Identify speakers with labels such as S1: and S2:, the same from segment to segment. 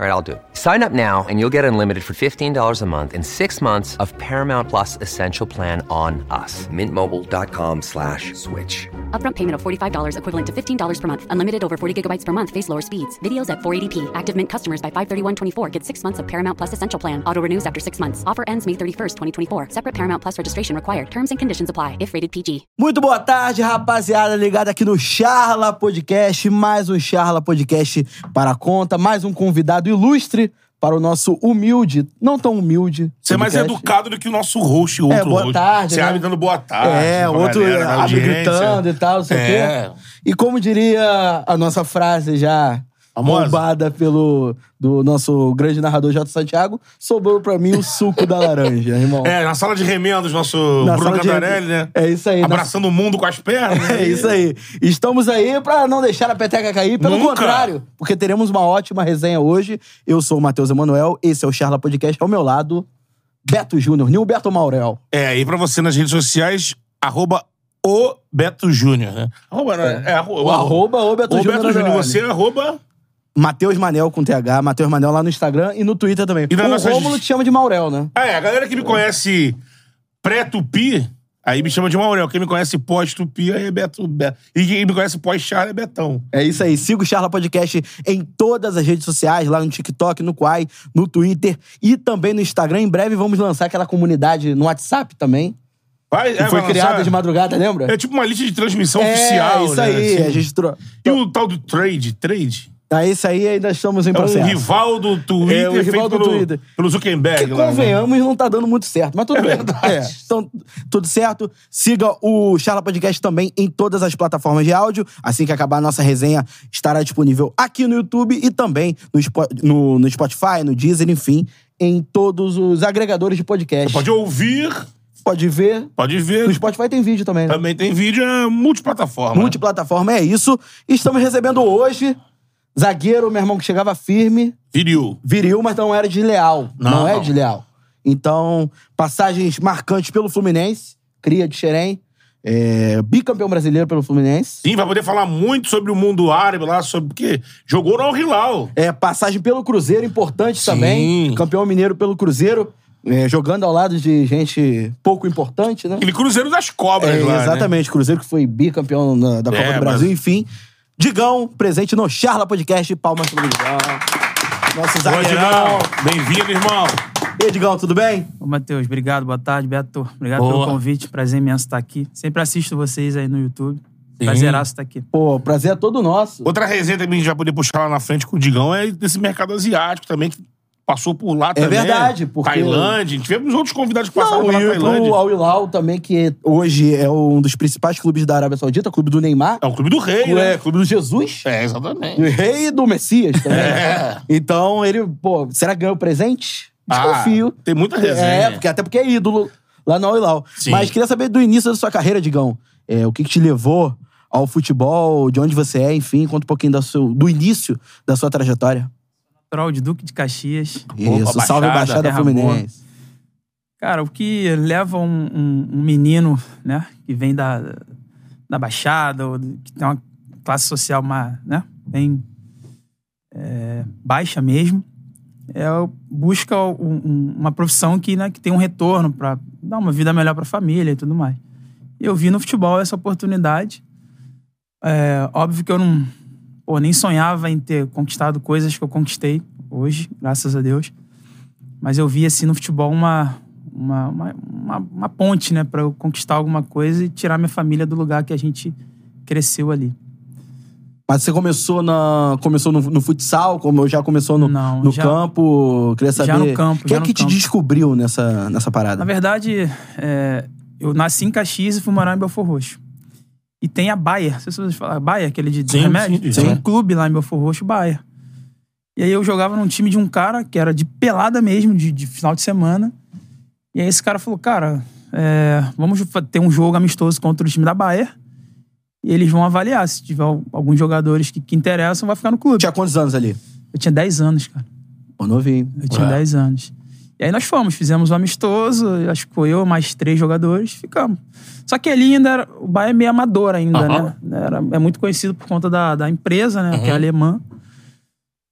S1: All right, I'll do it. Sign up now and you'll get unlimited for $15 a month in six months of Paramount Plus Essential Plan on us. Mintmobile.com slash switch.
S2: Upfront payment of $45 equivalent to $15 per month. Unlimited over 40 gigabytes per month. Face lower speeds. Videos at 480p. Active Mint customers by 531.24 get six months of Paramount Plus Essential Plan. Auto renews after six months. Offer ends May 31st, 2024. Separate Paramount Plus registration required. Terms and conditions apply if rated PG.
S3: Muito boa tarde, rapaziada, ligada aqui no Charla Podcast, mais um Charla Podcast para a conta, mais um convidado ilustre para o nosso humilde, não tão humilde.
S4: Você é mais
S3: podcast.
S4: educado do que o nosso host, outro
S3: É, boa
S4: host.
S3: tarde,
S4: Você
S3: né?
S4: abre dando boa tarde.
S3: É,
S4: pra
S3: outro
S4: galera, pra
S3: abre
S4: audiência.
S3: gritando e tal, não sei o
S4: É.
S3: quê. E como diria a nossa frase já
S4: Famosa.
S3: roubada pelo do nosso grande narrador J. Santiago, sobrou pra mim o suco da laranja, irmão.
S4: É, na sala de remendos, nosso
S3: Na
S4: Bruno
S3: sala de-
S4: Cantarelli, né?
S3: É isso aí, na-
S4: Abraçando o mundo com as pernas. né?
S3: É isso aí. Estamos aí pra não deixar a peteca cair, pelo
S4: Nunca.
S3: contrário, porque teremos uma ótima resenha hoje. Eu sou o Matheus Emanuel, esse é o Charla Podcast, ao meu lado, Beto Júnior, Nilberto Maurel.
S4: É, e pra você nas redes sociais, arroba o Beto Júnior, né? Arroba, né? É, arro-
S3: O arroba o Beto
S4: o
S3: Júnior
S4: Beto
S3: na
S4: Júnior.
S3: verdade.
S4: Você é arroba...
S3: Matheus Manel com TH, Matheus Manel lá no Instagram e no Twitter também.
S4: E nas
S3: o
S4: nossas-
S3: Rômulo te chama de Maurel, né?
S4: Ah, é, a galera que me conhece pré-tupi, aí me chama de Maurel. Quem me conhece pós-tupi, aí é Beto... Be- E quem me conhece pós-charla é Betão.
S3: É isso aí. Siga o Charla Podcast em todas as redes sociais, lá no TikTok, no Quai, no Twitter e também no Instagram. Em breve vamos lançar aquela comunidade no WhatsApp também,
S4: É, Vai,
S3: que foi criada de madrugada,
S4: madrugada.
S3: lembra?
S4: É tipo uma lista de transmissão
S3: É,
S4: oficial.
S3: isso
S4: né?
S3: aí.
S4: Assim.
S3: A gente tro...
S4: E o tal do trade? Trade?
S3: Ah, esse aí ainda estamos em
S4: É
S3: processo.
S4: um rival do
S3: Então,
S4: Twitter
S3: assim, ah, É, o rival
S4: feito
S3: do
S4: pelo,
S3: Twitter.
S4: pelo Zuckerberg.
S3: Que
S4: lá, né?
S3: convenhamos, não tá dando muito certo, mas tudo bem.
S4: verdade.
S3: É, então, tudo certo. Siga o Charla Podcast também em todas as plataformas de áudio. Assim que acabar a nossa resenha, estará disponível aqui no YouTube e também no, Spo- no- no Spotify, no Deezer, enfim, em todos os agregadores de podcast.
S4: Pode ouvir,
S3: Pode ver.
S4: pode ver.
S3: No Spotify tem vídeo também. né?
S4: Também tem vídeo é, multiplataforma. né?
S3: Multiplataforma é isso. Estamos recebendo hoje zagueiro, meu irmão, que chegava firme.
S4: Vídeo.
S3: viril, mas não era desleal. Não,
S4: Não,
S3: não é
S4: não.
S3: desleal. Então, passagens marcantes pelo Fluminense, cria de Xerém, é, bicampeão brasileiro pelo Fluminense.
S4: Sim, vai poder falar muito sobre o mundo árabe lá, sobre porque jogou no Al-Hilal.
S3: É, passagem pelo Cruzeiro, importante
S4: Sim.
S3: também. Campeão mineiro pelo Cruzeiro, é, jogando ao lado de gente pouco importante, né?
S4: Aquele Cruzeiro das Cobras
S3: É,
S4: lá. né?
S3: exatamente, Cruzeiro que foi bicampeão da, da Copa
S4: É,
S3: do Brasil,
S4: mas-
S3: enfim. Digão, presente no Charla Podcast, palmas pro Digão. Nosso
S4: Boa, Digão.
S3: zagueirão.
S4: Bem-vindo, irmão.
S3: E aí, Digão, tudo bem?
S5: Ô, Matheus, obrigado, boa tarde. Beto, obrigado
S4: Boa.
S5: pelo convite. Prazer imenso estar aqui. Sempre assisto vocês aí no YouTube. Prazeraço estar aqui.
S3: Pô, prazer é todo nosso.
S4: Outra resenha também que a gente vai poder puxar lá na frente com o Digão é desse mercado asiático também, que passou por lá também.
S3: É
S4: né?
S3: verdade, porque-
S4: Tailândia. Tivemos outros convidados que passaram
S3: Não,
S4: pela
S3: e
S4: Tailândia.
S3: pro Al Hilal também, que hoje é um dos principais clubes da Arábia Saudita, clube do Neymar,
S4: É o clube do rei,
S3: clube,
S4: né?
S3: é, clube do Jesus,
S4: É, exatamente.
S3: do rei e do Messias também. Então ele, pô, será que ganhou presente? Desconfio.
S4: Ah, tem muita
S3: é,
S4: resenha.
S3: porque, até porque é ídolo lá no Al Hilal.
S4: Sim.
S3: Mas queria saber do início da sua carreira, Digão, é, o que, que te levou ao futebol, de onde você é, enfim, conta um pouquinho da seu- do início da sua trajetória.
S5: Natural de Duque de Caxias.
S3: Isso,
S4: Baixada,
S3: salve Baixada
S5: terra
S3: Fluminense.
S5: Cara, o que leva um, um- um menino, né, que vem da, da Baixada, ou do- que tem uma classe social ma- né, bem é, baixa mesmo, é, o- busca um- um- uma profissão que, né, que tem um retorno para dar uma vida melhor para a família e tudo mais. E eu vi no futebol essa oportunidade. É, óbvio que eu não, pô, nem sonhava em ter conquistado coisas que eu conquistei hoje, graças a Deus mas eu vi assim no futebol uma uma, uma, uma- uma ponte, né, para eu conquistar alguma coisa e tirar minha família do lugar que a gente cresceu ali.
S3: Mas você começou, na, começou no, no futsal, como já começou no,
S5: Não,
S3: no
S5: já-
S3: campo? Queria saber.
S5: no campo,
S3: Quem
S5: já
S3: é
S5: no
S3: que te
S5: campo.
S3: descobriu nessa, nessa parada?
S5: Na verdade, é, eu nasci em Caxias e fui morar em Belfor Roxo. E tem a Bayer. Não sei se vocês falaram. Bayer, aquele de, de
S4: Sim,
S5: remédio.
S4: sim, sim.
S5: Tem um clube lá em Belfort Roxo, Bayer. E aí eu jogava num time de um cara que era de pelada mesmo, de, de final de semana. E aí esse cara falou, cara, é, vamos fa- ter um jogo amistoso contra o time da Bayer. E eles vão avaliar. Se tiver al- alguns jogadores que, que interessam, vai ficar no clube.
S3: Tinha quantos anos ali?
S5: Eu tinha 10 anos, cara.
S3: Pô, novinho.
S5: Eu tinha
S4: Ué.
S5: 10 anos. E aí nós fomos, fizemos um amistoso, acho que foi eu, mais três jogadores, ficamos. Só que ali ainda era. O Bayern é meio amador ainda,
S4: Aham.
S5: né? Era, é muito conhecido por conta da, da empresa, né? Que é alemã.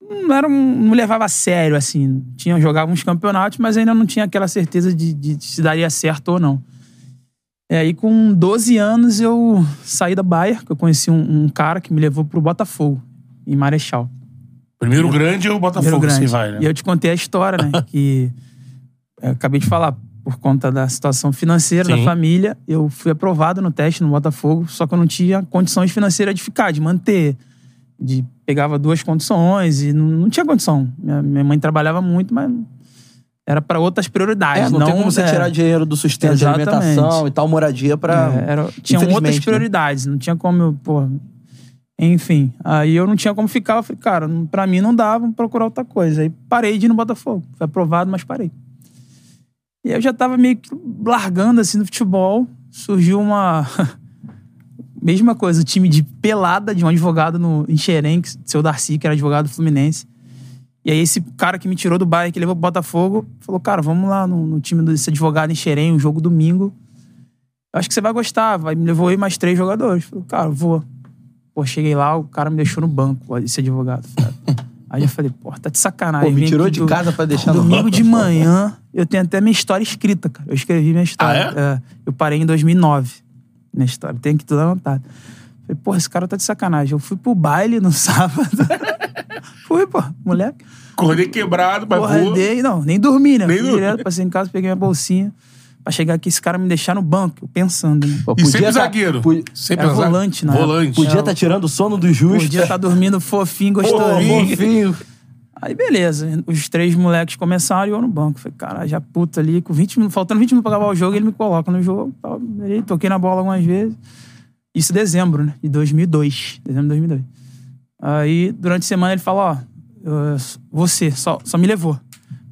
S5: Não, era um- não levava a sério, assim. Tinha, jogava uns campeonatos, mas ainda não tinha aquela certeza de, de se daria certo ou não. E aí, com 12 anos, eu saí da Bayern, que eu conheci um, um cara que me levou pro Botafogo, em Marechal.
S4: Primeiro grande é o Botafogo,
S5: Primeiro grande.
S4: assim vai, né?
S5: E eu te contei a história, né? que eu acabei de falar, por conta da situação financeira
S4: Sim.
S5: da família, eu fui aprovado no teste no Botafogo, só que eu não tinha condições financeiras de ficar, de manter. De, pegava duas condições e não, não tinha condição. Minha, minha mãe trabalhava muito, mas era para outras prioridades.
S3: É, não, tem como você
S5: é.
S3: tirar dinheiro do sustento de alimentação
S5: Exatamente.
S3: e tal, moradia pra.
S5: É, era- tinham
S3: Infelizmente,
S5: outras
S3: né?
S5: prioridades, não tinha como eu, pô. Enfim, aí eu não tinha como ficar. Eu falei, cara, não- pra mim não dá, vamos procurar outra coisa. Aí parei de ir no Botafogo. Foi aprovado, mas parei. E aí eu já tava meio que largando assim no futebol. Surgiu uma. Mesma coisa, o time de pelada de um advogado no, em Xerém, que- seu Darcy, que era advogado do Fluminense. E aí esse cara que me tirou do Bahia, que levou pro Botafogo, falou, cara, vamos lá no, no time desse advogado em Xerém, um jogo domingo. Eu acho que você vai gostar. Vai, me levou aí mais três jogadores. Falei, cara, vou. Pô, cheguei lá, o cara me deixou no banco, esse advogado. Aí eu falei, pô, tá de sacanagem.
S3: Pô, me
S5: vim
S3: tirou
S5: aqui
S3: de
S5: do-
S3: casa pra deixar no
S5: Domingo
S3: banco.
S5: de manhã, eu tenho até minha história escrita, cara. Eu escrevi minha
S3: Ah,
S5: história. É, eu parei em 2009. Minha história, tenho que tudo anotado. Falei, porra, esse cara tá de sacanagem. Eu fui pro baile no sábado. fui, pô, moleque.
S4: Acordei quebrado, mas
S5: Porra,
S4: vou.
S5: dei, não, nem dormi, né?
S4: Nem
S5: Fui
S4: dormi.
S5: direto, passei em casa, peguei minha bolsinha. Pra chegar aqui, esse cara me deixar no banco, eu pensando, né?
S3: Pô,
S4: E sempre
S3: tá-
S4: zagueiro.
S3: pu-
S4: Sempre
S5: Era
S4: zagueiro.
S5: volante, na época.
S4: Volante.
S3: Podia estar tirando o sono do justo.
S5: Podia tá- estar dormindo fofinho, gostosinho.
S4: Fofinho.
S3: Fofinho.
S5: Aí beleza, os três moleques começaram e eu no banco. Falei, cara, já puta ali, com 20 minutos, faltando 20 minutos pra acabar o jogo, ele me coloca no jogo. tal. Aí toquei na bola algumas vezes. Isso em dezembro, né? De 2002. Dezembro de 2002. Aí, durante a semana, ele falou, ó, eu- você, só, só me levou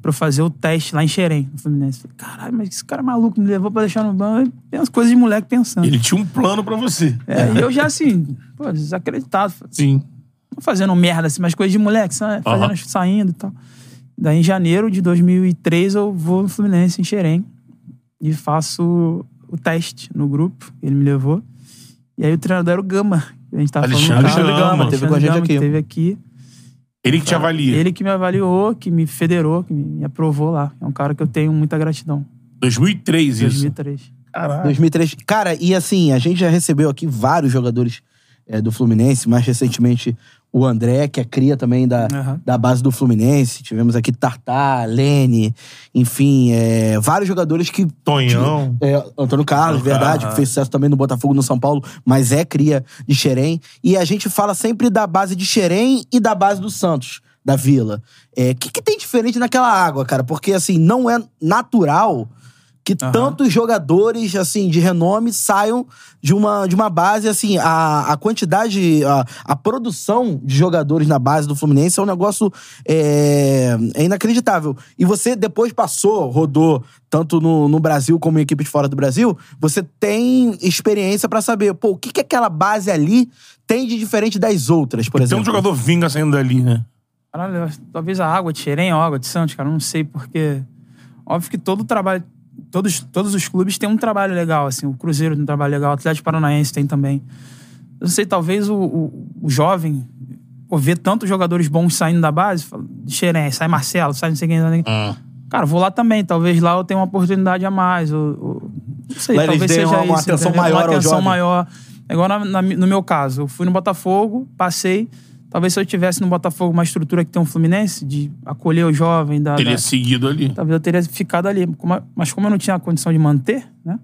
S5: pra eu fazer o teste lá em Xerém, no Fluminense. Falei, caralho, mas esse cara é maluco me levou pra deixar no banco. Pensa, coisa de moleque pensando.
S4: Ele tinha um plano pra você.
S5: É, e eu já, assim, pô, desacreditado. Falei,
S4: Sim.
S5: não fazendo merda, assim, mas coisas de moleque, sa- fazendo,
S4: Aham.
S5: saindo e tal. Daí em janeiro de 2003 eu vou no Fluminense, em Xerém, e faço o teste no grupo, ele me levou. E aí o treinador era o Gama, que a gente tava
S4: Alexandre
S5: falando. do cara.
S4: Alexandre Gama,
S5: Alexandre
S3: teve com a gente
S5: Gama, que
S3: aqui.
S5: Teve aqui.
S4: Ele
S3: É.
S4: que te avalia.
S5: Ele que me avaliou, que me federou, que me, me aprovou lá. É um cara que eu tenho muita gratidão.
S4: 2003, isso.
S5: 2003.
S4: Caralho.
S3: 2003. Cara, e assim, a gente já recebeu aqui vários jogadores é, do Fluminense, mais recentemente o André, que é cria também da,
S5: Aham.
S3: da base do Fluminense. Tivemos aqui Tartar, Lene, enfim, é, vários jogadores que
S4: Tonhão.
S3: É, Antônio Carlos,
S4: Antônio
S3: verdade,
S4: Carlos.
S3: que fez sucesso também no Botafogo, no São Paulo, mas é cria de Xerém. E a gente fala sempre da base de Xerém e da base do Santos, da Vila. O que, que tem diferente naquela água, cara? Porque, assim, não é natural que tantos jogadores, assim, de renome saiam de uma, de uma base, assim, a, a quantidade, a, a produção de jogadores na base do Fluminense é um negócio é, é inacreditável. E você depois passou, rodou, tanto no, no Brasil como em equipe de fora do Brasil, você tem experiência pra saber, pô, o que, que aquela base ali tem de diferente das outras, por
S4: Tem um
S3: exemplo.
S4: jogador vinga saindo dali, né?
S5: Caralho, eu acho- talvez a água de Xerém ou a água de Santos, cara, eu não sei, porque. Óbvio que todo trabalho. Todos, todos os clubes têm um trabalho legal, assim. O Cruzeiro tem um trabalho legal, o Atlético Paranaense tem também. Eu não sei, talvez o, o, o jovem pô, vê tantos jogadores bons saindo da base, fala, de Xerém, sai Marcelo, sai não sei quem. não sei quem.
S3: Ah.
S5: Cara, vou lá também, talvez lá eu tenha uma oportunidade a mais. Ou, ou- não sei,
S3: Lá eles
S5: talvez
S3: deem
S5: seja
S3: uma- uma
S5: isso,
S3: atenção
S5: entendeu?
S3: maior ao
S5: Uma atenção
S3: jovem.
S5: maior. É Igual na- na- no meu caso, eu fui no Botafogo, passei. Talvez se eu tivesse no Botafogo uma estrutura que tem um Fluminense, de acolher o jovem
S3: Ah,
S5: da.
S4: Ele
S3: né?
S5: da-
S4: é seguido ali.
S5: Talvez eu teria ficado ali. Como- Mas como eu não tinha a condição de manter, né?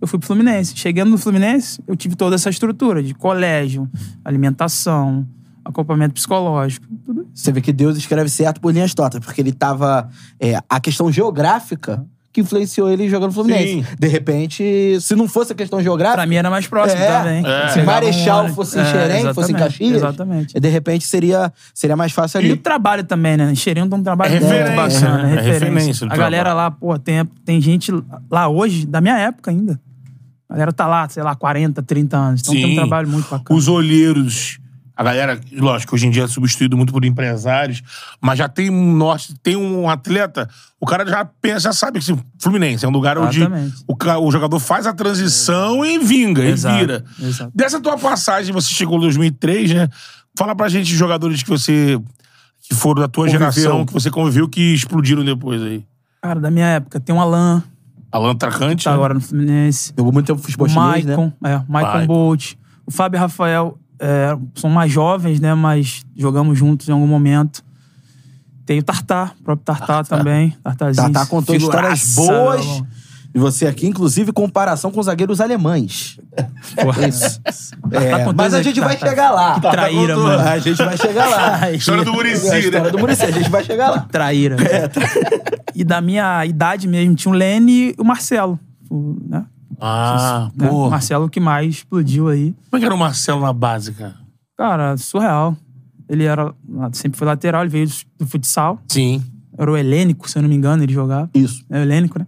S5: Eu fui pro Fluminense. Chegando no Fluminense, eu tive toda essa estrutura de colégio, alimentação, acompanhamento psicológico, tudo isso.
S3: Você vê que Deus escreve certo por linhas tortas, porque ele tava. é, a questão geográfica que influenciou ele jogando no Fluminense.
S4: Sim.
S3: De repente, se não fosse a questão geográfica.
S5: Pra mim era mais próximo
S3: Ah, É.
S5: também.
S4: É.
S3: Se
S5: Pegava
S3: Marechal
S5: ônibus.
S3: fosse
S5: É,
S3: em Xerém, fosse em
S5: exatamente,
S3: Caxias,
S5: Exatamente.
S3: de repente seria, seria mais fácil
S5: E
S3: ali.
S5: o trabalho também, né? Enxerindo tem um trabalho
S4: É referência,
S5: muito
S4: né?
S5: bacana.
S4: É
S5: É referência.
S4: referência do
S5: a galera
S4: trabalho.
S5: lá, pô, tem, tem gente lá hoje, da minha época ainda. A galera tá lá, sei lá, 40, 30 anos. Então tem
S4: Sim.
S5: um trabalho muito bacana.
S4: Os olheiros. A galera, lógico, hoje em dia é substituído muito por empresários, mas já tem um norte, tem um atleta, o cara já pensa, já sabe que assim, Fluminense é um lugar onde
S5: Exatamente.
S4: o, ca- o jogador faz a transição e vinga,
S5: Exato,
S4: e vira.
S5: exato.
S4: Dessa tua passagem, você chegou em 2003, né? Fala pra gente de jogadores que você que foram da tua
S3: Conviveu.
S4: geração, que você conviveu que explodiram depois aí.
S5: Cara, da minha época, tem o Alan,
S4: Alan Tracante,
S5: tá
S4: né?
S5: agora no Fluminense.
S3: Jogou muito tempo futebol
S5: o
S3: chinês, né?
S5: Maicon, é, o
S4: Maicon.
S5: Maicon Bolt. O Fábio e Rafael é, são mais jovens, né? Mas jogamos juntos em algum momento. Tem o Tartar, o próprio Tartar, também. Tartarzinho.
S3: Tatá contou
S5: figuraça,
S3: Tá, histórias boas.
S5: meu irmão.
S3: E você aqui, inclusive, comparação com zagueiros alemães. Isso. É,
S5: Tatá contou
S3: mas a
S5: isso
S3: gente
S5: aqui,
S3: vai
S5: Tatá.
S3: chegar lá. Tá
S5: Que traíra,
S4: contou.
S5: mano.
S3: A gente vai chegar lá.
S4: História do Muricy,
S3: É a história
S4: né?
S3: do Muricy, a gente vai chegar lá.
S5: Traíra. né?
S4: É,
S5: E da minha idade mesmo, tinha o Lene e o Marcelo. O, né?
S4: Ah,
S5: Né? O
S4: porra.
S5: Marcelo que mais explodiu aí.
S4: Como é que era o Marcelo na base, cara?
S5: Cara, surreal. Ele era, sempre foi lateral, ele veio do futsal.
S4: Sim.
S5: Era o Helênico, se eu não me engano, ele jogava.
S3: Isso.
S5: É o Helênico, né?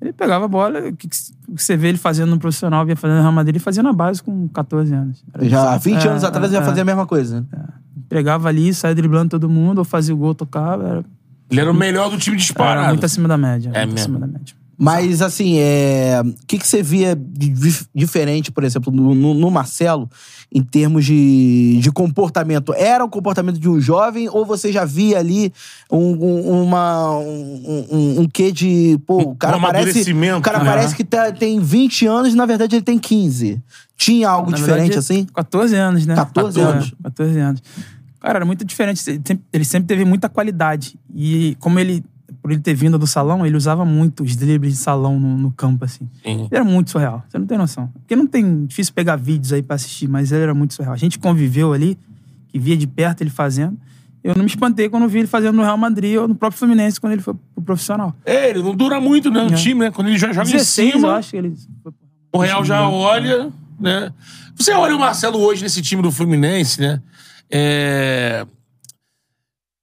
S5: Ele pegava a bola, o que, que você vê ele fazendo no profissional, via fazendo no Real Madrid, ele fazia na base com 14 anos. Era
S3: Já
S5: bizarro.
S3: há 20
S5: É,
S3: anos atrás
S5: é,
S3: eu já
S5: é.
S3: fazia a mesma coisa. né?
S5: Pegava ali, saía driblando todo mundo, ou fazia o gol, tocava. Era,
S4: Ele era o melhor do time disparado.
S5: era muito assim. acima da média.
S4: É
S5: muito
S4: mesmo.
S5: acima da média.
S3: Mas, assim, é... o que, que você via de dif- diferente, por exemplo, no, no- no Marcelo, em termos de, de comportamento? Era o comportamento de um jovem ou você já via ali um, um- uma, um, um- um quê de. Pô, o cara
S4: Um
S3: parece.
S4: amadurecimento,
S3: O cara
S4: né?
S3: parece que tá- tem 20 anos, na verdade ele tem 15. Tinha algo
S5: Na
S3: diferente
S5: verdade,
S3: assim?
S5: 14 anos, né?
S3: 14 anos.
S5: É, 14 anos. Cara, era muito diferente. Ele sempre- Ele sempre teve muita qualidade. E como ele, por ele ter vindo do salão, ele usava muito os dribles de salão no, no campo, assim.
S4: Sim.
S5: Ele era muito surreal. Você não tem noção. Porque não tem... Difícil pegar vídeos aí pra assistir, mas ele era muito surreal. A gente conviveu ali, que via de perto ele fazendo. Eu não me espantei quando vi ele fazendo no Real Madrid ou no próprio Fluminense, quando ele foi pro profissional.
S4: É, ele não dura muito, né? O
S5: É.
S4: time, né? Quando ele já joga em
S5: 16, eu
S4: cima,
S5: acho que ele... foi pro-
S4: o Real já olha, né? Você olha o Marcelo hoje nesse time do Fluminense, né? É...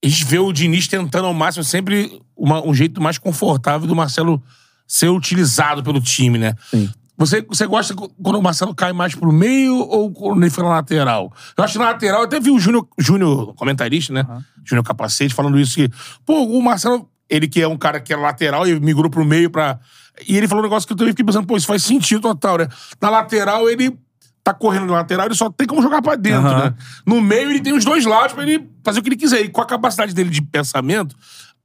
S4: A gente vê o Diniz tentando ao máximo sempre uma- um jeito mais confortável do Marcelo ser utilizado pelo time, né?
S3: Sim.
S4: Você, você gosta co- quando o Marcelo cai mais pro meio ou quando ele fica na lateral? Eu acho que na lateral, eu até vi o Júnior, Júnior comentarista, né? Júnior Capacete, falando isso que, pô, o Marcelo, ele que é um cara que é lateral e migrou pro meio pra. E ele falou um negócio que eu também fiquei pensando, pô, isso faz sentido total, né? Na lateral, ele tá correndo na lateral, ele só tem como jogar pra dentro,
S5: Aham.
S4: né? No meio, ele tem os dois lados pra ele fazer o que ele quiser. E com a capacidade dele de pensamento,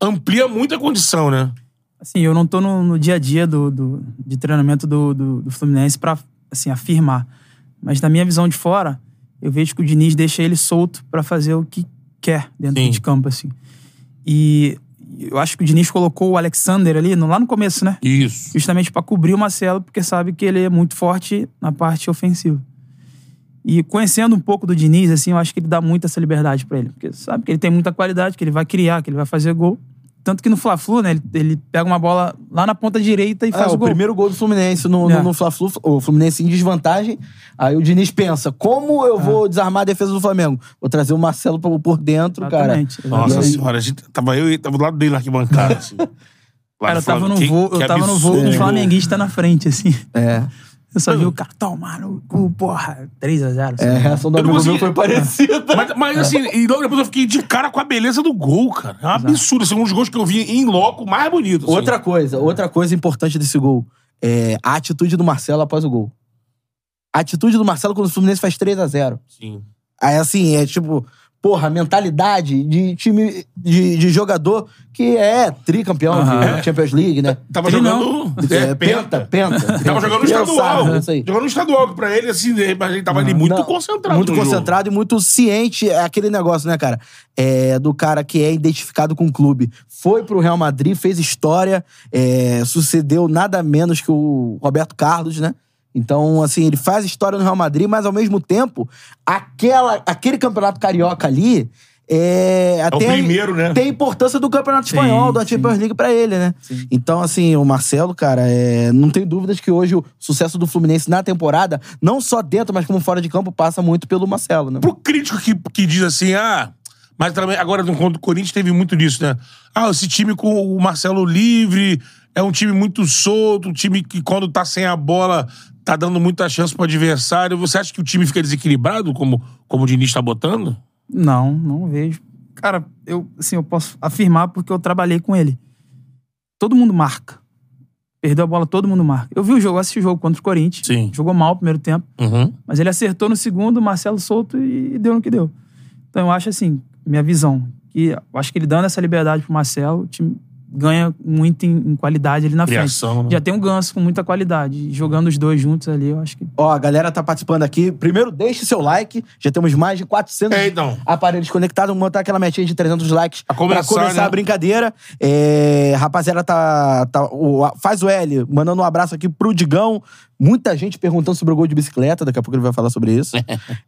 S4: amplia muito a condição, né?
S5: Assim, eu não tô no, no dia a dia do, do- de treinamento do, do, do Fluminense pra, assim, afirmar. Mas na minha visão de fora, eu vejo que o Diniz deixa ele solto pra fazer o que quer dentro
S4: Sim.
S5: de campo, assim. E eu acho que o Diniz colocou o Alexander ali, no, lá no começo, né?
S4: Isso.
S5: justamente para cobrir o Marcelo, porque sabe que ele é muito forte na parte ofensiva. E conhecendo um pouco do Diniz, assim, eu acho que ele dá muito essa liberdade para ele, porque sabe que ele tem muita qualidade, que ele vai criar, que ele vai fazer gol. Tanto que no Fla-Flu, né, ele, ele pega uma bola lá na ponta direita e
S3: É,
S5: faz
S3: o
S5: o gol.
S3: primeiro gol do Fluminense no, no,
S5: É.
S3: no Fla-Flu, o Fluminense em desvantagem. Aí o Diniz pensa: como
S5: É.
S3: eu vou desarmar a defesa do Flamengo? Vou trazer o Marcelo pra- por dentro,
S5: Exatamente,
S3: cara.
S4: Nossa
S3: E aí-
S4: senhora, a gente, tava eu e tava do lado dele na arquibancada, assim. Lá
S5: Cara, eu
S4: do Flamengo.
S5: tava no
S4: Que-
S5: voo,
S4: que
S5: eu tava no voo com
S4: absurdo
S5: o
S4: de gol.
S5: flamenguista na frente, assim.
S3: É.
S5: Eu só vi o cara, toma no cu, porra, 3x0.
S3: É, a reação do
S4: Eu não
S3: amigo meu
S4: consegui-
S3: foi parecida.
S4: Mas, mas, assim, e logo depois eu fiquei de cara com a beleza do gol, cara. É um absurdo. Assim, um dos gols que eu vi em loco mais bonito. assim.
S3: Outra coisa, outra coisa importante desse gol é a atitude do Marcelo após o gol. A atitude do Marcelo quando o Fluminense faz 3 a 0
S4: Sim.
S3: Aí assim, é tipo, porra, a mentalidade de time de, de jogador que é tricampeão
S5: Aham.
S3: de Champions League, né?
S4: Tava
S5: Ele
S4: jogando.
S3: É, penta, penta.
S4: Tava jogando no
S3: Eu
S4: estadual.
S3: sabe, isso aí.
S4: Jogando no estadual, que pra ele, assim, de- mas ele tava ali muito
S3: Não,
S4: concentrado.
S3: Muito
S4: no um jogo.
S3: concentrado e muito ciente. É aquele negócio, né, cara? É, do cara que é identificado com o clube. Foi pro Real Madrid, fez história, é, sucedeu nada menos que o Roberto Carlos, né? Então, assim, ele faz história no Real Madrid, mas ao mesmo tempo, aquela, aquele campeonato carioca ali é, até a-
S4: primeiro, né?
S3: Tem a importância do Campeonato
S5: Sim,
S3: Espanhol, da
S5: sim.
S3: Champions League pra ele, né? Então, assim, o Marcelo, cara, é, não tem dúvidas que hoje o sucesso do Fluminense na temporada, não só dentro, mas como fora de campo, passa muito pelo Marcelo, né?
S4: pro crítico que, que diz assim, ah, mas também agora no contra o Corinthians teve muito disso, né? Ah, esse time com o Marcelo livre é um time muito solto, um time que quando tá sem a bola tá dando muita chance pro adversário. Você acha que o time fica desequilibrado como, como o Diniz tá botando?
S5: Não, não vejo. Cara, eu, assim, eu posso afirmar porque eu trabalhei com ele. Todo mundo marca. Perdeu a bola, todo mundo marca. Eu vi o jogo, eu assisti o jogo contra o Corinthians.
S4: Sim.
S5: Jogou mal o primeiro tempo,
S4: Uhum.
S5: mas ele acertou no segundo, Marcelo solto e deu no que deu. Então eu acho assim, minha visão, que eu acho que ele dando essa liberdade pro Marcelo, o time ganha muito em, em qualidade ali na
S4: Criação,
S5: frente.
S4: né?
S5: Já tem um ganso com muita qualidade. E Jogando os dois juntos ali, eu acho que.
S3: Ó, a galera tá participando aqui. Primeiro, deixe seu like. Já temos mais de 400
S4: É, então.
S3: aparelhos conectados. Vamos botar aquela metinha de 300 likes
S4: Pra começar,
S3: pra começar
S4: né?
S3: a brincadeira. É, rapaziada, tá, tá- o- a- faz o L, mandando um abraço aqui pro Digão. Muita gente perguntando sobre o gol de bicicleta. Daqui a pouco ele vai falar sobre isso.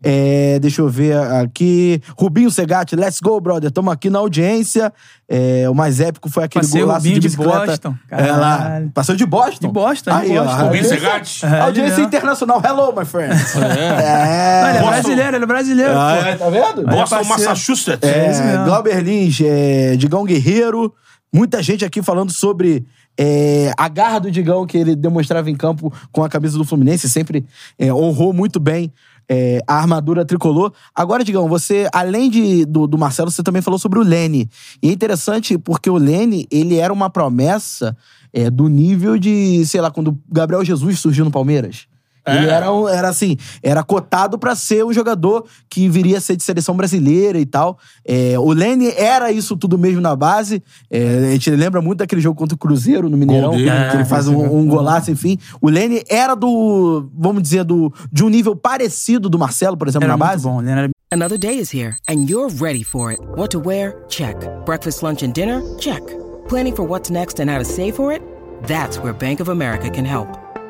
S3: É, deixa eu ver aqui. Rubinho Segatti, let's go, brother. Tamo aqui na audiência. É, o mais épico foi aquele
S5: Passei o
S3: golaço
S5: Rubinho
S3: de
S5: de
S3: bicicleta.
S5: Boston.
S3: É lá.
S5: Caralho.
S3: Passou de Boston?
S5: De Boston, de
S3: Então, Aí, ó,
S5: Boston.
S4: Rubinho
S3: audiência-
S4: Segatti?
S5: É,
S3: audiência
S5: ele é.
S3: internacional. Hello, my friend.
S5: Ah, ele é
S3: É.
S5: brasileiro, ele é brasileiro.
S3: Ah,
S5: pô.
S3: é, tá vendo?
S5: Aí é
S4: Boston,
S5: parceiro.
S4: Massachusetts.
S5: É isso
S3: É,
S5: mesmo.
S3: Glauber Lins, é, Digão Guerreiro. Muita gente aqui falando sobre é, a garra do Digão que ele demonstrava em campo com a camisa do Fluminense. Sempre é, honrou muito bem é, a armadura tricolor. Agora, Digão, você, além de, do, do Marcelo, você também falou sobre o Lene. E é interessante porque o Lene, ele era uma promessa é, do nível de, sei lá, quando o Gabriel Jesus surgiu no Palmeiras. Ele
S4: É.
S3: era então, era assim, era cotado pra ser um jogador que viria a ser de seleção brasileira e tal. É, o Lene era isso tudo mesmo na base. É, a gente lembra muito daquele jogo contra o Cruzeiro no Mineirão,
S4: Gol dele.
S3: que ele faz um, um golaço, enfim. O Lene era do, vamos dizer, do, de um nível parecido do Marcelo, por exemplo,
S5: Era
S3: na
S5: é muito
S3: base.
S5: bom, ele era
S6: Another day is here, and you're ready for it. What to wear? Check. Breakfast, lunch, and dinner? Check. Planning for what's next and how to save for it? That's where Bank of America can help.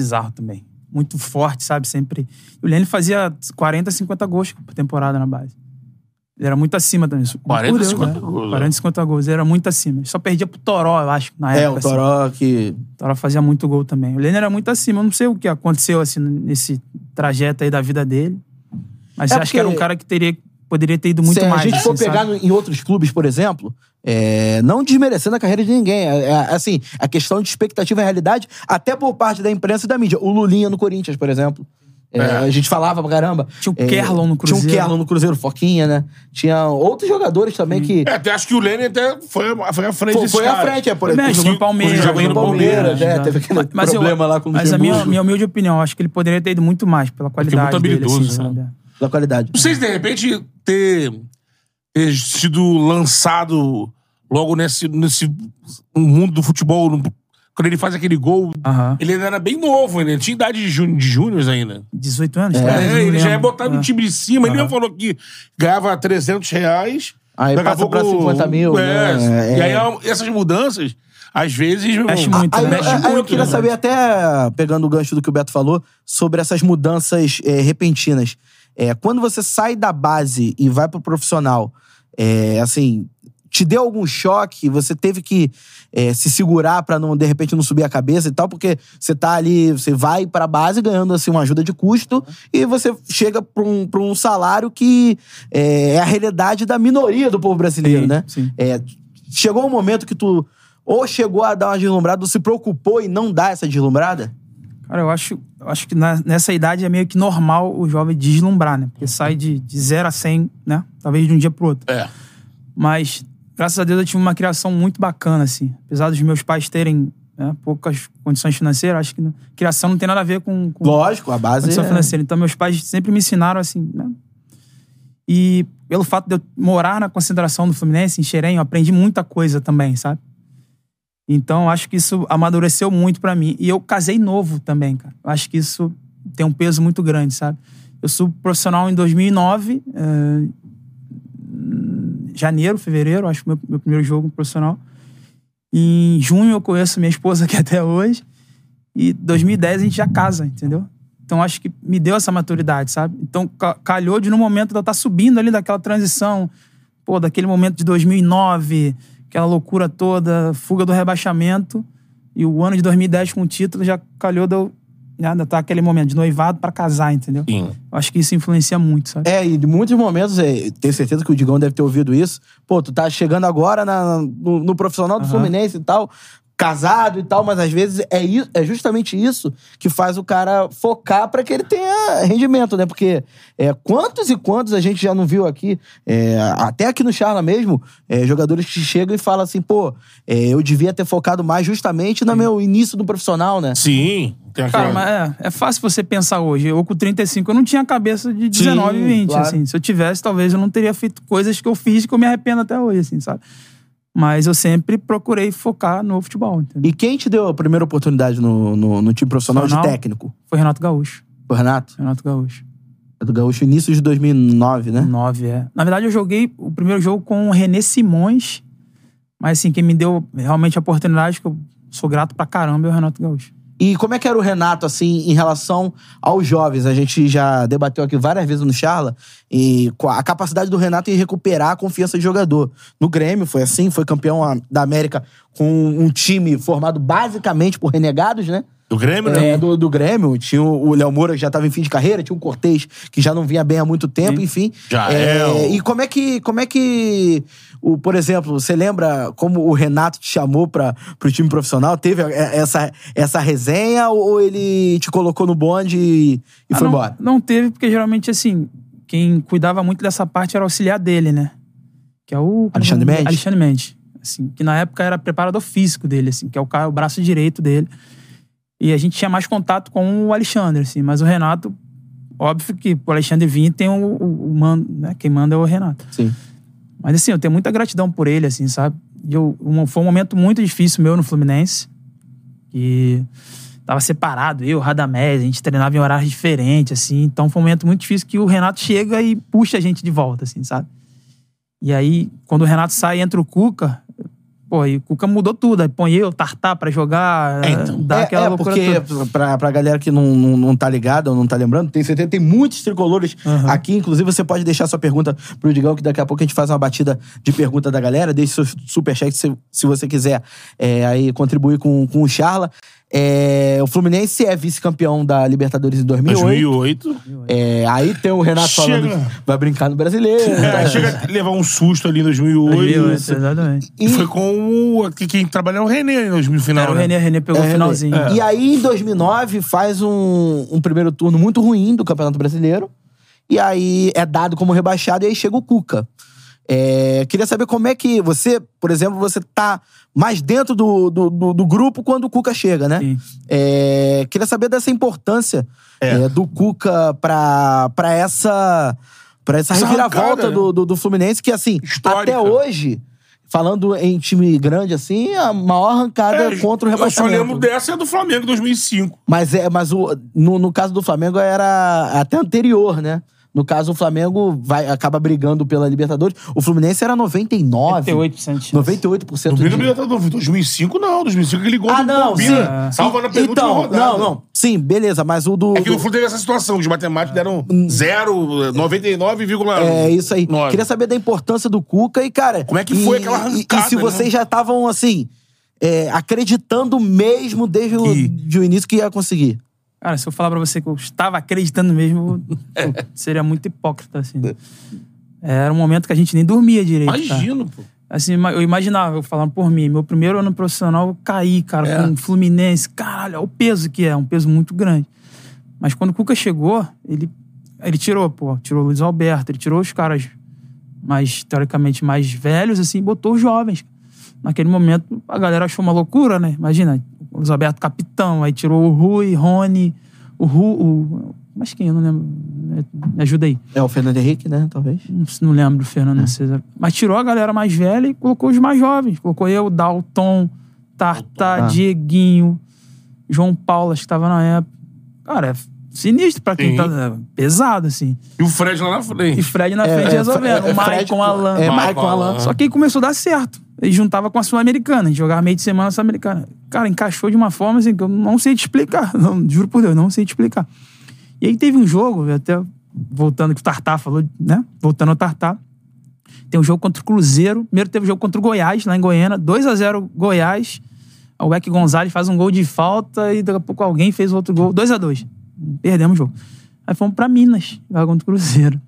S5: bizarro também. Muito forte, sabe? Sempre. E O Lene fazia 40, 50 gols por temporada na base. Ele era muito acima também.
S4: 40,
S5: Por Deus,
S4: 50
S5: né?
S3: é.
S4: gols,
S5: 40, 50 gols. Ele era muito acima. Ele só perdia pro Toró, eu acho, na
S3: É,
S5: época.
S3: o
S5: assim.
S3: Toró que.
S5: O Toró fazia muito gol também. O Lene era muito acima. Eu não sei o que aconteceu, assim, nesse trajeto aí da vida dele. Mas
S3: É
S5: acho que era um
S3: porque-
S5: cara que teria, poderia ter ido muito
S3: Se
S5: mais.
S3: a gente
S5: assim,
S3: for pegar
S5: sabe?
S3: no- em outros clubes, por exemplo, é, não desmerecendo a carreira de ninguém. É, é, assim, a questão de expectativa e realidade, até por parte da imprensa e da mídia. O Lulinha no Corinthians, por exemplo. É, A gente falava pra caramba. É,
S5: Tinha o Kerlon no Cruzeiro.
S3: Tinha o Kerlon no Cruzeiro, Foquinha, né? Tinha outros jogadores também que.
S4: É, até acho que o Lênin até foi, foi à frente
S3: Foi,
S4: desses
S3: foi à
S4: caras.
S3: frente, é por
S5: Também,
S3: exemplo.
S5: jogou no
S4: Jogou-
S5: Palmeiras.
S4: jogou no
S5: jogou
S4: Palmeiras,
S3: né? Teve aquele problema lá com o
S5: Mas a minha,
S3: Luxemburgo. É
S5: minha humilde opinião, eu acho que ele poderia ter ido muito mais pela qualidade
S4: muito
S5: dele, assim,
S4: habilidoso,
S5: sabe?
S4: né?
S3: Da qualidade.
S4: Vocês, de repente, ter, ter sido lançado logo nesse, nesse mundo do futebol, no- quando ele faz aquele gol,
S5: Aham.
S4: ele ainda era bem novo, ele tinha idade de, jun, de júniors ainda.
S5: 18 anos?
S4: É,
S5: talvez, eu não
S4: ele já é
S5: lembro. Ah.
S4: botado no time de cima, ele mesmo falou que ganhava 300 reais.
S3: Aí
S4: daqui a
S3: passa pra
S4: pouco-
S3: 50 mil,
S4: É,
S3: né?
S4: E
S3: É.
S4: aí ó, essas mudanças, às vezes...
S5: Mexe
S4: meu,
S5: muito,
S3: Aí,
S5: né?
S4: mexe
S3: aí
S4: muito,
S3: eu queria
S4: né?
S3: saber até, pegando o gancho do que o Beto falou, sobre essas mudanças é, repentinas. É, quando você sai da base e vai pro profissional, é, assim, te deu algum choque? Você teve que é, se segurar pra não, de repente, não subir a cabeça e tal? Porque você tá ali, você vai pra base ganhando, assim, uma ajuda de custo e você chega pra um, pra um salário que é, é a realidade da minoria do povo brasileiro,
S5: Sim,
S3: né?
S5: sim.
S3: É, chegou um momento que tu ou chegou a dar uma deslumbrada ou se preocupou em não dar essa deslumbrada?
S5: Cara, eu acho, eu acho que na- nessa idade é meio que normal o jovem deslumbrar, né? Porque sai de, de 0 a 100, né? Talvez de um dia pro outro.
S4: É.
S5: Mas, graças a Deus, eu tive uma criação muito bacana, assim. Apesar dos meus pais terem né, poucas condições financeiras, acho que não- criação não tem nada a ver com, com
S3: Lógico, a base
S5: condição
S3: é-
S5: financeira. Então, meus pais sempre me ensinaram, assim, né? E pelo fato de eu morar na concentração do Fluminense, em Xerém, eu aprendi muita coisa também, sabe? Então, acho que isso amadureceu muito pra mim. E eu casei novo também, cara. Eu acho que isso tem um peso muito grande, sabe? Eu sou profissional em 2009, eh, janeiro, fevereiro, acho que meu, meu primeiro jogo profissional. Em junho eu conheço minha esposa aqui até hoje. E 2010 a gente já casa, entendeu? Então acho que me deu essa maturidade, sabe? Então ca- calhou de no momento de eu estar subindo ali daquela transição, pô, daquele momento de 2009, aquela loucura toda, fuga do rebaixamento. E o ano de 2010 com o título já calhou de eu. né, de eu tá aquele momento de noivado pra casar, entendeu?
S4: Sim.
S5: Acho que isso influencia muito, sabe?
S3: É, e de muitos momentos, é, tenho certeza que o Digão deve ter ouvido isso. Pô, tu tá chegando agora na- no, no profissional do Fluminense e tal, casado e tal, mas às vezes é, isso, é justamente isso que faz o cara focar pra que ele tenha rendimento, né? Porque é, quantos e quantos a gente já não viu aqui, é, até aqui no Charla mesmo, é, jogadores que chegam e falam assim, pô, é, eu devia ter focado mais justamente no meu início do profissional, né?
S4: Sim. Tem aquela...
S5: Cara, mas é, é fácil você pensar hoje. Eu com 35, eu não tinha a cabeça de 19,
S3: Sim,
S5: 20,
S3: claro.
S5: assim. Se eu tivesse, talvez eu não teria feito coisas que eu fiz que eu me arrependo até hoje, assim, sabe? Mas eu sempre procurei focar no futebol, entendeu?
S3: E quem te deu a primeira oportunidade no, no- no time profissional de
S5: Profissional?
S3: técnico?
S5: Foi Renato Gaúcho.
S3: Foi o Renato?
S5: Renato Gaúcho.
S3: É do Gaúcho, início de 2009, né?
S5: 9, é. Na verdade, eu joguei o primeiro jogo com o René Simões. Mas, assim, quem me deu realmente a oportunidade, que eu sou grato pra caramba, é o Renato Gaúcho.
S3: E como é que era o Renato, assim, em relação aos jovens? A gente já debateu aqui várias vezes no Charla e com a a capacidade do Renato em recuperar a confiança de jogador. No Grêmio foi assim, foi campeão a- da América com um time formado basicamente por renegados, né?
S4: Do Grêmio, né?
S3: É, do, do Grêmio, tinha o o Léo Moura que já estava em fim de carreira, tinha o Cortez que já não vinha bem há muito tempo, enfim.
S4: Já
S3: É,
S4: é o-
S3: E como é que, como é que o, por exemplo, você lembra como o Renato te chamou para o time profissional? Teve é, essa, essa resenha ou ou ele te colocou no bonde e, e
S5: Ah,
S3: foi
S5: não,
S3: embora?
S5: Não teve, porque geralmente, assim, quem cuidava muito dessa parte era o auxiliar dele, né? Que é o.
S3: Alexandre Mendes?
S5: Alexandre Mendes. Assim, que na época era preparador físico dele, assim, que é o, cara, o braço direito dele. E a gente tinha mais contato com o Alexandre, assim, mas o Renato, óbvio que o Alexandre vinha e tem o, o, o man- né? Quem manda é o Renato.
S3: Sim.
S5: Mas assim, eu tenho muita gratidão por ele, assim, sabe? E eu, um- foi um momento muito difícil meu no Fluminense. E tava separado, eu, Radamés, a gente treinava em horários diferentes, assim. Então foi um momento muito difícil que o Renato chega e puxa a gente de volta, assim, sabe? E aí, quando o Renato sai, entra o Cuca. Pô, e o Cuca mudou tudo. Aí põe eu, Tartar pra jogar, eh,
S4: É, então.
S5: dá
S3: é,
S5: aquela
S3: é,
S5: loucura
S3: porque
S5: toda.
S3: pra, pra galera que não, não, não tá ligada ou não tá lembrando, tem certeza, tem muitos tricolores aqui. Inclusive, você pode deixar sua pergunta pro Digão, que daqui a pouco a gente faz uma batida de pergunta da galera. Deixe seu superchat se, se você quiser é, aí contribuir com, com o Charla. É, o Fluminense é vice-campeão da Libertadores em 2008.
S4: 2008.
S3: É, aí tem o Renato
S4: Chega.
S3: falando que vai brincar no brasileiro.
S4: É,
S3: tá?
S4: chega a levar um susto ali em 2008.
S5: Isso,
S3: né?
S5: exatamente.
S4: E foi com o... que Quem trabalhou é o René ali no final,
S5: Era o
S4: né?
S5: René, o René pegou o
S3: É,
S5: finalzinho.
S3: é. E aí, em 2009, faz um, um primeiro turno muito ruim do Campeonato Brasileiro. E aí é dado como rebaixado e aí chega o Cuca. É, queria saber como é que você, por exemplo, você tá mais dentro do, do, do- do grupo quando o Cuca chega, né?
S5: Sim.
S3: É, queria saber dessa importância é, do Cuca pra, pra essa para essa
S4: Essa
S3: reviravolta
S4: arrancada, né?
S3: do, do, do Fluminense, que assim,
S4: Histórica.
S3: até hoje, falando em time grande assim, é a maior arrancada
S4: É,
S3: contra o
S4: Eu só
S3: rebaixamento.
S4: lembro dessa é do Flamengo, 2005.
S3: Mas, é, mas o, no, no caso do Flamengo era até anterior, né? No caso, o Flamengo vai, acaba brigando pela Libertadores. O Fluminense era 99.
S5: 98% de chance.
S3: 98%
S4: No
S3: de...
S4: Grêmio Libertadores, 2005 não, 2005 ele ligou
S3: Ah,
S4: do
S3: não, sim.
S4: Bombina. Salva na penúltima
S3: então,
S4: rodada.
S3: Não, não. Sim, beleza, mas o do...
S4: É que
S3: do-
S4: no Flu teve essa situação, os matemáticos deram 0, 99,9.
S3: Hum. É isso aí. Queria saber da importância do Cuca e, cara.
S4: Como é que
S3: e-
S4: foi aquela
S3: e- E se
S4: arrancada, né?
S3: vocês já estavam, assim, é, acreditando mesmo desde o,
S4: Que-
S3: de o início que ia conseguir.
S5: Cara, se eu falar pra você que eu estava acreditando mesmo, eu- pô, seria muito hipócrita, assim. Era um momento que a gente nem dormia direito. cara.
S4: Imagino, pô.
S5: Assim, ima- eu imaginava, eu falando por mim, meu primeiro ano profissional eu caí, cara,
S4: É.
S5: com o Fluminense. Caralho, olha o peso que é, um peso muito grande. Mas quando o Cuca chegou, ele, ele tirou, pô, tirou o Luiz Alberto, ele tirou os caras mais, teoricamente, mais velhos, assim, e botou os jovens. Naquele momento, a galera achou uma loucura, né? Imagina, o Luiz Alberto capitão, aí tirou o Rui, Rony, o Ru, o... Mas quem? Eu não lembro. Me ajuda aí.
S3: É o Fernando Henrique, né? Talvez.
S5: Não, não lembro do Fernando
S3: É.
S5: César. Mas tirou a galera mais velha e colocou os mais jovens. Colocou eu, Dalton, Tartá,
S3: Ah.
S5: Dieguinho, João Paulo, acho que tava na época. Cara, é sinistro pra quem
S4: Sim.
S5: tá. é pesado, assim.
S4: E o Fred lá na
S5: E
S4: frente.
S5: Fred na
S3: É,
S5: frente resolvendo. o Maicon,
S3: Fred-
S5: Alan.
S3: É,
S4: Maicon,
S3: Maicon, Alan.
S4: Alan.
S5: Só que aí começou a dar certo. E juntava com a Sul-Americana. A gente jogava meio de semana na Sul-Americana. Cara, encaixou de uma forma assim que eu não sei te explicar. Não, juro por Deus, não sei te explicar. E aí teve um jogo, até voltando que o Tartar falou, né? Voltando ao Tartar. Tem um jogo contra o Cruzeiro. Primeiro teve um jogo contra o Goiás, lá em Goiânia. 2 a 0 Goiás. O Eck Gonzalez faz um gol de falta e daqui a pouco alguém fez outro gol. 2 a 2 Perdemos o jogo. Aí fomos pra Minas, jogar contra o Cruzeiro.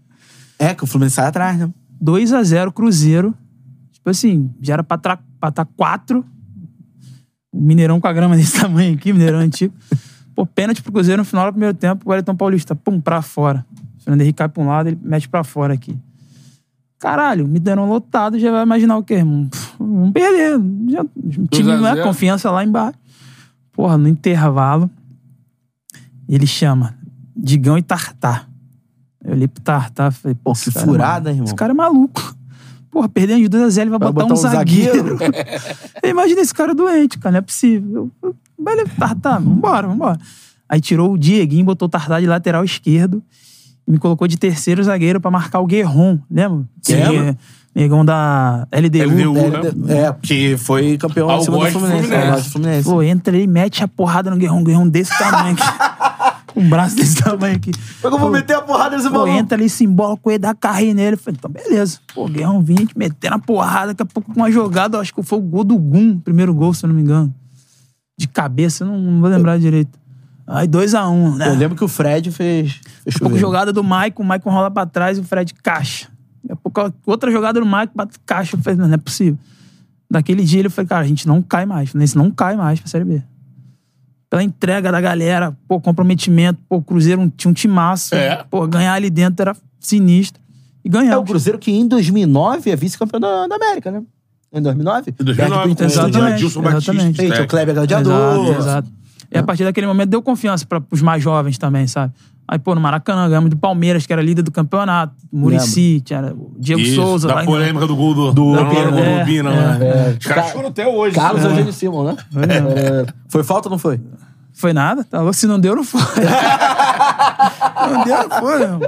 S3: É, que o Fluminense sai atrás, né?
S5: 2 a 0 Cruzeiro. Tipo assim, já era pra estar tá 4. O Mineirão com a grama desse tamanho aqui, Mineirão antigo. Pô, pênalti pro Cruzeiro no final do primeiro tempo, o Wellington Paulista, pum, pra fora. O Fernando Henrique cai pra um lado, ele mete pra fora aqui. Caralho, Mineirão lotado, já vai imaginar o quê, irmão? Pff, Vamos perder. Já, o time
S4: a
S5: não é
S4: zero.
S5: confiança lá embaixo. Porra, no intervalo, ele chama Digão e Tartar. Eu olhei pro Tartar e falei,
S3: Pô,
S5: pô, esse
S3: que
S5: cara é maluco.
S3: furada, irmão.
S5: Esse cara é maluco. Porra, perdendo de 2 a 0 ele vai, botar, um zagueiro. Imagina esse cara doente, cara, não é possível. Eu- eu- Beleza, Tartar, vambora, vambora. Aí tirou o Dieguinho, botou o Tartar de lateral esquerdo e me colocou de terceiro zagueiro pra marcar o Guerron, lembra?
S4: Sim.
S5: Que é Negão da LDU.
S4: LDU.
S3: É,
S4: né?
S3: de- É, porque foi campeão em
S4: Algoz
S3: cima do
S4: do
S3: Fluminense.
S4: Fluminense.
S3: Algoz do Fluminense.
S5: Pô, entra ele e mete a porrada no Guerron, Um Guerron desse tamanho aqui. Com um braço desse tamanho aqui.
S3: Como eu vou
S5: Pô,
S3: meter a porrada nesse
S5: Pô,
S3: maluco?
S5: entra ali, se embola com ele, dá carrinho nele. Eu Falei, então beleza. Pô, Guerrão 20, metendo a porrada, daqui a pouco com uma jogada, eu acho que foi o gol do Gum, primeiro gol, se eu não me engano. De cabeça, eu não, não vou lembrar direito. Aí 2x1, um, né?
S3: Eu lembro que o Fred fez. fez
S5: Daqui a pouco
S3: chover.
S5: jogada do Maicon, o Maicon rola pra trás e o Fred caixa. Daqui a pouco outra jogada do Maicon, bate caixa. Eu falei, não, não é possível. Daquele dia ele falei, cara, a gente não cai mais. O Fluminense não cai mais pra Série B. Pela entrega da galera, pô, comprometimento, pô, o Cruzeiro um- tinha um timaço.
S4: É.
S5: Pô, ganhar ali dentro era sinistro.
S3: É
S5: E
S3: o
S5: ganhamos.
S3: Cruzeiro que em 2009 é vice-campeão da, da América, né? Em 2009?
S4: Em 2009,
S3: Perde pro
S4: com o
S3: Inter. né?
S5: Exatamente,
S4: Adilson Batista.
S5: exatamente.
S4: técnico.
S3: Eita, o Kleber é
S5: Exato,
S3: Gladiador.
S5: exato. E a partir daquele momento deu confiança para os mais jovens também, sabe? Aí, pô, no Maracanã, ganhamos do Palmeiras, que era líder do campeonato. Murici, tinha o Diego
S4: Isso,
S5: Souza.
S4: Da
S5: lá em-
S4: polêmica do gol do, do,
S5: Da
S4: do, do,
S5: polêmica.
S4: Rubina,
S5: É,
S4: né?
S3: é.
S4: Os caras
S3: Ca-
S4: choram até hoje.
S3: Carlos
S4: né?
S3: Eugênio Simon, né? É. Foi falta ou não foi?
S5: Foi nada? Tá louco? Se não deu, não foi. não deu, não foi, irmão.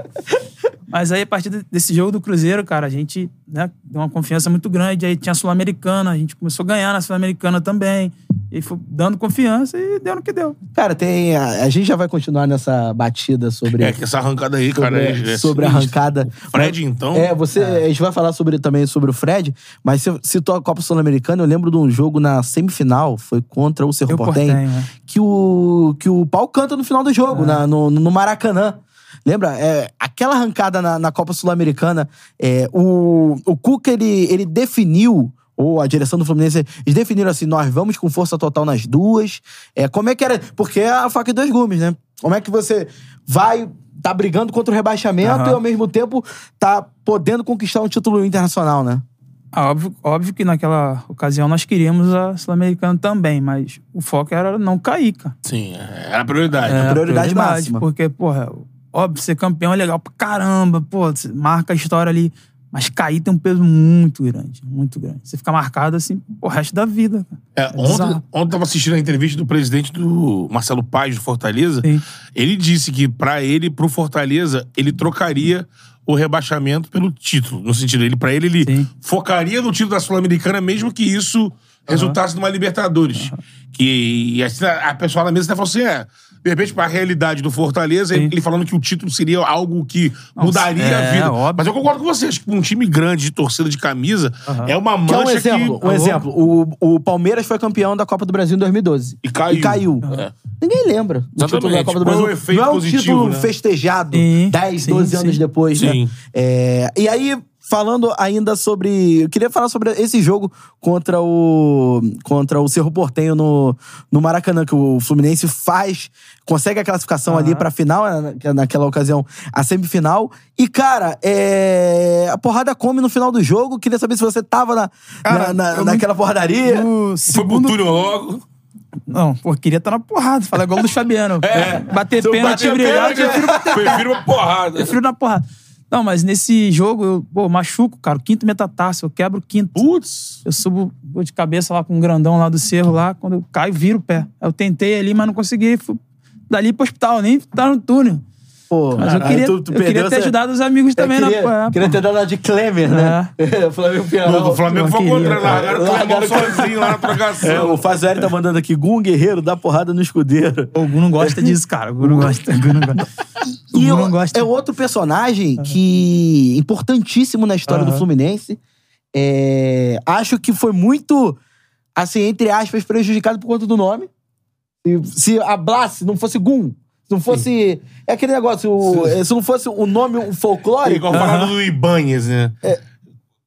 S5: Mas aí, a partir de- desse jogo do Cruzeiro, cara, a gente né, deu uma confiança muito grande. Aí tinha a Sul-Americana, a gente começou a ganhar na Sul-Americana também. E foi dando confiança e deu no que deu.
S3: Cara, tem. A, a gente já vai continuar nessa batida sobre.
S4: É que essa arrancada aí, cara.
S3: sobre,
S4: é- é
S3: sobre a
S4: sinistra.
S3: arrancada.
S4: Fred, então?
S3: É, você, a gente vai falar sobre, também sobre o Fred, mas você citou a Copa Sul-Americana, eu lembro de um jogo na semifinal, foi contra o Cerro
S5: Cerro
S3: Portenho,
S5: Porteño, é.
S3: que, o, que o pau canta no final do jogo, na- no, no Maracanã. Lembra? É, aquela arrancada na, na Copa Sul-Americana, é, o, o Cuca, ele, ele definiu ou a direção do Fluminense, eles definiram assim, nós vamos com força total nas duas. É, como é que era? Porque é a faca de dois gumes, né? Como é que você vai tá brigando contra o rebaixamento
S5: Aham.
S3: e ao mesmo tempo tá podendo conquistar um título internacional, né?
S5: Ah, óbvio, óbvio que naquela ocasião nós queríamos a Sul-Americana também, mas o foco era não cair, cara.
S4: Sim, era a prioridade.
S5: É,
S4: né?
S5: a
S3: prioridade máxima.
S5: Porque, porra, óbvio, ser campeão é legal pra caramba, pô, você marca a história ali. Mas cair tem um peso muito grande, muito grande. Você fica marcado assim o resto da vida. cara.
S4: É, ontem,
S5: bizarro.
S4: ontem eu tava assistindo a entrevista do presidente do Marcelo Paz, do Fortaleza.
S5: Sim.
S4: Ele disse que pra ele, pro Fortaleza, ele trocaria o rebaixamento pelo título. No sentido, ele para ele, ele
S5: Sim.
S4: focaria no título da Sul-Americana, mesmo que isso resultasse numa Libertadores. Que, e assim, a, a pessoa na mesa até falou assim, é... De repente, pra realidade do Fortaleza, ele falando que o título seria algo que mudaria a
S5: é,
S4: vida.
S5: óbvio.
S4: Mas eu concordo com vocês, que um time grande de torcida de camisa é uma
S3: Que é um
S4: mancha que...
S3: exemplo. Um exemplo. O, o Palmeiras foi campeão da Copa do Brasil em 2012.
S4: E caiu. É.
S3: Ninguém lembra do
S4: Exatamente.
S3: título da Copa do
S4: Foi um
S3: Brasil.
S4: efeito
S3: Não é um
S4: positivo,
S3: título
S4: né?
S3: festejado
S5: Sim,
S3: 10,
S5: sim,
S3: 12
S5: sim.
S3: anos depois, né?
S4: Sim.
S3: É, e aí, Falando ainda sobre. Eu queria falar sobre esse jogo contra o. contra o Cerro Portenho no, no Maracanã, que o Fluminense faz. Consegue a classificação ali pra final, né, na- naquela ocasião, a semifinal. E, cara, é, a porrada come no final do jogo. Queria saber se você tava na, na-
S5: Cara,
S3: na-
S5: eu
S3: naquela porradaria.
S5: No
S4: Foi pro
S5: segundo...
S4: túnel logo.
S5: Não, pô, queria estar na porrada. Falar igual o Luiz Fabiano.
S4: É.
S5: Bater pênalti,
S4: Bateu
S5: brigar, eu
S4: pênalti,
S5: prefiro bater
S4: Prefiro uma porrada.
S5: prefiro na porrada. Não, mas nesse jogo, eu pô, machuco, cara. O quinto metatarso, eu quebro o quinto.
S4: Putz.
S5: Eu subo vou de cabeça lá com um grandão lá do cerro lá. Quando eu caio, viro o pé. Eu tentei ali, mas não consegui. Fui dali pro hospital, nem tá no túnel.
S3: Pô,
S5: Mas eu
S3: caralho,
S5: queria,
S3: tu- tu
S5: eu queria
S3: perdeu
S5: ter
S3: essa-
S5: ajudado os amigos
S3: Eu
S5: também né? é,
S3: queria,
S5: na
S3: queria ter dado a de Klemer, né? Flamengo Piarão.
S4: O Flamengo
S5: eu
S4: foi
S5: queria,
S4: contra,
S5: cara.
S4: largaram o Clemão
S3: Largaram o Clemão.
S4: sozinho um lá na trocação.
S3: É, o Fazueli tá mandando aqui, Gum Guerreiro dá porrada no escudeiro.
S5: O Gu não gosta disso, cara. O Gu não gosta. O Gu não gosta. O
S3: E
S5: Gu
S3: o-
S5: não gosta.
S3: é outro personagem que importantíssimo na história do
S5: Aham.
S3: Fluminense. É, acho que foi muito, assim, entre aspas, prejudicado por conta do nome. E Se a Blasse não fosse Gum, se não fosse... É aquele negócio, o- eh, se não fosse o nome um folclórico...
S4: Igual falando do Ibanez, né?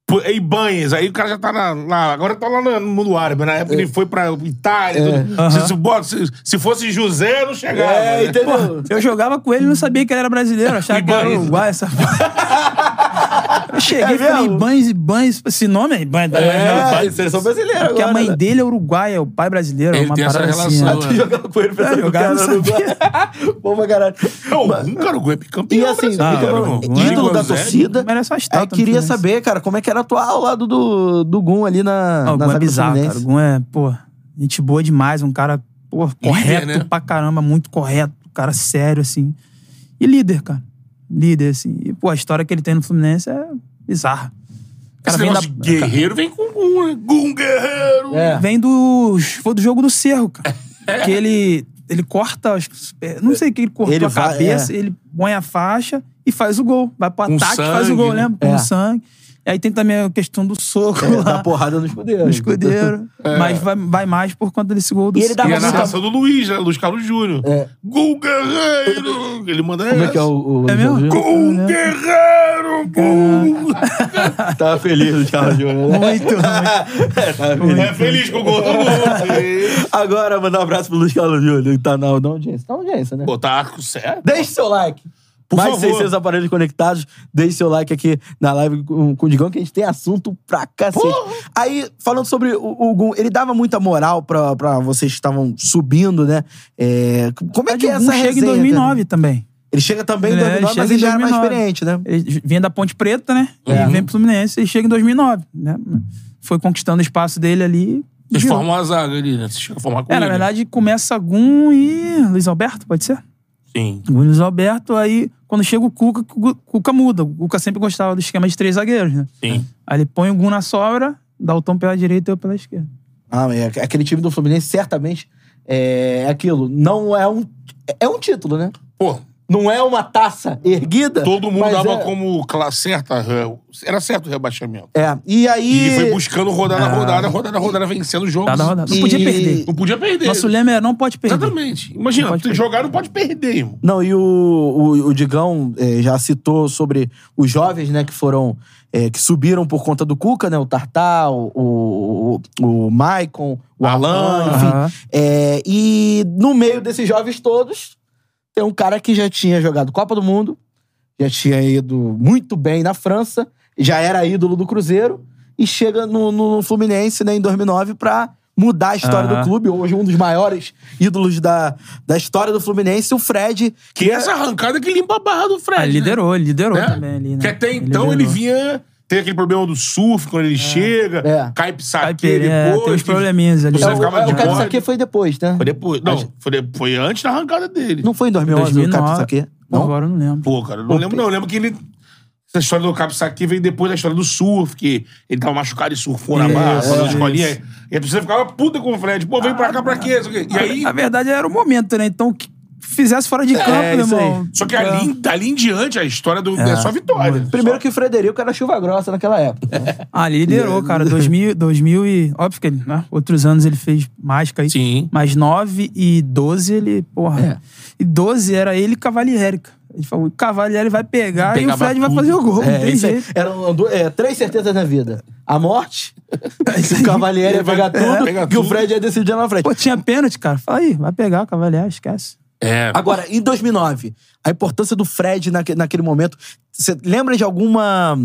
S4: Pô, É. Ibanez, aí o cara já tá na, lá- agora tá lá no mundo árabe, na época ele foi pra Itália. tudo.
S5: Aham.
S4: Se, se bota- se- se fosse José, não chegava.
S3: É,
S4: né?
S3: entendeu?
S5: Eu jogava com ele e não sabia que ele era brasileiro. Achava que era
S4: Ibanez.
S5: uruguai, essa porra. Eu cheguei
S3: É
S5: e falei,
S3: mesmo?
S5: Ibanez, Ibanez. Esse nome é Ibanez. da
S3: É, seleção brasileira
S5: Porque
S3: agora,
S5: a mãe
S3: né?
S5: dele é uruguaia, o pai brasileiro.
S4: Ele
S5: uma
S4: tem essa
S5: parada
S4: relação,
S5: Assim,
S4: né?
S5: né?
S3: Tu jogava com ele, pensando que o
S5: jogar,
S3: cara
S5: não
S3: era uruguaio. Bom pra caralho.
S4: Não, um cara, o Gui é campeão.
S3: então, E assim,
S4: brasileiro,
S5: Ah,
S3: fica-
S4: irmão.
S5: é,
S3: ídolo da
S4: José,
S3: torcida.
S5: merece uma
S3: Aí
S5: estátua no
S3: queria
S5: Fluminense.
S3: saber, cara, como é que era atuar ao lado do, do Gum ali na,
S5: Ah, o
S3: na
S5: Gun é
S3: zaga do
S5: bizarro, cara. O
S3: Fluminense.
S5: Gun é, pô, gente boa demais. Um cara, pô, correto
S4: né?
S5: pra caramba, muito correto. Um cara sério, assim. E líder, cara. Líder, assim. E, pô, a história que ele tem no Fluminense é bizarra. O
S4: Esse
S5: cara vem, da,
S4: negócio de guerreiro vem com Gum, né? Gum guerreiro.
S3: É.
S5: vem do, foi do jogo do Cerro, cara. Que ele, ele corta, acho que os pé- não sei o que, ele cortou
S3: Ele
S5: a
S3: vai-
S5: cabeça, ele põe a faixa e faz o gol. Vai pro
S4: Com
S5: ataque, faz
S4: sangue,
S5: o gol,
S4: né?
S5: lembra? Com
S3: É.
S5: sangue. E aí tem também a questão do soco
S3: É,
S5: lá.
S3: da porrada no escudeiro.
S5: no escudeiro. É.
S4: É.
S5: Mas vai, vai mais por conta desse gol do
S3: E ele dá
S4: E a
S3: Tava muito-
S4: narração do Luiz, né? Luiz Carlos Júnior.
S3: É.
S4: Gum guerreiro. Ele manda
S3: Como é que é o... o
S5: É mesmo?
S3: Jorge?
S4: Gum guerreiro, Gum.
S3: Tava Tá feliz os caras jogando. né?
S5: Muito,
S3: Tava feliz.
S4: É feliz com o gol do Lula.
S3: Agora, mandar um abraço pro Luiz Carlos Júnior, que tá na, na audiência. Tá na audiência, né?
S4: Botar arco certo.
S3: Deixe seu like.
S4: Por
S3: Mais
S4: favor.
S3: 600 aparelhos conectados. Deixe seu like aqui na live com, com o Digão, que a gente tem assunto pra cacete. Aí, falando sobre o, o Gum, ele dava muita moral pra, pra vocês que estavam subindo, né? É, como é que é essa
S5: um chega
S3: resenha,
S5: em 2009
S3: cara?
S5: também.
S3: Ele chega também em
S5: É, ele
S3: 2009, mas
S5: chega
S3: ele
S5: em
S3: já era mais
S5: 2009.
S3: experiente, né?
S5: Ele vinha da Ponte Preta, né?
S4: É.
S5: E vem pro Fluminense e chega em 2009, né? Foi conquistando o espaço dele ali.
S4: Vocês
S5: virou.
S4: formam a zaga ali, né? Vocês chegam a formar com
S5: É, na verdade, começa Gum e Luiz Alberto, pode ser?
S4: Sim.
S5: Gum e Luiz Alberto, aí quando chega o Cuca, o Gu- Cuca muda. O Cuca sempre gostava do esquema de três zagueiros, né?
S4: Sim.
S5: Aí ele põe o Gum na sobra, dá o tom pela direita e eu pela esquerda.
S3: Ah, mas é- aquele time do Fluminense, certamente, é é aquilo. Não é um... É um título, né?
S4: Pô,
S3: Não é uma taça erguida.
S4: todo mundo
S3: mas
S4: dava
S3: é...
S4: como cla- certa. re- Era certo o rebaixamento.
S3: É, e Ah. aí...
S4: E foi buscando rodada, rodada, rodada, rodada, vencendo jogos.
S5: Dá na rodada. Não
S3: E-
S5: podia perder.
S4: Não podia perder.
S5: Nosso lema é não pode perder.
S4: Exatamente. Imagina,
S5: Não pode
S4: tem que
S5: perder.
S4: jogar, não pode perder, irmão.
S3: Não, e o, o, o Digão eh, já citou sobre os jovens, né, que foram. eh, que subiram por conta do Cuca, né? O Tartar, o, o, o o Maicon, o Alan, enfim.
S5: Aham.
S3: Eh, e no meio desses jovens todos, tem um cara que já tinha jogado Copa do Mundo, já tinha ido muito bem na França, já era ídolo do Cruzeiro, e chega no, no Fluminense, né, em 2009, pra mudar a história
S5: Aham.
S3: do clube. Hoje, um dos maiores ídolos da, da história do Fluminense, o Fred.
S4: Que é essa arrancada que limpa a barra do Fred.
S5: Ah,
S4: né?
S5: liderou, ele liderou
S4: Né?
S5: também ali, né?
S4: Que até então ele,
S5: liderou.
S4: vinha. Tem aquele problema do surf quando ele chega,
S3: É.
S4: cai pro
S5: Vai
S4: saque
S5: perder, é,
S4: depois.
S5: tem uns
S4: que-
S5: probleminhas ali.
S4: Você
S3: É, o-
S4: ficava
S3: é,
S4: de
S3: o Cato
S4: bola.
S3: Saque foi depois, né?
S4: Foi depois. Não, foi, de- foi antes da arrancada dele.
S3: Não foi em 2011 o Cato Saque?
S5: Pô,
S3: Não?
S5: Agora eu não lembro.
S4: Pô, cara, eu não lembro, não. Eu lembro que ele. Essa história do Capo Saki veio depois da história do surf, que ele tava machucado e surfou na
S5: Isso,
S4: barra, fazendo
S5: isso.
S4: escolinha. E a torcida ficava puta com o Fred. Pô, vem pra cá pra quê? Não sei o quê. E aí. É,
S5: Na verdade, era o momento, né? Então, o que fizesse fora de campo, ah, meu
S3: É, isso
S5: irmão. É. Então,
S4: Só que ali, dali em diante, a história do, é só vitória.
S3: Primeiro que o Frederico era chuva grossa naquela época. né?
S5: Ah, ele liderou, cara. 2000, 2000 e... Óbvio que ele, né? Outros anos ele fez mais que aí.
S4: Sim.
S5: Mas 9 e 12 ele... Porra. E 12 era ele e Cavalieri. cara. gente falou, o Cavalieri vai pegar e
S4: Pegava
S5: o Fred
S4: tudo.
S5: vai fazer o gol. não
S3: É,
S5: tem
S3: isso aí.
S5: jeito.
S3: Eram du- é, três certezas na vida. A morte, que o Cavalieri ia pegar
S4: É,
S3: tudo,
S4: pegar
S3: que o
S4: tudo.
S3: Fred ia decidir lá na frente.
S5: Pô, tinha pênalti, cara. Fala aí, vai pegar o Cavalieri, esquece.
S4: É.
S3: Agora, em 2009, a importância do Fred naque- naquele momento. Você lembra de alguma.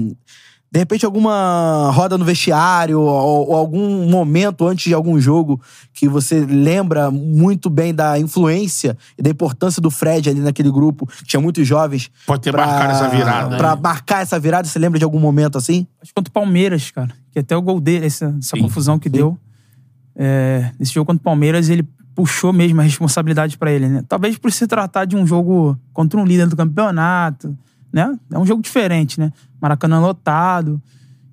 S3: De repente, alguma roda no vestiário, ou, ou algum momento antes de algum jogo que você lembra muito bem da influência e da importância do Fred ali naquele grupo, que tinha muitos jovens.
S4: Pode ter marcado essa virada,
S3: Pra
S4: né?
S3: marcar essa virada, você lembra de algum momento assim?
S5: Acho que contra o Palmeiras, cara. Que até o gol dele, essa, essa
S4: Sim,
S5: confusão que deu. É, nesse jogo contra o Palmeiras, ele puxou mesmo a responsabilidade pra ele, né? Talvez por se tratar de um jogo contra um líder do campeonato, né? É um jogo diferente, né? Maracanã lotado.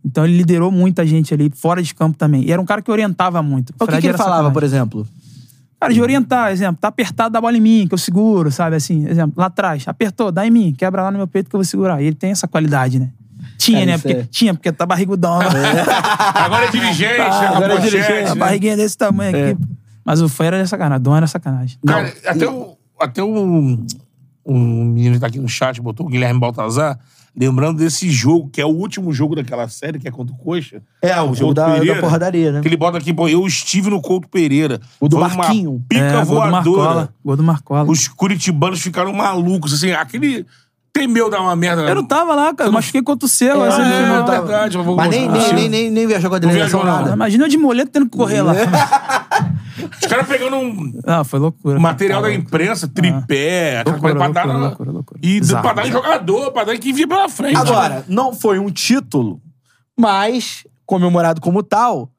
S5: Então ele liderou muita gente ali, fora de campo também. E era um cara que orientava muito.
S3: O que,
S5: Fred
S3: que ele
S5: era
S3: falava,
S5: sacanagem.
S3: por exemplo?
S5: Cara, de orientar, exemplo, tá apertado, dá bola em mim, que eu seguro, sabe? Assim, exemplo, lá atrás, apertou, dá em mim, quebra lá no meu peito que eu vou segurar. E ele tem essa qualidade, né? Tinha,
S3: É,
S5: né?
S3: isso
S5: Porque,
S3: é.
S5: Tinha, porque tá barrigudão.
S4: Agora é dirigente,
S5: Ah,
S4: agora é
S5: pô,
S4: dirigente.
S5: A
S4: né?
S5: barriguinha desse tamanho aqui. Mas o fã era sacanagem, o Dom era sacanagem.
S4: Cara, até o, até o, um menino que tá aqui no chat botou o Guilherme Baltazar, lembrando desse jogo, que é o último jogo daquela série, que é contra o Coxa.
S3: É, o jogo
S4: Couto
S3: da, da
S4: Pereira,
S3: porradaria, né?
S4: Que ele bota aqui, pô, eu estive no Couto Pereira.
S3: O do
S4: Foi uma
S3: Marquinho.
S4: Pica
S5: É, gol do
S4: voadora.
S5: Marcola. Gol do Marcola.
S4: Os curitibanos ficaram malucos, assim, aquele temeu dar uma merda.
S5: Eu não tá- tava lá, cara. Eu machuquei contra o seu.
S3: Ah,
S5: essa
S3: é,
S5: não
S3: não tava.
S4: verdade, eu vou
S3: Mas nem,
S4: mostrar.
S3: nem, nem, nem, nem viajou com a
S4: viajou,
S3: delegação,
S4: não.
S3: nada.
S5: Imagina eu de muleta tendo que correr lá.
S4: É. Os caras pegando um
S5: Não, foi loucura.
S4: material
S5: né?
S4: da
S5: Ah.
S4: imprensa, tripé, aquela
S5: Loucura,
S4: coisa pra dar.
S5: loucura,
S4: na-
S5: loucura, loucura.
S4: E
S5: Bizarro.
S4: pra dar em jogador, pra dar em quem vinha pela frente.
S3: Agora, não foi um título, mas comemorado como tal.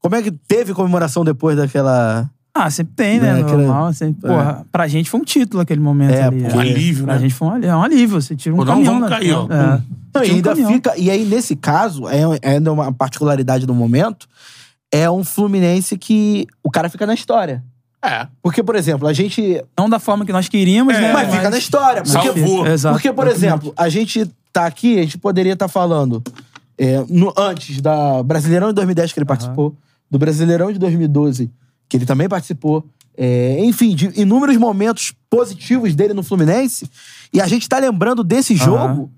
S3: Como é que teve comemoração depois daquela.
S5: Ah, sempre tem, né?
S3: Né, aquela-
S5: Normal, sempre. Porra, pra gente foi um título aquele momento
S3: É,
S5: ali.
S3: pô,
S4: Um alívio,
S5: pra
S4: né?
S5: gente foi um alívio. É um alívio. Você tira um
S4: Pô, não,
S5: caminhão.
S4: vamos
S5: né?
S4: cair, ó.
S5: É.
S3: Não, e
S5: Tira um
S3: ainda
S5: caminhão.
S3: fica. E aí, nesse caso, é, é ainda uma particularidade do momento. É um Fluminense que o cara fica na história.
S4: É.
S3: Porque, por exemplo, a gente.
S5: Não da forma que nós queríamos, né?
S3: mas fica na história.
S5: mas
S3: Porque,
S4: Salvou.
S5: fica, exato.
S3: Porque, por
S5: Exatamente.
S3: exemplo, a gente tá aqui, a gente poderia estar falando é, no- antes da Brasileirão de 2010 que ele participou, do Brasileirão de 2012 que ele também participou, é, enfim, de inúmeros momentos positivos dele no Fluminense, e a gente tá lembrando desse jogo,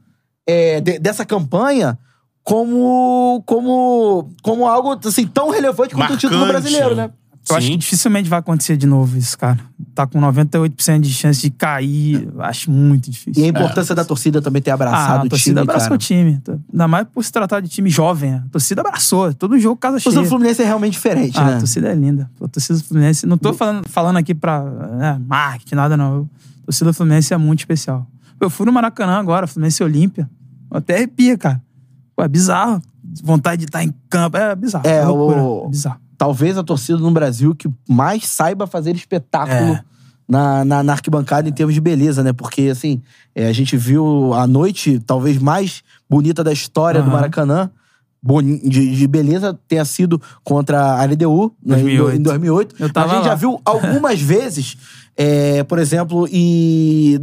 S3: é, de- dessa campanha, como, como, como algo assim, tão relevante quanto o título
S4: Marcante.
S3: brasileiro, né?
S5: Eu acho que
S4: Sim.
S5: dificilmente vai acontecer de novo isso, cara. Tá com 98% de chance de cair. eu Acho muito
S3: E
S5: difícil.
S3: a importância da torcida também ter
S5: É. Ah,
S3: abraçado
S5: a
S3: o
S5: torcida
S3: time,
S5: abraçou
S3: cara.
S5: o time. Ainda mais por se tratar de time jovem. né? A torcida abraçou. Todo jogo
S3: A
S5: casa
S3: torcida do
S5: cheia.
S3: Fluminense é realmente diferente,
S5: Ah,
S3: né?
S5: a torcida é linda. Pô, A torcida do Fluminense. Não tô falando, falando aqui pra né, marketing, nada não. Eu- A torcida do Fluminense é muito especial. Pô, Eu fui no Maracanã agora, Fluminense e Olímpia. Eu até arrepia, cara. Pô, é bizarro. Vontade de estar em campo. É bizarro.
S3: É,
S5: É, loucura.
S3: o-
S5: É bizarro.
S3: talvez a torcida no Brasil que mais saiba fazer espetáculo
S5: É.
S3: na, na, na arquibancada em termos de beleza, né? Porque, assim, é, a gente viu a noite talvez mais bonita da história do
S5: Aham.
S3: Maracanã. boni- De, de beleza tenha sido contra a LDU né, em do- em
S5: 2008.
S3: 2008.
S5: Eu tava
S3: a gente já
S5: lá.
S3: viu algumas vezes, é, por exemplo, e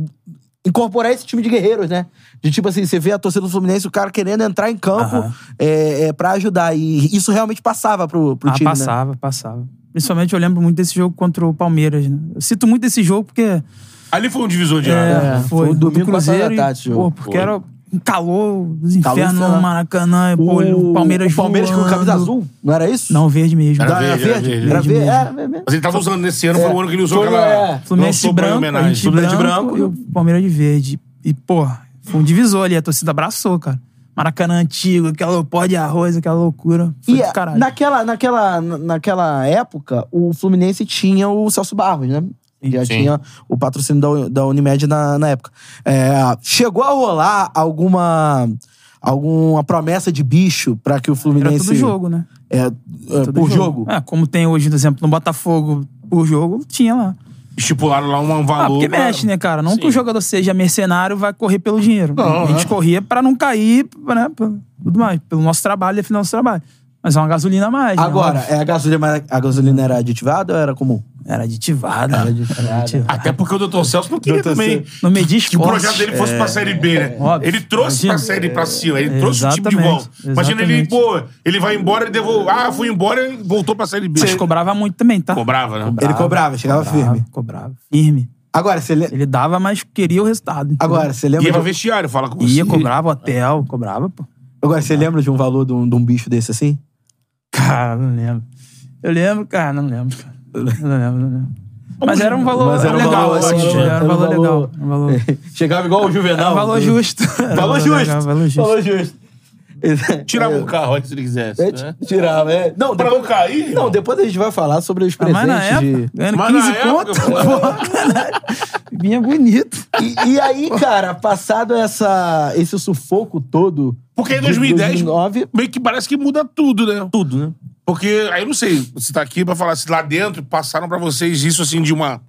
S3: incorporar esse time de guerreiros, né? De tipo assim, você vê a torcida do Fluminense, o cara querendo entrar em campo
S5: Aham.
S3: é, é, para ajudar. E isso realmente passava pro, pro
S5: ah,
S3: time, né?
S5: passava, passava. Principalmente eu lembro muito desse jogo contra o Palmeiras, né? Eu cito muito esse jogo porque
S4: Ali foi um divisor de água.
S5: é,
S3: É, foi
S5: foi, do
S3: domingo, quatro horas da
S5: Cruzeiro e,
S3: tarde esse jogo.
S5: pô, porque
S4: Foi.
S5: era um calor
S3: Calor
S5: dos infernos
S3: infernal.
S5: no Maracanã, e, pô, o Palmeiras
S3: o Palmeiras com
S5: voando.
S3: camisa azul, não era isso?
S5: Não, verde mesmo.
S4: Era
S3: Da-
S4: verde,
S3: era verde. Era verde, era verde.
S4: Mas ele tava usando nesse ano, foi o ano que ele usou
S3: Foi,
S4: aquela.
S3: é.
S5: Fluminense
S4: lançou pra
S5: branco, a gente
S4: Fluminense
S5: branco, e o Palmeiras de verde. E, pô, foi um divisor ali, a torcida abraçou, cara. Maracanã antigo, aquela pó de arroz, aquela loucura. Foi
S3: E
S5: do caralho.
S3: naquela, naquela, na- naquela época, o Fluminense tinha o Celso Barros, né? Já
S4: Sim.
S3: tinha o patrocínio da, U- da Unimed na, na época. É, chegou a rolar alguma, alguma promessa de bicho pra que o
S5: Era
S3: Fluminense.
S5: tudo jogo, né?
S3: É, é,
S5: Tudo
S3: por jogo.
S5: É, como tem hoje, por exemplo, no Botafogo, por jogo, tinha lá.
S4: Estipularam lá um valor.
S5: Ah, porque
S4: pra-
S5: mexe, né, cara? Não que
S4: Sim.
S5: o jogador seja mercenário, vai correr pelo dinheiro.
S4: Não,
S5: a gente
S4: é.
S5: corria pra não cair, né? pra- Tudo mais. Pelo nosso trabalho, definir nosso trabalho. Mas é uma gasolina a mais. né?
S3: Agora, é, a, gasolina, a gasolina era aditivada ou era comum?
S5: Era aditivada. Era aditivada.
S4: Até porque o Dr. Celso não queria
S3: Dr.
S4: também
S5: Não medir
S4: que o
S5: esforço.
S4: projeto dele fosse pra Série B, né?
S5: É, Óbvio.
S4: Ele trouxe pra
S5: Imagina.
S4: Série pra cima, ele
S5: É,
S4: trouxe o time de
S5: exatamente,
S4: volta. Imagina ele,
S5: exatamente.
S4: pô, ele vai embora, ele devolveu. Ah, fui embora e voltou pra Série B.
S5: Mas cobrava muito também, tá?
S4: Cobrava, né?
S3: Ele cobrava, chegava firme.
S5: Cobrava, cobrava. Firme.
S3: Agora, você le-
S5: Ele dava, mas queria o resultado. entendeu?
S3: Agora, você
S4: Ia
S3: lembra,
S4: pra
S3: de... um
S4: vestiário, fala com você.
S5: É, Ia, cobrava hotel, cobrava, pô.
S3: Agora, você lembra de um valor de um, de um bicho desse assim?
S5: Cara, não lembro. Eu lembro, cara, não lembro. cara. Não lembro, não lembro. Mas era um valor
S3: Mas era um
S5: legal,
S3: valor-
S5: assim,
S3: era um
S5: era um valor
S3: valor-
S5: legal. Um valor,
S3: Chegava igual o
S5: era
S3: Juvenal.
S5: um valor justo. Era um
S3: Valor
S5: legal,
S3: justo.
S5: Valor justo.
S3: Valor justo.
S4: Tirava um carro aí se ele quisesse.
S3: É,
S4: né?
S3: ti- Tirava, é. Não,
S4: Pra
S3: depois,
S4: não cair?
S3: não, depois a gente vai falar sobre os
S5: Ah, Mas na
S3: presentes
S5: época,
S3: de...
S5: ganhando
S4: Mas na
S5: 15
S4: época,
S5: conto,
S4: pô.
S5: pô, caralho. Vinha bonito.
S3: E, e aí, cara, passado essa, esse sufoco todo...
S4: Porque em
S3: de
S4: 2010,
S3: 2009,
S4: meio que parece que muda tudo, né?
S3: tudo, né?
S4: Porque, aí eu não sei, você tá aqui pra falar se lá dentro passaram pra vocês isso assim de uma...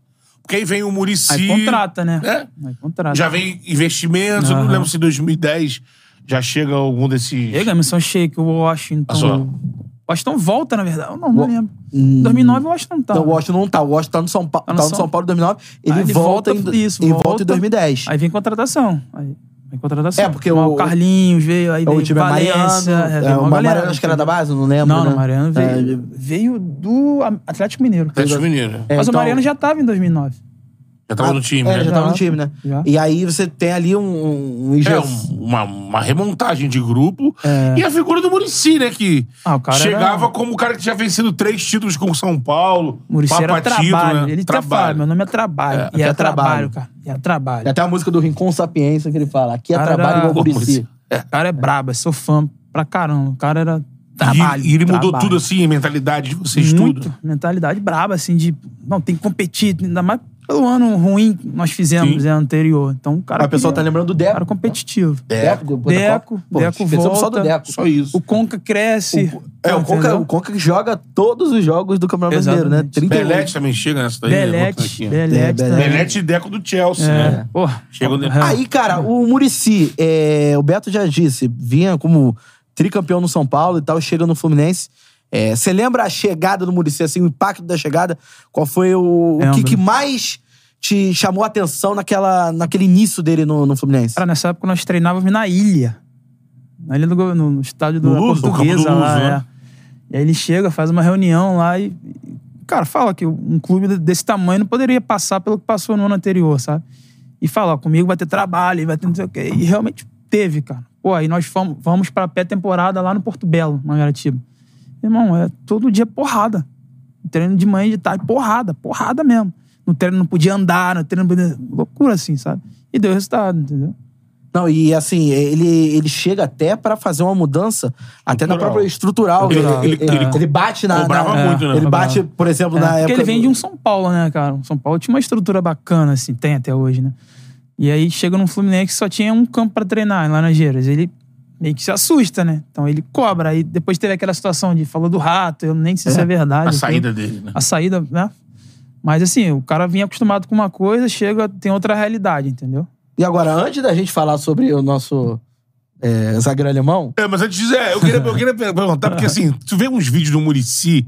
S4: Porque aí vem o Murici...
S5: Aí contrata, né?
S4: É.
S5: Aí contrata.
S4: Já vem investimentos, eu não
S5: Aham.
S4: lembro se em 2010 já chega algum desses...
S5: Chega, né? Missão Shake, o Washington.
S4: Passou.
S5: O Washington volta, na verdade. Eu não, não
S3: Wa-
S5: lembro. Em 2009 o Washington tá.
S3: Então, o Washington não tá. O Washington tá no São, pa tá no São... Paulo em 2009. Ele,
S5: Aí ele
S3: volta,
S5: volta,
S3: em,
S5: isso,
S3: ele
S5: volta.
S3: volta em 2010.
S5: Aí vem contratação. Aí vem contratação.
S3: É, porque
S5: Mas
S3: o-
S5: Carlinhos veio, aí
S3: É,
S5: veio
S3: o time é
S5: Valência.
S3: Mariano.
S5: veio
S3: É,
S5: uma
S3: o
S5: galera,
S3: Mariano acho que era da base, não lembro.
S5: Não,
S3: né?
S5: não, o Mariano veio, veio do Atlético Mineiro.
S4: Atlético Mineiro.
S3: É,
S5: Mas
S3: então-
S5: o Mariano já tava em 2009.
S4: né? Já tava no time,
S3: É,
S4: né?
S3: já tava no time, né?
S5: Já. tá
S3: E aí você tem ali um, um, um
S4: É,
S3: injeção.
S4: um- uma, uma remontagem de grupo.
S5: É.
S4: E a figura do Murici, né? Que
S5: Ah, o cara
S4: chegava
S5: era-
S4: como o cara que tinha vencido três títulos com o São Paulo.
S5: Murici era
S4: papa título,
S5: trabalho.
S4: né?
S5: Ele até fala, meu nome é trabalho.
S3: aqui
S5: e
S3: é
S5: é
S3: trabalho.
S5: trabalho, cara. E é trabalho.
S3: Tem até a música do Rincon Sapiência que ele fala: aqui é
S5: Cara,
S3: trabalho igual
S5: era-
S3: Murici.
S5: O cara é brabo, é sou fã pra caramba. O cara era trabalho.
S4: E, e ele mudou
S5: trabalho.
S4: tudo assim, a mentalidade de vocês,
S5: Muito.
S4: tudo.
S5: Mentalidade braba, assim, de. Não, tem que competir, ainda mais pelo ano ruim que nós fizemos,
S4: Sim.
S5: né, anterior. Então, o cara.
S3: A pessoa tá
S5: queria-
S3: lembrando do
S5: Cara
S3: Deco.
S5: competitivo.
S4: É.
S3: Deco, depois da
S5: Deco,
S3: Copa. Pô,
S5: Deco
S3: esquecemos só
S5: volta.
S3: do Deco.
S4: Só isso.
S5: O Conca cresce.
S3: É, o Conca,
S5: entendeu?
S3: o Conca que joga todos os jogos do Campeonato Brasileiro, né?
S5: Exatamente.
S3: 31.
S4: Belete também chega nessa daí. né? Outra aqui, ó.
S5: Belete. Belete.
S3: É,
S5: também.
S4: Belete e Deco do Chelsea,
S5: É.
S4: né?
S5: Pô,
S4: Chegou de-
S5: é.
S3: Aí, cara, o Murici, é, o Beto já disse, vinha como tricampeão no São Paulo e tal, chega no Fluminense. É, Você lembra a chegada do Murici, assim, o impacto da chegada? Qual foi o, o que,
S5: Lembro.
S3: que mais te chamou a atenção naquela, naquele início dele no, no Fluminense?
S5: Cara, nessa época nós treinávamos na ilha. Na ilha do go- no, no estádio do,
S4: No
S5: da
S4: Luso, no campo do
S5: Portuguesa lá,
S4: Luso, né?
S5: é. E aí ele chega, faz uma reunião lá e. e, Cara, fala que um clube de- desse tamanho não poderia passar pelo que passou no ano anterior, sabe? E fala, ó, comigo vai ter trabalho, vai ter não sei o quê. E realmente teve, cara. Pô, aí nós fomos, vamos pra pré-temporada lá no Porto Belo, Mangaratiba. Irmão, é todo dia porrada. Treino de manhã e de tarde, porrada, porrada mesmo. No treino não podia andar, no treino não podia... Loucura assim, sabe? E deu resultado, entendeu?
S3: Não, e assim, ele, ele chega até pra fazer uma mudança, até na
S4: Estrutural.
S3: própria estrutural.
S4: Ele-
S3: ele,
S4: ele- ele
S3: ele bate na.
S4: cobrava
S3: na-
S4: muito, né?
S3: Ele bate,
S5: Cobrava.
S3: por exemplo,
S5: É,
S3: Tipo, na
S5: porque
S3: época.
S5: ele vem de um São Paulo, né, cara? Um São Paulo tinha uma estrutura bacana, assim, tem até hoje, né? E aí chega num Fluminense que só tinha um campo pra treinar, em Laranjeiras. Ele meio que se assusta, né? Então ele cobra. Aí depois teve aquela situação de falou do rato, eu nem sei se é verdade.
S4: A
S5: aquilo.
S4: saída dele, né?
S5: A saída, né? Mas assim, o cara vinha acostumado com uma coisa, chega, tem outra realidade, entendeu?
S3: E agora, antes da gente falar sobre o nosso é, zagueiro alemão,
S4: É, mas antes disso, é, eu queria, eu queria per- perguntar, porque assim, tu vê uns vídeos do Murici,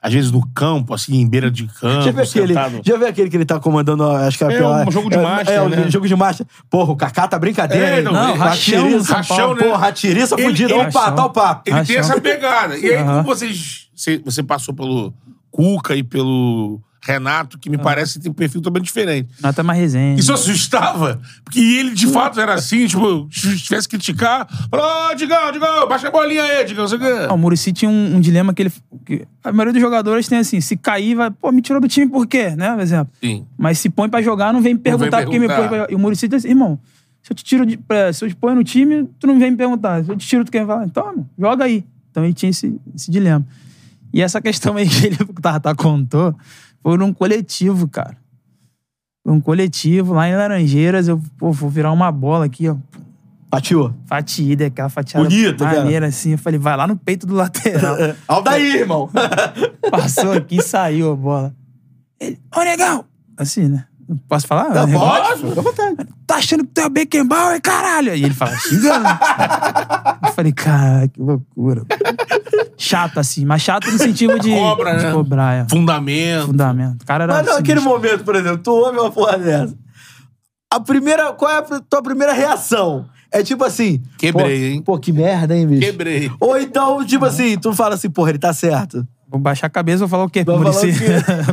S4: às vezes no campo, assim, em beira de campo,
S3: Já viu, aquele,
S4: sentado.
S3: já viu aquele que ele tá comandando, acho que é,
S4: É,
S3: pela-
S4: um jogo de
S3: é,
S4: marcha,
S3: É, um
S4: né?
S3: jogo de marcha. Porra, o Kaká tá brincadeira,
S4: É,
S3: hein?
S4: não,
S5: Não, rachão,
S3: Ratiriça,
S4: rachão,
S3: Paulo,
S4: né?
S3: Porra, tiriça
S4: Ele-
S3: fudida.
S4: ele-
S3: Opa,
S5: rachão.
S3: tá o papo.
S4: Ele tem
S5: Acham.
S4: essa pegada. E aí,
S5: Aham.
S4: como vocês. Você, você passou pelo Cuca e pelo Renato, que me parece que tem um perfil totalmente diferente.
S5: Nota é mais resenha.
S4: Isso assustava, porque ele de fato era assim, tipo, se tivesse que criticar, falou, ô, Digão, Digão, baixa a bolinha aí, Digão, você
S5: Ah, o
S4: ganha.
S5: Murici tinha um, um dilema que ele. que a maioria dos jogadores tem assim: se cair, vai. Pô, me tirou do time por quê? Né? Por exemplo.
S4: Sim.
S5: Mas se põe pra jogar, não vem me perguntar,
S4: vem
S5: porque me põe
S4: perguntar.
S5: pra jogar. E o Murici disse: irmão, se eu te tiro de. pra- se eu te ponho no time, tu não vem me perguntar. Se eu te tiro, tu quer falar? Então, irmão, joga aí. Então ele tinha esse, esse dilema. E essa questão aí que ele o Tata contou foi num coletivo, cara. Foi um coletivo lá em Laranjeiras. Eu, pô, vou virar uma bola aqui, ó
S3: Patiu.
S5: fatiada, aquela fatiada
S3: Bonita, cara.
S5: maneira, assim. Eu falei, vai lá no peito do lateral.
S3: Olha daí, Tá irmão.
S5: Passou aqui e saiu a bola. Ele, ô negão! Assim, né? Não Posso falar?
S4: Tá
S3: Tá
S5: Ô, negão?
S3: Pode, fica à vontade.
S5: Tá achando que tu é o Beckenbauer, caralho? E ele fala, xingando. Eu falei, cara, que loucura. Chato, assim. Mas chato no sentido de,
S4: Cobra,
S5: de
S4: né?
S5: cobrar, é.
S4: Fundamento.
S5: Fundamento. O cara era assim,
S3: Mas
S5: sinistro.
S3: naquele momento, por exemplo, tu ouve uma porra dessa. A primeira, qual é a tua primeira reação? É tipo assim...
S4: Quebrei,
S3: pô,
S4: hein?
S3: Pô, que merda, hein, bicho?
S4: Quebrei.
S3: Ou então, tipo assim, tu fala assim, porra, ele tá certo.
S5: Vou baixar a cabeça e vou falar o quê,
S3: Vai falar
S5: Muricy?
S3: o quê?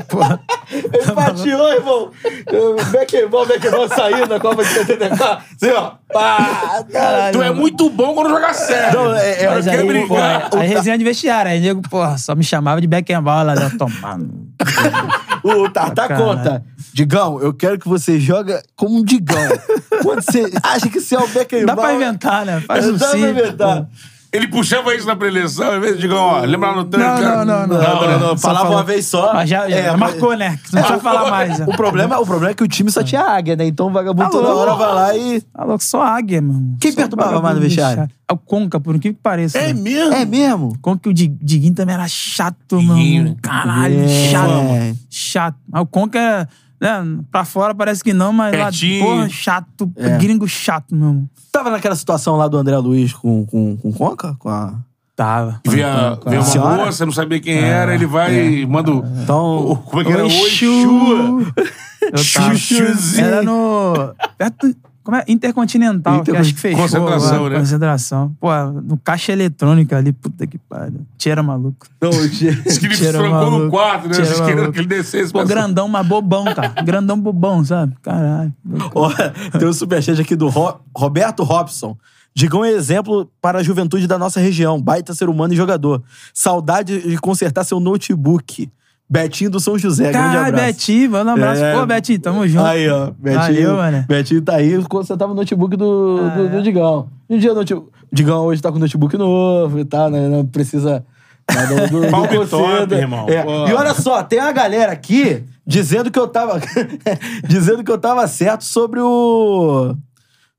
S5: Porra.
S7: Empateou, irmão. Beckenball, Beckenball saiu da Copa de 74. Assim, ó.
S5: Ah,
S3: tá.
S7: Pá, caralho.
S4: Tu é muito bom quando joga sério.
S3: Não, é- é-
S4: Agora
S5: Mas
S4: quer
S5: aí, pô,
S4: brincar.
S5: aí resenha de vestiário. Aí nego, porra, só me chamava de Beckenbauer lá, né? tomando.
S7: O Tartar
S5: Caralho.
S7: conta.
S3: Digão, eu quero que você joga como um Digão. Quando você acha que você é o Beckenbauer...
S5: Dá pra inventar, né? Faz um
S7: Dá pra
S5: sim.
S7: inventar.
S4: Ele puxava isso na preleção, às vezes digam, ó, lembra lá no tanque?
S5: Não,
S4: cara?
S5: não, não, não.
S4: Não, não, não.
S5: Só
S7: Falava
S5: falou.
S7: uma vez só.
S5: Mas já, já
S7: É, mas-
S5: marcou, né? Não precisa falar mais. né?
S3: O problema, o problema é que o time só tinha águia, né? Então o vagabundo
S5: Tá
S3: toda
S5: louco.
S3: hora vai lá e...
S5: Tá louco, só águia, meu irmão.
S3: Quem
S5: Só
S3: perturbava
S5: vagabundo
S3: mais no vestiário?
S5: É o Conca, por incrível que pareça.
S4: É
S5: né?
S4: mesmo?
S3: É mesmo?
S5: Como que o Di- Diguinho também era chato,
S4: Diguinho,
S5: mano.
S4: né?
S5: Caralho,
S3: É.
S5: chato. Chato. Mas o Conca, né, pra fora parece que não, mas lá,
S4: Pertinho. É.
S5: porra, chato. Gringo chato, meu irmão.
S3: Tava naquela situação lá do André Luiz com, com, com o Conca? Com a...
S5: Tava.
S4: Vê, a,
S5: Então,
S4: vê uma
S3: Senhora?
S4: moça, não sabia quem era, ele vai e manda o...
S3: Então-
S4: o- como é que era?
S5: Ah, é. Oi,
S4: Oi,
S5: Chu.
S4: Chua.
S5: Eu tava.
S4: Chuchuzinho.
S5: Era no. perto- como é? Intercontinental, que acho que fechou.
S4: Concentração,
S5: agora,
S4: né?
S5: Concentração. Pô, no caixa eletrônica ali, puta que pariu. Tira maluco.
S3: Não,
S4: Diz que ele
S5: Cheira
S4: trancou no
S5: maluco.
S4: quarto, né?
S5: Cheira
S4: Vocês queriam
S5: maluco.
S4: que ele descesse.
S5: Pô,
S4: mas-
S5: grandão, mas bobão, cara. grandão bobão, sabe? Caralho.
S3: Ó, tem um superchat aqui do Ro- Roberto Robson. Digam um exemplo para a juventude da nossa região. Baita ser humano e jogador. Saudade de consertar seu notebook. Betinho do São José. É, grande
S5: Caralho,
S3: abraço.
S5: Betinho, manda um abraço.
S3: É.
S5: Pô, Betinho, tamo junto.
S3: Aí, ó. Betinho,
S5: Valeu, mano. Ah, é.
S3: Betinho tá aí, consertava o notebook do, do, do Digão. Um dia o notebook- Digão hoje tá com notebook novo e tal, né? Não precisa. né, Do, do, do
S4: Palme
S3: conserto.
S4: top, irmão.
S3: É.
S4: Pô.
S3: E olha só, tem uma galera aqui dizendo que eu tava. dizendo que eu tava certo sobre o.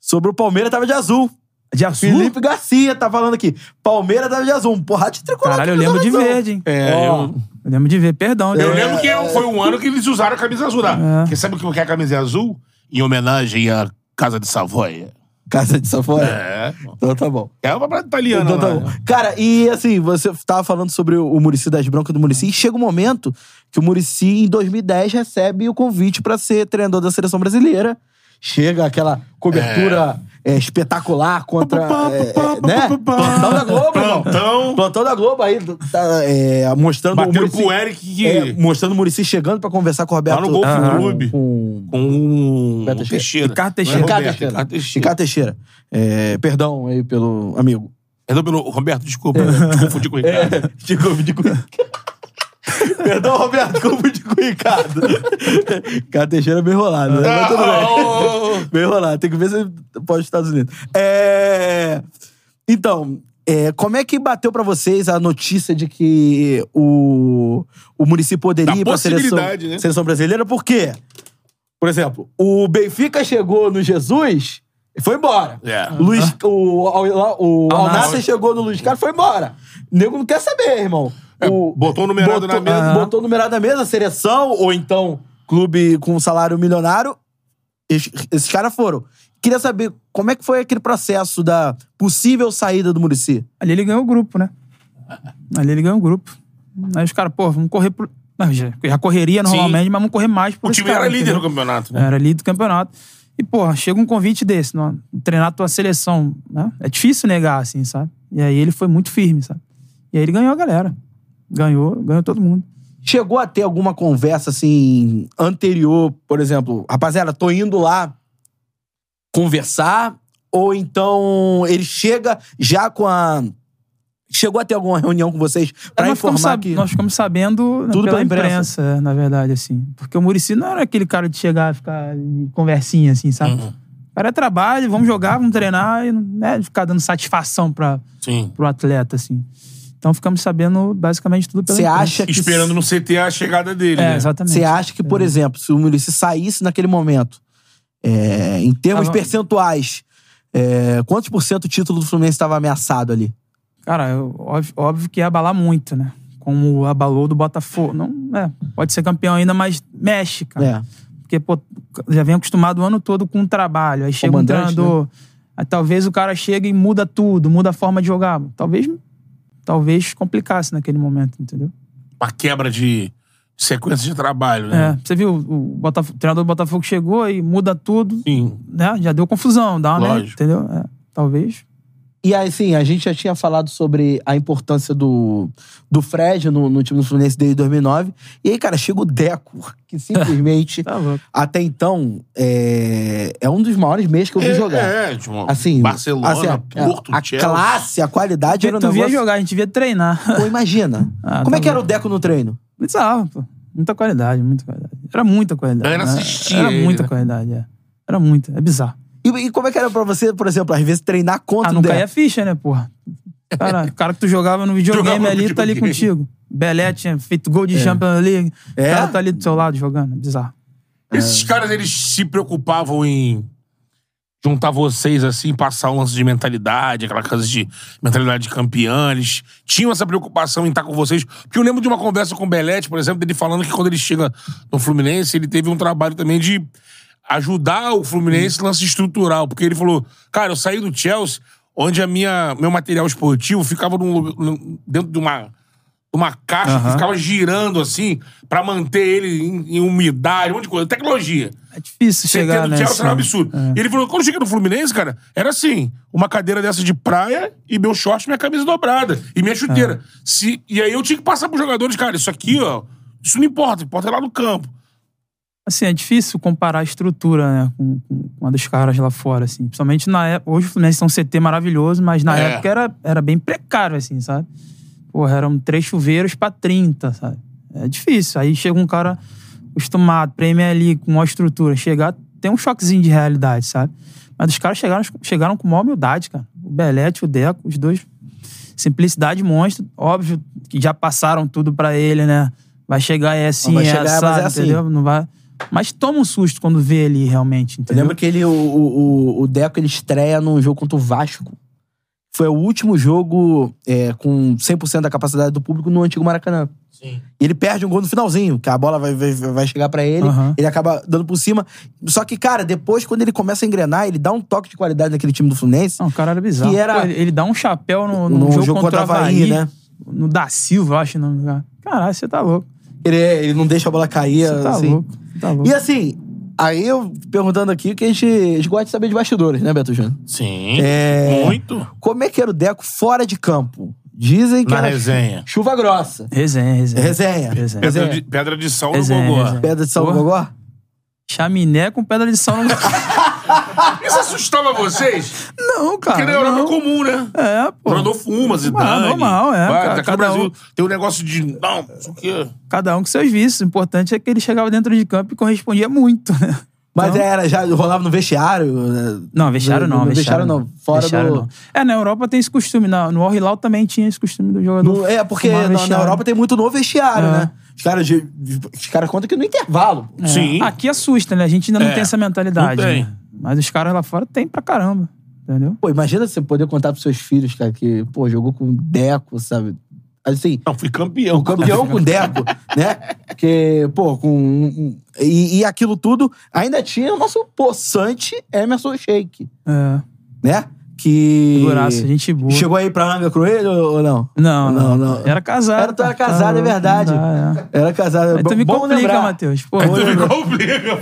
S3: Sobre o Palmeiras tava de azul.
S5: De azul?
S3: Felipe Garcia tá falando aqui. Palmeiras tava de azul. Um porrada de tricolor.
S5: Caralho, eu
S3: que É.
S5: lembro
S3: tava
S5: de
S3: azul.
S5: verde, hein?
S4: É,
S3: Ó.
S4: eu...
S5: Eu lembro de ver, perdão.
S4: Eu
S5: Deus.
S4: lembro que foi um ano que eles usaram a camisa azul. Tá? Porque sabe o que é a camisa azul? Em homenagem à Casa de Savoia.
S3: Casa de Safora.
S4: É.
S3: Então tá bom.
S4: É uma parada italiana.
S3: Então tá
S4: lá,
S3: bom.
S4: né?
S3: Cara, e assim, você tava falando sobre o Murici das Broncas do Murici, e chega um momento que o Murici, em 2010, recebe o convite pra ser treinador da seleção brasileira. Chega aquela cobertura é, espetacular contra. é, é, né? Plantão da Globo, irmão.
S4: Plantão.
S3: Plantão da Globo aí, tá, é, mostrando o
S4: Bateram
S3: Murici. é,
S4: pro Eric que...
S5: É,
S3: mostrando o Murici chegando pra conversar com o Roberto.
S4: Lá no Golf
S3: com-
S4: Clube.
S3: com-
S4: Com
S3: Beto
S4: o
S3: Teixeira.
S4: Teixeira. Não é
S5: Ricardo Teixeira.
S4: Roberto,
S3: Ricardo Teixeira.
S4: Ricardo Teixeira.
S3: Ricardo Teixeira. É, perdão aí pelo amigo.
S4: Perdão É, pelo... Roberto, desculpa. eu
S5: É.
S4: Te confundi com o Ricardo.
S3: É, De Clube de Cuicado. Perdão, Roberto, Clube de Cuicado. Ricardo Teixeira é bem rolado, né? Mas tudo bem. Bem rolado. Tem que ver se ele pode os Estados Unidos. É... Então, é, como é que bateu pra vocês a notícia de que o, o município poderia
S4: Da
S3: ir pra seleção,
S4: possibilidade, né?
S3: seleção brasileira? Por quê? Por exemplo, o Benfica chegou no Jesus e foi embora.
S4: É.
S3: Luiz, o o, o
S5: Al-Nassr.
S3: Alnasser chegou no Luiz Carlos e foi embora. O nego não quer saber, irmão. O-
S4: É, botou o numerado
S3: botou- é,
S4: na mesa.
S3: Botou o numerado na mesa, seleção, ou então clube com salário milionário. Es- Esses caras foram. Queria saber como é que foi aquele processo da possível saída do Murici.
S5: Ali ele ganhou o grupo, né? Ali ele ganhou o grupo. Aí os caras, pô, vamos correr pro. Não, já, já correria normalmente, mas vamos correr mais pro.
S4: O time era líder no campeonato, né?
S5: Era líder do campeonato. E, pô, chega um convite desse, não, treinar tua seleção, né? É difícil negar, assim, sabe? E aí ele foi muito firme, sabe? E aí ele ganhou a galera. Ganhou, ganhou todo mundo.
S3: Chegou a ter alguma conversa, assim, anterior, por exemplo, rapaziada, tô indo lá conversar, ou então ele chega já com a... Chegou a ter alguma reunião com vocês pra
S5: nós, ficamos
S3: informar
S5: sab-
S3: que...
S5: nós ficamos sabendo né,
S3: Tudo
S5: pela
S3: pela imprensa.
S5: imprensa, é, na verdade, assim. Porque o Murici não era aquele cara de chegar e ficar em conversinha, assim, sabe?
S3: Uhum.
S5: O cara é trabalho, vamos jogar, vamos treinar, e não- né, de ficar dando satisfação pra,
S4: Sim.
S5: pro atleta, assim. Então ficamos sabendo basicamente tudo pela
S3: Você
S5: imprensa.
S3: acha que...
S4: Esperando no CT a chegada dele,
S5: É,
S4: né?
S5: exatamente. É.
S3: Você acha que, por exemplo, se o Murici saísse naquele momento, é, em termos
S5: Tava-
S3: percentuais, é, quantos por cento o título do Fluminense estava ameaçado ali?
S5: Cara, eu- óbvio, óbvio que ia abalar muito, né? Como abalou do Botafogo. Não, é, pode ser campeão ainda, mas mexe, cara.
S3: É.
S5: Porque, pô, já vem acostumado o ano todo com o trabalho. Aí chega um
S3: Comandante,
S5: treinador. Aí, talvez o cara chega e muda tudo, muda a forma de jogar. Talvez, talvez complicasse naquele momento, entendeu?
S4: Uma quebra de sequência de trabalho,
S5: É.
S4: né?
S5: Você viu, o, Botafogo- o treinador do Botafogo chegou e muda tudo,
S4: Sim.
S5: né? Já deu confusão, dá uma, né?
S4: Lógico.
S5: entendeu? É, talvez
S3: E assim, a gente já tinha falado sobre a importância do, do Fred no, no time do Fluminense desde 2009. E aí, cara, chega o Deco, que simplesmente,
S5: Tá louco.
S3: até então, é, é um dos maiores meios que eu vi jogar.
S4: É, tipo,
S3: Assim,
S4: Barcelona,
S3: assim, a,
S4: Porto,
S3: a
S4: Chelsea.
S3: classe, a qualidade era um
S5: tu via
S3: negócio...
S5: jogar, a gente via treinar.
S3: Pô, imagina.
S5: Ah,
S3: Como
S5: tá
S3: é que era
S5: bom.
S3: o Deco no treino?
S5: Bizarro, pô. Muita qualidade, muita qualidade. Era muita qualidade.
S4: Galera
S5: né?
S4: assistia
S5: Era
S4: ele,
S5: muita
S4: né?
S5: qualidade, é. Era muita. É bizarro.
S3: E, e como é que era pra você, por exemplo, às vezes treinar contra
S5: Ah,
S3: o
S5: não
S3: Deco?
S5: caía ficha, né, porra? Cara, o cara que tu jogava no videogame
S4: Jogava no
S5: ali tá ali
S4: videogame.
S5: contigo. Belé tinha feito gol de Champions League.
S3: É?
S5: O cara tá ali do seu lado jogando. É Bizarro.
S4: Esses caras, eles se preocupavam em juntar vocês, assim, passar um lance de mentalidade, aquela coisa de mentalidade de campeã. Eles tinham essa preocupação em estar com vocês. Porque eu lembro de uma conversa com o Belete, por exemplo, dele falando que quando ele chega no Fluminense, ele teve um trabalho também de ajudar o Fluminense no lance estrutural. Porque ele falou, cara, eu saí do Chelsea, onde a minha, meu material esportivo ficava num lu- num- dentro de uma uma caixa que ficava girando assim pra manter ele em, em umidade, um monte de coisa. Tecnologia.
S5: É difícil
S4: Chegar
S5: chegar
S4: do
S5: nessa. É.
S4: Chelsea era um absurdo. E ele falou: quando eu cheguei no Fluminense, cara, era assim: uma cadeira dessa de praia e meu short, minha camisa dobrada e minha chuteira. Se, e aí eu tinha que passar pros jogadores, cara, isso aqui, ó, isso não importa, importa é lá no campo.
S5: Assim, é difícil comparar a estrutura, né, com, com com a dos caras lá fora, assim. Principalmente na época... Hoje o Fluminense tem um CT maravilhoso, mas na
S4: É.
S5: época era, era bem precário, assim, sabe? Porra, eram três chuveiros pra 30, sabe? É difícil. Aí chega um cara acostumado, Premier League, com uma estrutura, chegar, tem um choquezinho de realidade, sabe? Mas os caras chegaram, chegaram com maior humildade, cara. O Belete, o Deco, os dois. Simplicidade monstro, óbvio que já passaram tudo pra ele, né? Vai chegar é assim,
S3: Vai
S5: é
S3: chegar, mas é
S5: assado,
S3: assim.
S5: entendeu? Não vai... Mas toma um susto quando vê ele realmente,
S3: Eu
S5: entendeu?
S3: lembro que ele, o, o, o- o Deco ele estreia num jogo contra o Vasco. Foi o último jogo é, com 100% da capacidade do público no antigo Maracanã.
S4: Sim.
S3: E ele perde um gol no finalzinho, que a bola vai, vai, vai chegar pra ele,
S5: Aham.
S3: ele acaba dando por cima. Só que, cara, depois, quando ele começa a engrenar, ele dá um toque de qualidade naquele time do Fluminense.
S5: Não, o cara era bizarro.
S3: Que era-
S5: Pô, ele, ele dá um chapéu no,
S3: No
S5: no jogo,
S3: jogo contra
S5: contra o
S3: o Avaí,
S5: Havaí,
S3: né?
S5: No da Silva, eu acho o nome do cara. Caralho, você tá louco.
S3: Ele, é, ele não deixa a bola cair.
S5: Você tá
S3: assim.
S5: louco. você Tá louco.
S3: E assim, aí eu perguntando aqui, que a gente, a gente gosta de saber de bastidores, né, Beto Júnior?
S4: Sim.
S3: É.
S4: Muito.
S3: Como é que era o Deco fora de campo? Dizem que
S4: Na
S3: era
S4: resenha.
S3: chuva grossa.
S5: Resenha, resenha.
S3: Resenha.
S5: Resenha.
S4: Pedra
S3: é.
S4: de, pedra de sal no
S5: Resenha,
S4: Gogó.
S5: resenha.
S3: Pedra de São
S5: Porra.
S3: Gogó?
S5: Chaminé com pedra de sal no...
S4: Isso assustava vocês?
S5: não, cara.
S4: Porque na Europa é
S5: Ah, não.
S4: comum, né?
S5: É, pô.
S4: Rodolfo Umas e
S5: Normal,
S4: Dani.
S5: normal, é,
S4: Vai,
S5: cara,
S4: aqui
S5: cada
S4: no Brasil
S5: um.
S4: tem um negócio de. Não, isso aqui.
S5: Cada um com seus vícios. O importante é que ele chegava dentro de campo e correspondia muito, né?
S3: Mas
S5: Então-
S3: era, já rolava no vestiário? né?
S5: Não, vestiário
S3: No-
S5: não.
S3: no
S5: Vestiário não.
S3: Fora
S5: Vestiário
S3: do...
S5: não. É, na Europa tem esse costume. Na, no Al Hilal também tinha esse costume do jogador.
S3: No- é, porque
S5: fumar no
S3: na- na,
S5: vestiário.
S3: Europa tem muito no vestiário,
S5: É.
S3: né? Os caras, de- os caras contam que no intervalo.
S5: É.
S4: Sim.
S5: Aqui assusta, né? A gente ainda não
S4: É,
S5: tem essa mentalidade.
S4: não tem.
S5: né? Mas os caras lá fora tem pra caramba. Entendeu?
S3: Pô, imagina você poder contar pros seus filhos, cara, que, pô, jogou com Deco, sabe? Assim,
S4: Não, fui campeão.
S3: campeão com Deco, né? Porque, pô, com. um- um- E, e aquilo tudo ainda tinha o nosso possante Emerson Sheik,
S5: É.
S3: né? Que.
S5: Figuraça, gente boa.
S3: Chegou aí pra Anga Cruelho ou não?
S5: Não, não,
S3: Não, não.
S5: Era casado.
S3: Era, tu era
S5: cara.
S3: casado, é verdade.
S5: Não dá, é.
S3: Era casado.
S5: Aí tu me
S3: Bom
S5: complica,
S3: lembrar.
S5: Matheus. Pô,
S4: Complica,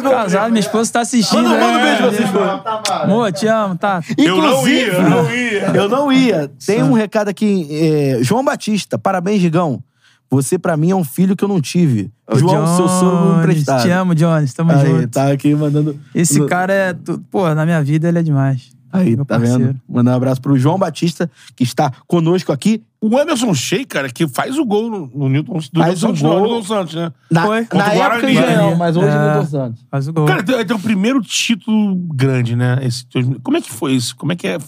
S4: pô.
S5: casado, minha esposa tá assistindo.
S3: Manda, manda um beijo pra
S5: né?
S3: vocês, pô.
S5: Amor, te amo, tá?
S4: Eu não ia,
S3: Inclusive, né?
S4: eu não ia.
S3: Eu não ia. Tem um recado aqui. é, João Batista, parabéns, Gigão. Você, pra mim, é um filho que eu não tive.
S5: Ô,
S3: João, seu sogro
S5: Jones,
S3: emprestado.
S5: Te amo, Jones. Tamo
S3: Aí,
S5: junto.
S3: tá aqui mandando.
S5: Esse
S3: no-
S5: cara é. tu- Pô, na minha vida ele é demais.
S3: Aí,
S5: Meu
S3: tá
S5: parceiro.
S3: vendo? Mandar um abraço pro João Batista, que está conosco aqui.
S4: O Emerson Sheik, cara, que faz o gol no, no Newton, do
S3: Faz
S4: Newton
S3: o
S4: Santos,
S3: gol.
S4: não, no Newton Santos, né?
S3: Na,
S5: Foi.
S3: na
S4: Contra o
S3: época
S4: Guarani.
S3: em geral,
S5: Guarani.
S3: mas hoje
S5: É.
S3: é. Newton Santos.
S5: Faz o gol.
S4: Cara, tem, tem o primeiro título grande, né? Esse, dois- como é que foi isso? Como é que é?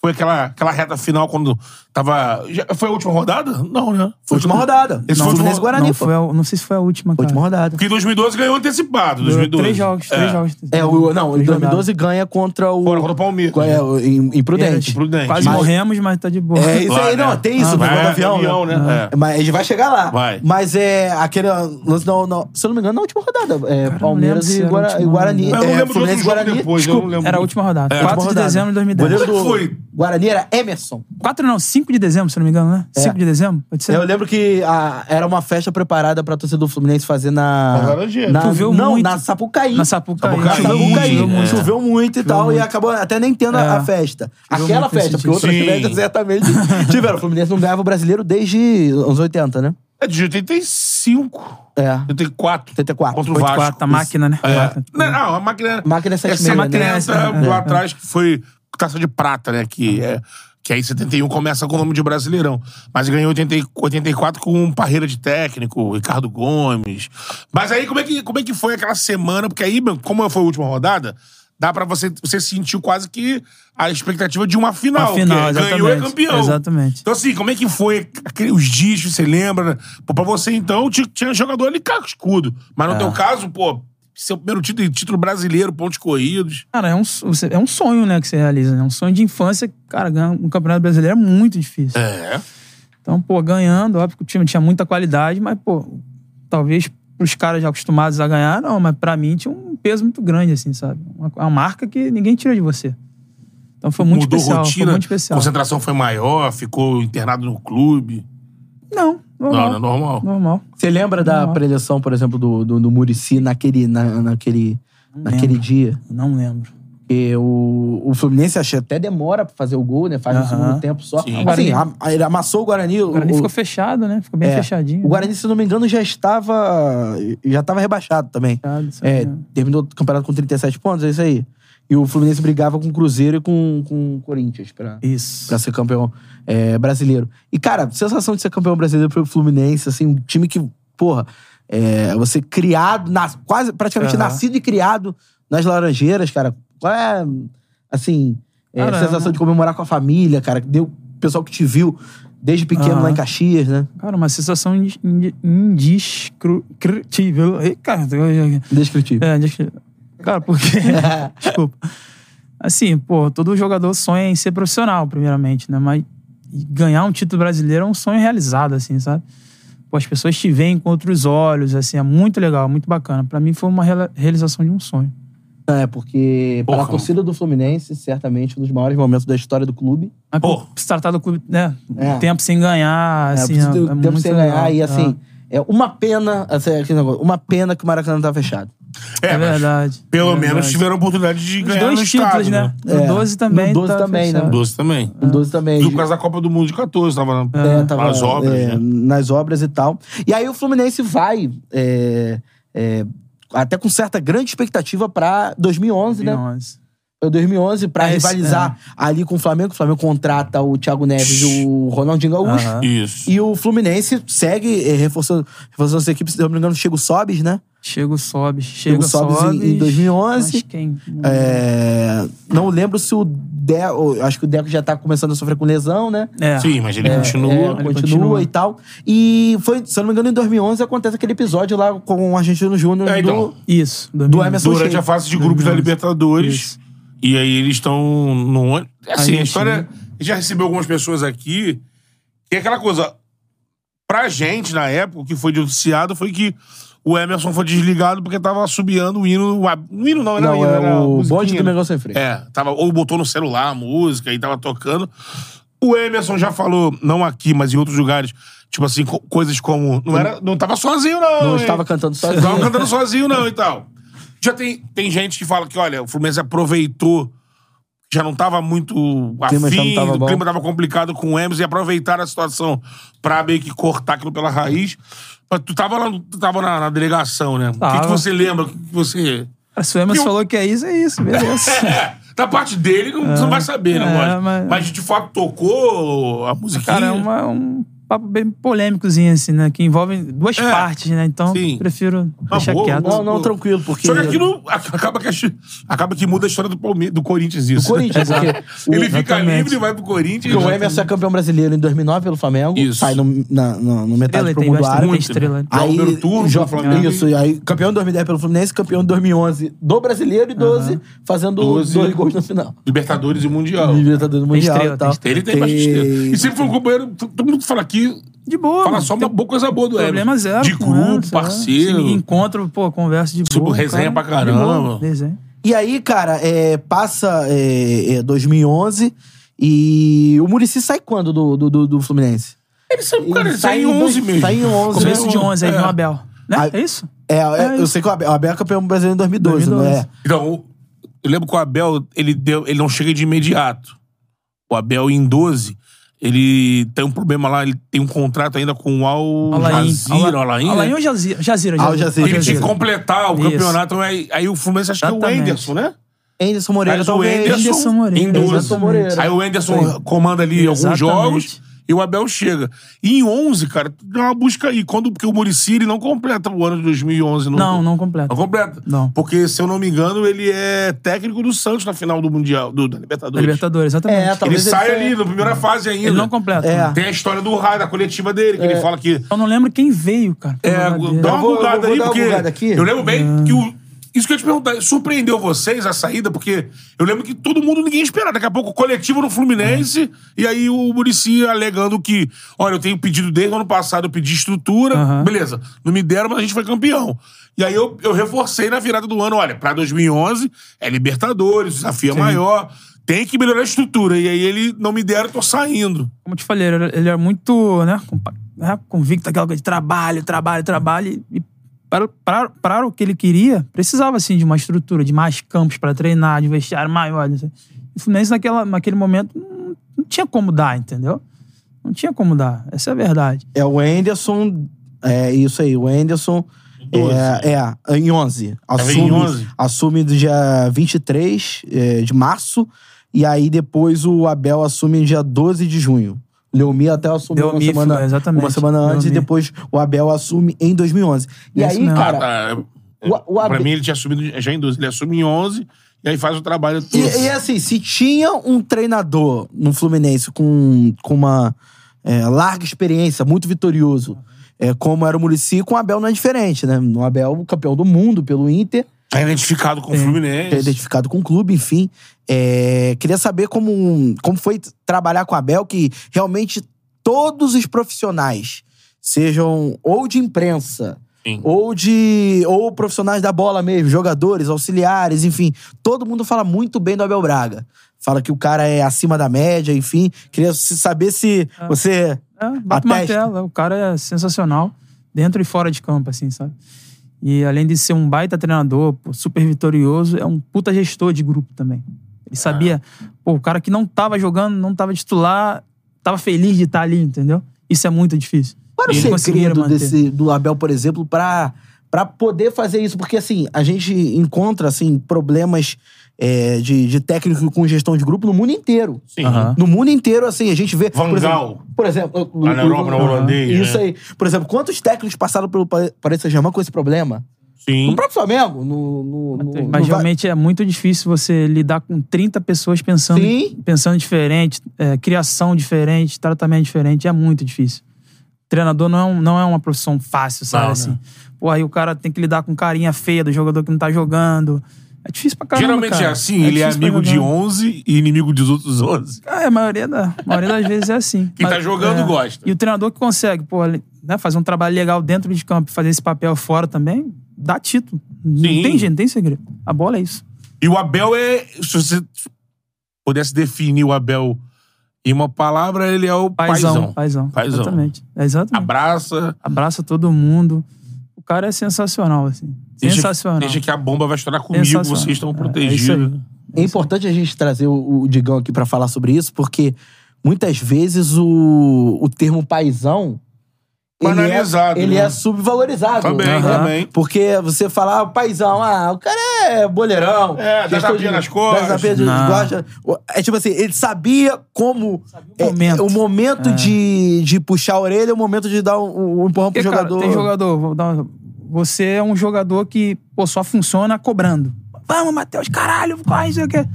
S4: Foi aquela, aquela reta final quando tava. já- foi a última rodada? Não, né? Foi
S3: Última rodada.
S4: Esse
S3: não, é
S4: foi o
S3: Fluminense
S4: último-
S3: Guarani,
S5: não,
S3: pô.
S5: foi a- não sei se foi a última, cara.
S3: Última rodada.
S4: Porque em 2012 ganhou antecipado.
S5: Durou
S4: 2012.
S5: Três jogos, três
S4: É.
S5: jogos.
S3: É, o, não, em
S5: Três
S3: 2012 ganha contra o.
S4: Fora contra o Palmeiras.
S3: É, o- em, em Prudente.
S4: Prudente.
S5: Quase
S4: Mas-
S5: morremos, mas tá de boa.
S3: É isso
S4: Lá,
S3: aí,
S4: né?
S3: não. Tem isso,
S4: Ah,
S3: ah,
S4: vai,
S3: do avião,
S4: avião,
S3: né?
S4: né? É.
S3: Mas a gente vai chegar lá.
S4: Vai.
S3: Mas é aquele lance, não, não, se eu não me engano, na última rodada. É, Palmeiras
S5: lembro
S3: e,
S5: se era a
S3: Guara-
S5: última
S3: e Guarani.
S4: Mas eu não
S3: é,
S4: lembro do outro
S3: Fluminense e
S4: jogo
S3: Guarani.
S4: depois, eu não
S3: Desculpa.
S4: lembro.
S5: Era a última rodada.
S4: É,
S5: 4
S3: última
S5: de
S3: rodada.
S5: dezembro de 2010.
S4: Como é que foi?
S3: Guarani era Emerson.
S5: 4 não, 5 de dezembro, se não me engano, né? 5 de dezembro? Pode ser?
S3: É. Eu lembro que a- era uma festa preparada pra torcedor do Fluminense fazer na.
S4: Na Laranjeira.
S3: na
S5: Choveu
S3: não,
S5: muito.
S3: na Sapucaí.
S5: Na Sapucaí.
S3: Na
S4: Choveu
S3: Sapucaí.
S4: muito,
S3: Choveu
S4: choveu
S3: muito,
S4: muito.
S3: e tal, e acabou até nem tendo a-
S5: É.
S3: a festa.
S5: Choveu
S3: Aquela
S5: muito nesse
S3: festa, porque
S5: sentido.
S3: outras
S4: Sim.
S3: festas certamente tiveram. O Fluminense não ganhava o brasileiro desde os 80, né?
S4: É de 85.
S3: É.
S4: 84.
S3: 84.
S4: Contra o
S5: 84,
S4: Vasco.
S5: a máquina, né?
S4: É.
S5: A máquina.
S4: Não, não, a máquina.
S3: Máquina é
S4: é
S3: 76, né?
S4: 70
S5: É,
S4: lá
S5: é.
S4: atrás, que foi taça de prata, né? Que, é, que aí 71 começa com o nome de Brasileirão. Mas ganhou 80, e- 84 com um parreira de técnico, Ricardo Gomes. Mas aí, como é que, como é que foi aquela semana? Porque aí, meu, como foi a última rodada, dá pra você. Você sentiu quase que a expectativa de uma final.
S5: Uma final,
S4: porque ganhou é
S5: exatamente,
S4: campeão.
S5: exatamente.
S4: Então, assim, como é que foi aquele- os dias que você lembra? né? Pô, pra você, então, ti- tinha jogador ali cascudo. Mas
S5: É.
S4: no teu caso, pô, seu primeiro título, título brasileiro, pontos corridos.
S5: Cara, é um, so- é um sonho, né, que você realiza. né? É um sonho de infância. Cara, ganhar um campeonato brasileiro é muito difícil.
S4: É.
S5: Então, pô, ganhando, óbvio que o time tinha muita qualidade, mas, pô, talvez pros caras já acostumados a ganhar, não, mas pra mim tinha um peso muito grande, assim, sabe? Uma, uma marca que ninguém tira de você. Então foi muito
S4: Mudou
S5: especial.
S4: rotina,
S5: foi muito especial.
S4: concentração foi maior, ficou internado no clube.
S5: Não, normal.
S4: Não, não é normal.
S5: Normal.
S3: Você lembra da
S5: Não.
S3: preleção, por exemplo, do, do, do Murici naquele, na- naquele, naquele
S5: lembro.
S3: dia?
S5: Não lembro.
S3: Porque o, o Fluminense acho, até demora pra fazer o gol, né? Faz no
S5: Aham.
S3: segundo tempo só.
S4: Sim.
S3: Assim,
S4: O Guarani-
S3: a- ele amassou o Guarani.
S5: O Guarani ficou fechado, né? Ficou bem
S3: é,
S5: fechadinho.
S3: O Guarani, se não me engano, já estava. Já estava rebaixado também.
S5: Fechado, sabe?
S3: É, terminou o campeonato com 37 pontos, é isso aí. E o Fluminense brigava com o Cruzeiro e com, com o Corinthians pra,
S5: Isso.
S3: pra ser campeão é, brasileiro. E, cara, sensação de ser campeão brasileiro pro Fluminense, assim, um time que, porra, é, você criado, nas- quase praticamente
S5: Aham.
S3: nascido e criado nas Laranjeiras, cara. Qual é, assim, é,
S5: Caramba.
S3: sensação de comemorar com a família, cara? que Deu o pessoal que te viu desde pequeno
S5: Aham.
S3: lá em Caxias, né?
S5: Cara, uma sensação indi- indi- indescritível. Ih, cara, tô-
S3: Descritível.
S5: é, indescri- Cara, porque. Desculpa. Assim, pô, todo jogador sonha em ser profissional, primeiramente, né? Mas ganhar um título brasileiro é um sonho realizado, assim, sabe? Pô, as pessoas te veem com outros olhos, assim, é muito legal, muito bacana. Pra mim foi uma rela- realização de um sonho.
S3: É, porque para a
S4: Porra.
S3: torcida do Fluminense, certamente um dos maiores momentos da história do clube.
S5: Mas, pô,
S4: Pô.
S5: se tratar do clube, né?
S3: É.
S5: Um tempo sem ganhar, assim, é,
S3: é,
S5: é
S3: preciso tempo
S5: muito
S3: sem ganhar
S5: legal.
S3: e assim, é. uma pena, assim, aquele negócio, uma pena que o Maracanã tá fechado.
S4: É,
S5: É, é
S4: mas
S5: verdade.
S4: pelo
S5: é
S4: menos
S5: verdade.
S4: tiveram a oportunidade de
S5: Os
S4: ganhar
S5: dois
S4: no
S5: títulos,
S4: estado,
S5: né?
S3: É.
S5: No 12 também. tá
S3: No 12 também, né?
S4: 12 também.
S3: Um
S5: Ah.
S3: 12
S5: É.
S3: também.
S4: Do caso da Copa do Mundo de 14, tava na,
S3: É, tava,
S4: nas obras,
S3: é,
S4: né?
S3: nas obras e tal. E aí o Fluminense vai é, é, até com certa grande expectativa pra 2011, né?
S5: 2011.
S3: 2011 pra
S5: É, esse-
S3: rivalizar ali com o Flamengo. O Flamengo contrata o Thiago Neves e o Ronaldinho Gaúcho.
S5: Aham.
S4: Isso.
S3: E o Fluminense segue eh, reforçando, reforçando essa equipe. Se eu não me engano, chega o Sobis, né?
S5: Chega o Sobis. Chega o
S3: Sobis
S5: Sobis.
S3: em- em 2011.
S5: Mas quem?
S3: É, não lembro se o Deco... Acho que o Deco já tá começando a sofrer com lesão, né?
S5: É.
S4: Sim, mas ele continua.
S3: É,
S5: Ele
S3: continua,
S5: continua.
S3: e tal. E foi, se eu não me engano, em 2011 acontece aquele episódio lá com o Argentino Júnior
S4: É, então.
S3: do,
S5: Isso.
S3: do Emerson
S4: Durante
S3: Sheik.
S4: a fase de grupos
S3: Uhum.
S4: da Libertadores.
S5: Isso.
S4: E aí eles estão no ônibus. Assim,
S5: gente,
S4: a história.
S5: né?
S4: Já recebeu algumas pessoas aqui. E aquela coisa. Pra gente, na época, o que foi denunciado foi que o Emerson foi desligado porque tava assobiando o hino. O hino não, era
S3: Não,
S4: o hino,
S3: é
S4: era
S3: o
S4: musiquinha,
S3: bonde do
S4: né?
S3: Mengão Sem Freio.
S4: É, tava, ou botou no celular a música e tava tocando. O Emerson já falou, não aqui, mas em outros lugares, tipo assim, co- coisas como. Não, era, não tava sozinho, não.
S3: Não
S4: hein?
S3: estava cantando
S4: Não
S3: sozinho.
S4: tava cantando sozinho, não, e tal. Já tem, tem gente que fala que, olha, o Fluminense aproveitou. Já não tava muito
S3: clima já não
S4: afim,
S3: tava
S4: o
S3: bom.
S4: clima tava complicado com o Emerson e aproveitaram a situação pra meio que cortar aquilo pela raiz. Mas tu tava, lá, tu tava na, na delegação, né? O que, que
S5: Tava.
S4: você lembra? O que que você.
S5: Cara, se o
S4: E
S5: Emerson
S4: o-
S5: falou que é isso, é isso. Beleza.
S4: É, da parte dele, não, você não vai saber, né,
S5: É,
S4: lógico. Mas...
S5: mas-
S4: de fato tocou a musiquinha.
S5: Cara, é uma- um papo bem polêmicozinho, assim, né? Que envolve duas
S4: É.
S5: partes, né? Então,
S4: Sim.
S5: prefiro
S4: Uma
S5: deixar
S4: boa,
S5: quieto.
S3: Não, não, tranquilo, porque...
S4: Tá Só que aquilo acaba que, a- acaba que muda a história do, Palme... do Corinthians,
S3: O
S4: isso.
S3: Corinthians, é porque... o-
S4: Ele fica
S5: Exatamente.
S4: livre e vai pro Corinthians.
S3: Porque o Emerson é campeão brasileiro em 2009 pelo Flamengo.
S4: Isso.
S3: Sai no, na, na- no metade
S5: Estrela,
S3: pro
S5: tem
S3: mundo
S5: bastante
S3: árabe.
S5: estrela.
S4: Joga o primeiro turno
S3: jo-
S4: pro Flamengo.
S3: Isso, e aí campeão em 2010 pelo Fluminense, campeão em 2011 do brasileiro e 12 fazendo
S4: 12.
S3: dois gols no final.
S4: Libertadores e Mundial.
S3: Libertadores Mundial
S5: estrela,
S3: e tal.
S5: tem
S4: Ele tem bastante tempo. E sempre foi um companheiro. t- Todo mundo fala aqui.
S5: De boa.
S4: Fala
S5: mano.
S4: só uma
S5: Tem
S4: boa coisa boa do Emerson.
S5: Problema zero.
S4: De
S5: com
S4: grupo,
S5: Emerson, é. Se
S4: parceiro.
S5: me encontro, pô, converso de
S4: Tipo,
S5: boa.
S4: resenha pra
S5: de boa,
S4: caramba.
S5: Resenha.
S3: E aí, cara, é, passa é, é, 2011 E o Murici sai quando do, do, do, do Fluminense?
S4: Ele saiu, cara, ele
S3: Sai
S4: saiu
S3: em
S4: em
S3: dois-
S4: 11 mesmo.
S3: sai em 11.
S5: Começo de 11, aí
S4: É.
S5: vem o Abel. Né?
S3: Ah,
S5: é isso?
S3: É, é,
S5: É
S3: eu
S5: isso.
S3: sei que o Abel, o Abel é campeão brasileiro em 2012, não é?
S5: 2012.
S4: Então, o- eu lembro que o Abel, ele, deu, ele não chega de imediato. O Abel, em 12, ele tem um problema lá, ele tem um contrato ainda com o Al
S5: Alain.
S4: um Jazira, Alain, né?
S5: Alain ou Jazira? Jazira.
S3: Al Jazira.
S4: Ele tinha que
S3: Jazira.
S4: completar o
S5: Isso.
S4: campeonato, aí, aí o Fluminense acho que é o
S5: Exatamente.
S4: Enderson, né?
S3: É. Anderson Moreira tá
S4: Mas É, o
S3: talvez.
S4: Enderson,
S5: Anderson Moreira,
S4: em 12.
S3: Anderson Moreira.
S4: Aí o Enderson comanda ali alguns
S5: Exatamente.
S4: jogos e o Abel chega. E em 11, cara, tu dá uma busca aí. Quando, porque o Muricy ele não completa o ano de 2011.
S5: Não, não completa.
S4: Não completa.
S5: Não.
S4: Tá Porque, se eu não me engano, ele é técnico do Santos na final do Mundial, do, da
S5: Da
S4: Libertadores.
S5: Libertadores, exatamente.
S3: É, tá-
S4: Ele
S3: Talvez ele
S4: sai
S3: tenha-
S4: ali na primeira fase ainda.
S5: Ele não completa. É.
S3: É.
S5: mano.
S4: Tem a história do raio, da coletiva dele, que ele fala que
S5: Eu não lembro quem veio, cara. pro
S4: é,
S5: lugar dele.
S4: dá uma
S3: Eu vou- eu
S4: bugada
S3: vou
S4: aí,
S3: dar uma
S4: porque.
S3: bugada aqui.
S4: Eu lembro bem que o. Isso que eu ia te perguntar, surpreendeu vocês a saída? Porque eu lembro que todo mundo, ninguém esperava. Daqui a pouco, coletivo no Fluminense, e aí o Murici alegando que, olha, eu tenho pedido desde o ano passado, eu pedi estrutura,
S5: Aham.
S4: beleza, não me deram, mas a gente foi campeão. E aí eu, eu reforcei na virada do ano, olha, pra 2011 é Libertadores, o desafio é maior, tem que melhorar a estrutura. E aí ele, não me deram, eu tô saindo.
S5: Como eu te falei, ele era- ele era muito né, compa- né, convicto daquela coisa de trabalho, trabalho, trabalho. E para, para, para o que ele queria, precisava assim de uma estrutura, de mais campos para treinar, de um vestiário maior. não sei. E o Fluminense naquela, naquele momento não, não tinha como dar, entendeu? Não tinha como dar. Essa é a verdade.
S3: É o Anderson. É isso aí, o Anderson. É, é, em 11.
S4: Tava em
S3: Assume,
S4: 11.
S3: assume do dia 23 é, de março. E aí depois o Abel assume dia 12 de junho. Leomi até assumiu uma
S5: Leomi,
S3: semana,
S5: foi, exatamente.
S3: uma semana antes e
S5: Leomi.
S3: depois o Abel assume em 2011. E
S5: É Isso
S3: aí,
S5: mesmo.
S3: cara,
S4: Ah, tá.
S3: o- o
S4: pra
S3: Abel-
S4: mim, ele tinha assumido já em 12. Ele assume em 11 e aí faz o trabalho todo.
S3: E, e assim, se tinha um treinador no Fluminense com, com uma é, larga experiência, muito vitorioso, é, como era o Murici, com o Abel não é diferente, né? O Abel, campeão do mundo pelo Inter,
S4: Tá identificado com o
S3: é
S4: Fluminense.
S3: identificado com o clube, enfim. É, queria saber como, como foi t- trabalhar com o Abel, que realmente todos os profissionais, sejam ou de imprensa,
S4: Sim.
S3: ou de ou profissionais da bola mesmo, jogadores, auxiliares, enfim, todo mundo fala muito bem do Abel Braga. Fala que o cara é acima da média, enfim. Queria se- saber se você
S5: É, bate o
S3: Atesta.
S5: martelo. O cara é sensacional, dentro e fora de campo, assim, sabe? E além de ser um baita treinador, pô, super vitorioso, é um puta gestor de grupo também. Ele sabia, pô, o cara que não tava jogando, não tava titular, tava feliz de estar ali, entendeu? Isso é muito difícil.
S3: Qual era
S5: Eles
S3: o
S5: conseguiram
S3: segredo
S5: manter.
S3: desse, do Abel, por exemplo, pra, pra poder fazer isso? Porque, assim, a gente encontra, assim, problemas é, de, de técnico com gestão de grupo no mundo inteiro.
S4: Sim.
S5: Aham.
S3: No mundo inteiro, assim, a gente vê...
S4: Van
S3: por exemplo,
S4: Gaal.
S3: Por exemplo...
S4: Lá na Europa, na holandês,
S3: Isso
S4: né?
S3: aí. Por exemplo, quantos técnicos passaram pelo Pa- Paris Saint-Germain com esse problema? No
S4: Sim.
S3: próprio Flamengo, no... no, no- no-
S5: Mas realmente é muito difícil você lidar com 30 pessoas pensando,
S3: Sim.
S5: pensando diferente, é, criação diferente, tratamento diferente. É muito difícil. Treinador não é, um- não é uma profissão fácil, sabe?
S4: Não, né?
S5: assim.
S4: não.
S5: Pô, aí o cara tem que lidar com carinha feia do jogador que não tá jogando. É difícil pra caramba.
S4: Geralmente
S5: cara.
S4: é assim, ele é
S5: difícil pra
S4: amigo de
S5: jogar.
S4: 11 e inimigo dos outros 11.
S5: Ah, é, a maioria, da, a maioria das vezes é assim.
S4: Quem tá jogando gosta.
S5: E o treinador que consegue, pô, ele, né, fazer um trabalho legal dentro de campo, e fazer esse papel fora também, dá título.
S4: Sim.
S5: Não tem gente, não tem segredo. A bola é isso.
S4: E o Abel é. Se você pudesse definir o Abel em uma palavra, ele é o paizão.
S5: Paizão, paizão.
S4: Paizão.
S5: Exatamente. É exatamente.
S4: Abraça.
S5: Abraça todo mundo. O cara é sensacional, assim.
S4: deixa-
S5: Sensacional.
S4: Deixa que a bomba vai estourar comigo,
S5: Sensacional.
S4: vocês estão
S5: É, é isso aí.
S4: protegidos.
S3: É importante a gente trazer o, o Digão aqui pra falar sobre isso, porque muitas vezes o, o termo paizão. Ele é,
S4: Banalizado,
S3: ele
S4: né?
S3: é subvalorizado.
S4: Também, né?
S3: Aham.
S4: também.
S3: Porque você falar, paizão, ah, o cara é boleirão.
S4: É, dá
S3: gestor
S4: tapinha
S3: de-
S4: nas costas.
S3: Dá tapinha nas
S5: Não.
S3: costas. É tipo assim, ele sabia como...
S5: o
S3: é,
S5: momento. É.
S3: o momento de, de puxar a orelha, o momento de dar um, um empurrão pro
S5: Porque, cara,
S3: jogador.
S5: tem jogador. vou dar uma- Você é um jogador que pô, só funciona cobrando. Vamos, Matheus, caralho, corre, não sei o quê.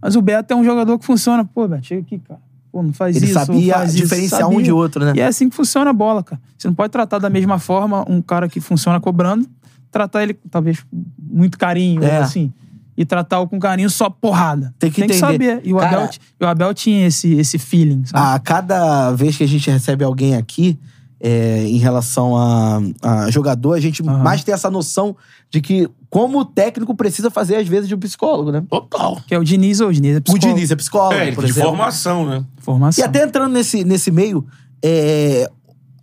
S5: Mas o Beto é um jogador que funciona. Pô, Beto, chega aqui, cara. Pô, não faz
S3: Ele
S5: isso. não
S3: sabia
S5: faz isso,
S3: diferenciar um
S5: sabia.
S3: de outro, né?
S5: E é assim que funciona a bola, cara. Você não pode tratar da mesma forma um cara que funciona cobrando, tratar ele, talvez, com muito carinho,
S3: É.
S5: assim. E tratar-o com carinho só porrada.
S3: Tem que entender.
S5: saber. E o,
S3: Cara-
S4: Ah.
S5: Abel, ti- e o Abel tinha esse, esse feeling, sabe?
S3: A cada vez que a gente recebe alguém aqui, é, em relação a, a jogador, a gente mais tem essa noção de que como o técnico precisa fazer, às vezes, de um psicólogo, né?
S4: Total.
S5: Que é o Diniz ou o Diniz é
S3: O
S5: psicólogo.
S3: Diniz é psicólogo,
S4: É, ele
S3: por
S4: de
S3: exemplo.
S4: formação, né?
S3: E
S5: Formação.
S3: até entrando nesse, nesse meio, é,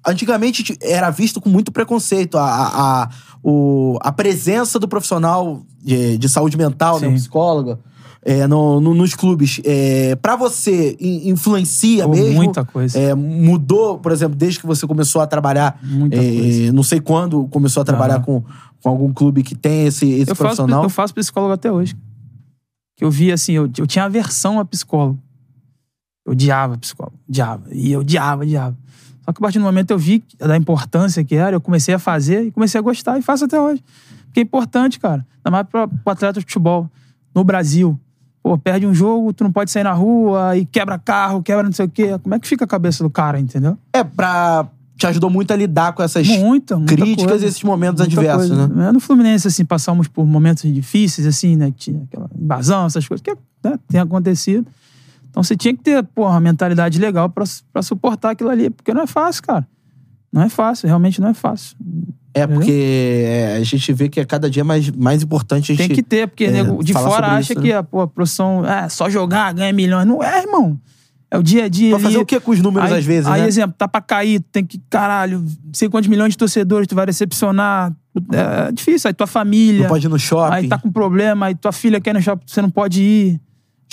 S3: antigamente ti- era visto com muito preconceito a, a, a, o- a presença do profissional de, de saúde mental, né,
S5: Sim.
S3: um psicólogo, é, no- no- nos clubes. É, para você, in- influencia
S5: Ou
S3: mesmo?
S5: muita coisa.
S3: É, mudou, por exemplo, desde que você começou a trabalhar.
S5: Muita
S3: é,
S5: coisa.
S3: Não sei quando começou a trabalhar
S5: Aham.
S3: com, com algum clube que tem esse, esse
S5: eu, faço,
S3: profissional.
S5: eu faço psicólogo até hoje. Que eu vi assim, eu, eu tinha aversão a psicólogo. Eu odiava psicólogo, odiava. E eu odiava, odiava. Só que a partir do momento eu vi da importância que era, eu comecei a fazer e comecei a gostar e faço até hoje. Porque é importante, cara. Ainda mais para o atleta de futebol no Brasil. Pô, perde um jogo, tu não pode sair na rua e quebra carro, quebra não sei o quê. Como é que fica a cabeça do cara, entendeu?
S3: É, pra, te ajudou muito a lidar com essas
S5: Muita, muita
S3: críticas
S5: coisa.
S3: e esses momentos
S5: Muita
S3: adversos,
S5: coisa.
S3: né?
S5: No Fluminense, assim, passamos por momentos difíceis, assim, né? que Tinha aquela invasão, essas coisas que né, tem acontecido. Então você tinha que ter, porra, uma mentalidade legal pra, pra suportar aquilo ali, porque não é fácil, cara. Não é fácil, realmente não é fácil.
S3: É, porque é, a gente vê que é cada dia mais, mais importante a gente.
S5: Tem que ter, porque
S3: é,
S5: nego de
S3: falar
S5: fora
S3: sobre
S5: acha
S3: isso,
S5: que
S3: né?
S5: a, pô, a profissão é só jogar, ganha milhões. Não é, irmão. É o dia a dia.
S3: Pra
S5: ali.
S3: fazer o que com os números,
S5: aí,
S3: às vezes,
S5: aí,
S3: né?
S5: exemplo, tá pra cair, tu tem que, caralho, não sei quantos milhões de torcedores tu vai decepcionar. É difícil. Aí tua família.
S3: Não pode ir no shopping.
S5: Aí tá com problema, aí tua filha quer ir no shopping, você não pode ir.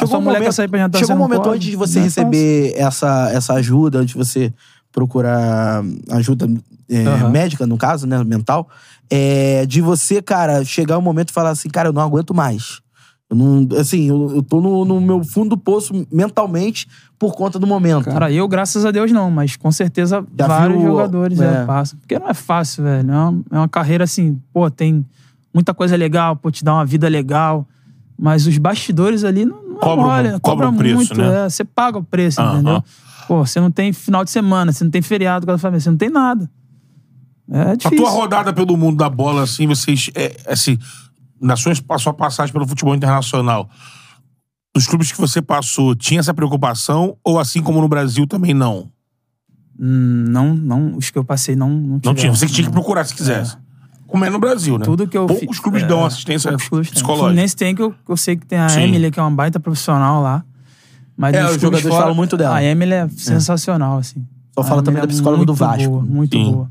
S5: a sua
S3: um
S5: mulher
S3: momento-
S5: quer sair pra tá jantar,
S3: chegou
S5: você
S3: um
S5: não
S3: momento
S5: pode.
S3: antes de você
S5: Não é
S3: receber essa, essa ajuda, antes de você procurar ajuda é,
S5: Aham.
S3: médica, no caso, né? Mental. é, de você, cara, chegar um momento e falar assim, cara, eu não aguento mais. Eu não, assim, eu, eu tô no, no meu fundo do poço mentalmente por conta do momento.
S5: Cara, eu, graças a Deus, não, mas com certeza
S3: Já
S5: vários
S3: viu-
S5: jogadores é.
S3: é.
S5: passam. Porque não é fácil, velho. É uma, é uma carreira assim, pô, tem muita coisa legal, pô, te dá uma vida legal. Mas os bastidores ali não, não
S4: Cobra um-
S5: olha,
S4: cobra um preço,
S5: muito.
S4: né?
S5: é, você paga o preço,
S4: Aham.
S5: entendeu? Pô, você não tem final de semana, você não tem feriado com a família, você não tem nada. É
S4: A
S5: difícil.
S4: tua rodada pelo mundo da bola, assim, vocês. É, assim, na sua, a sua passagem pelo futebol internacional, nos clubes que você passou, tinha essa preocupação? Ou assim como no Brasil também não?
S5: Hum, Não, não, os que eu passei não Não,
S4: Não tinha.
S5: tiveram,
S4: Você que tinha que
S5: não.
S4: procurar se quisesse. Como é no Brasil, né?
S5: Tudo que eu
S4: Poucos
S5: fi-
S4: clubes
S5: é,
S4: dão assistência
S5: poucos clubes têm. O
S4: psicológica.
S5: Fluminense tem, que eu, que eu sei que tem a
S4: Sim.
S5: Emily, que é uma baita profissional lá. Mas
S3: É,
S5: nos
S3: os
S5: clubes
S3: jogadores
S5: fora,
S3: falam muito dela.
S5: A Emily é sensacional, assim.
S3: Só
S5: A
S3: fala também
S5: Emily
S3: da
S5: é
S3: psicóloga do
S5: muito
S3: Vasco.
S5: boa, muito
S4: Sim.
S5: boa.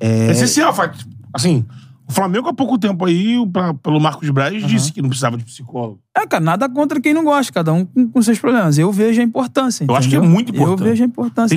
S4: É essencial, faz- assim. O Flamengo há pouco tempo aí, o- pra- pelo Marcos Braz, disse que não precisava de psicólogo.
S5: É, cara, nada contra quem não gosta, cada um com, com seus problemas. Eu vejo a importância.
S4: Eu acho
S5: entendeu?
S4: que é muito importante.
S5: Eu vejo a importância.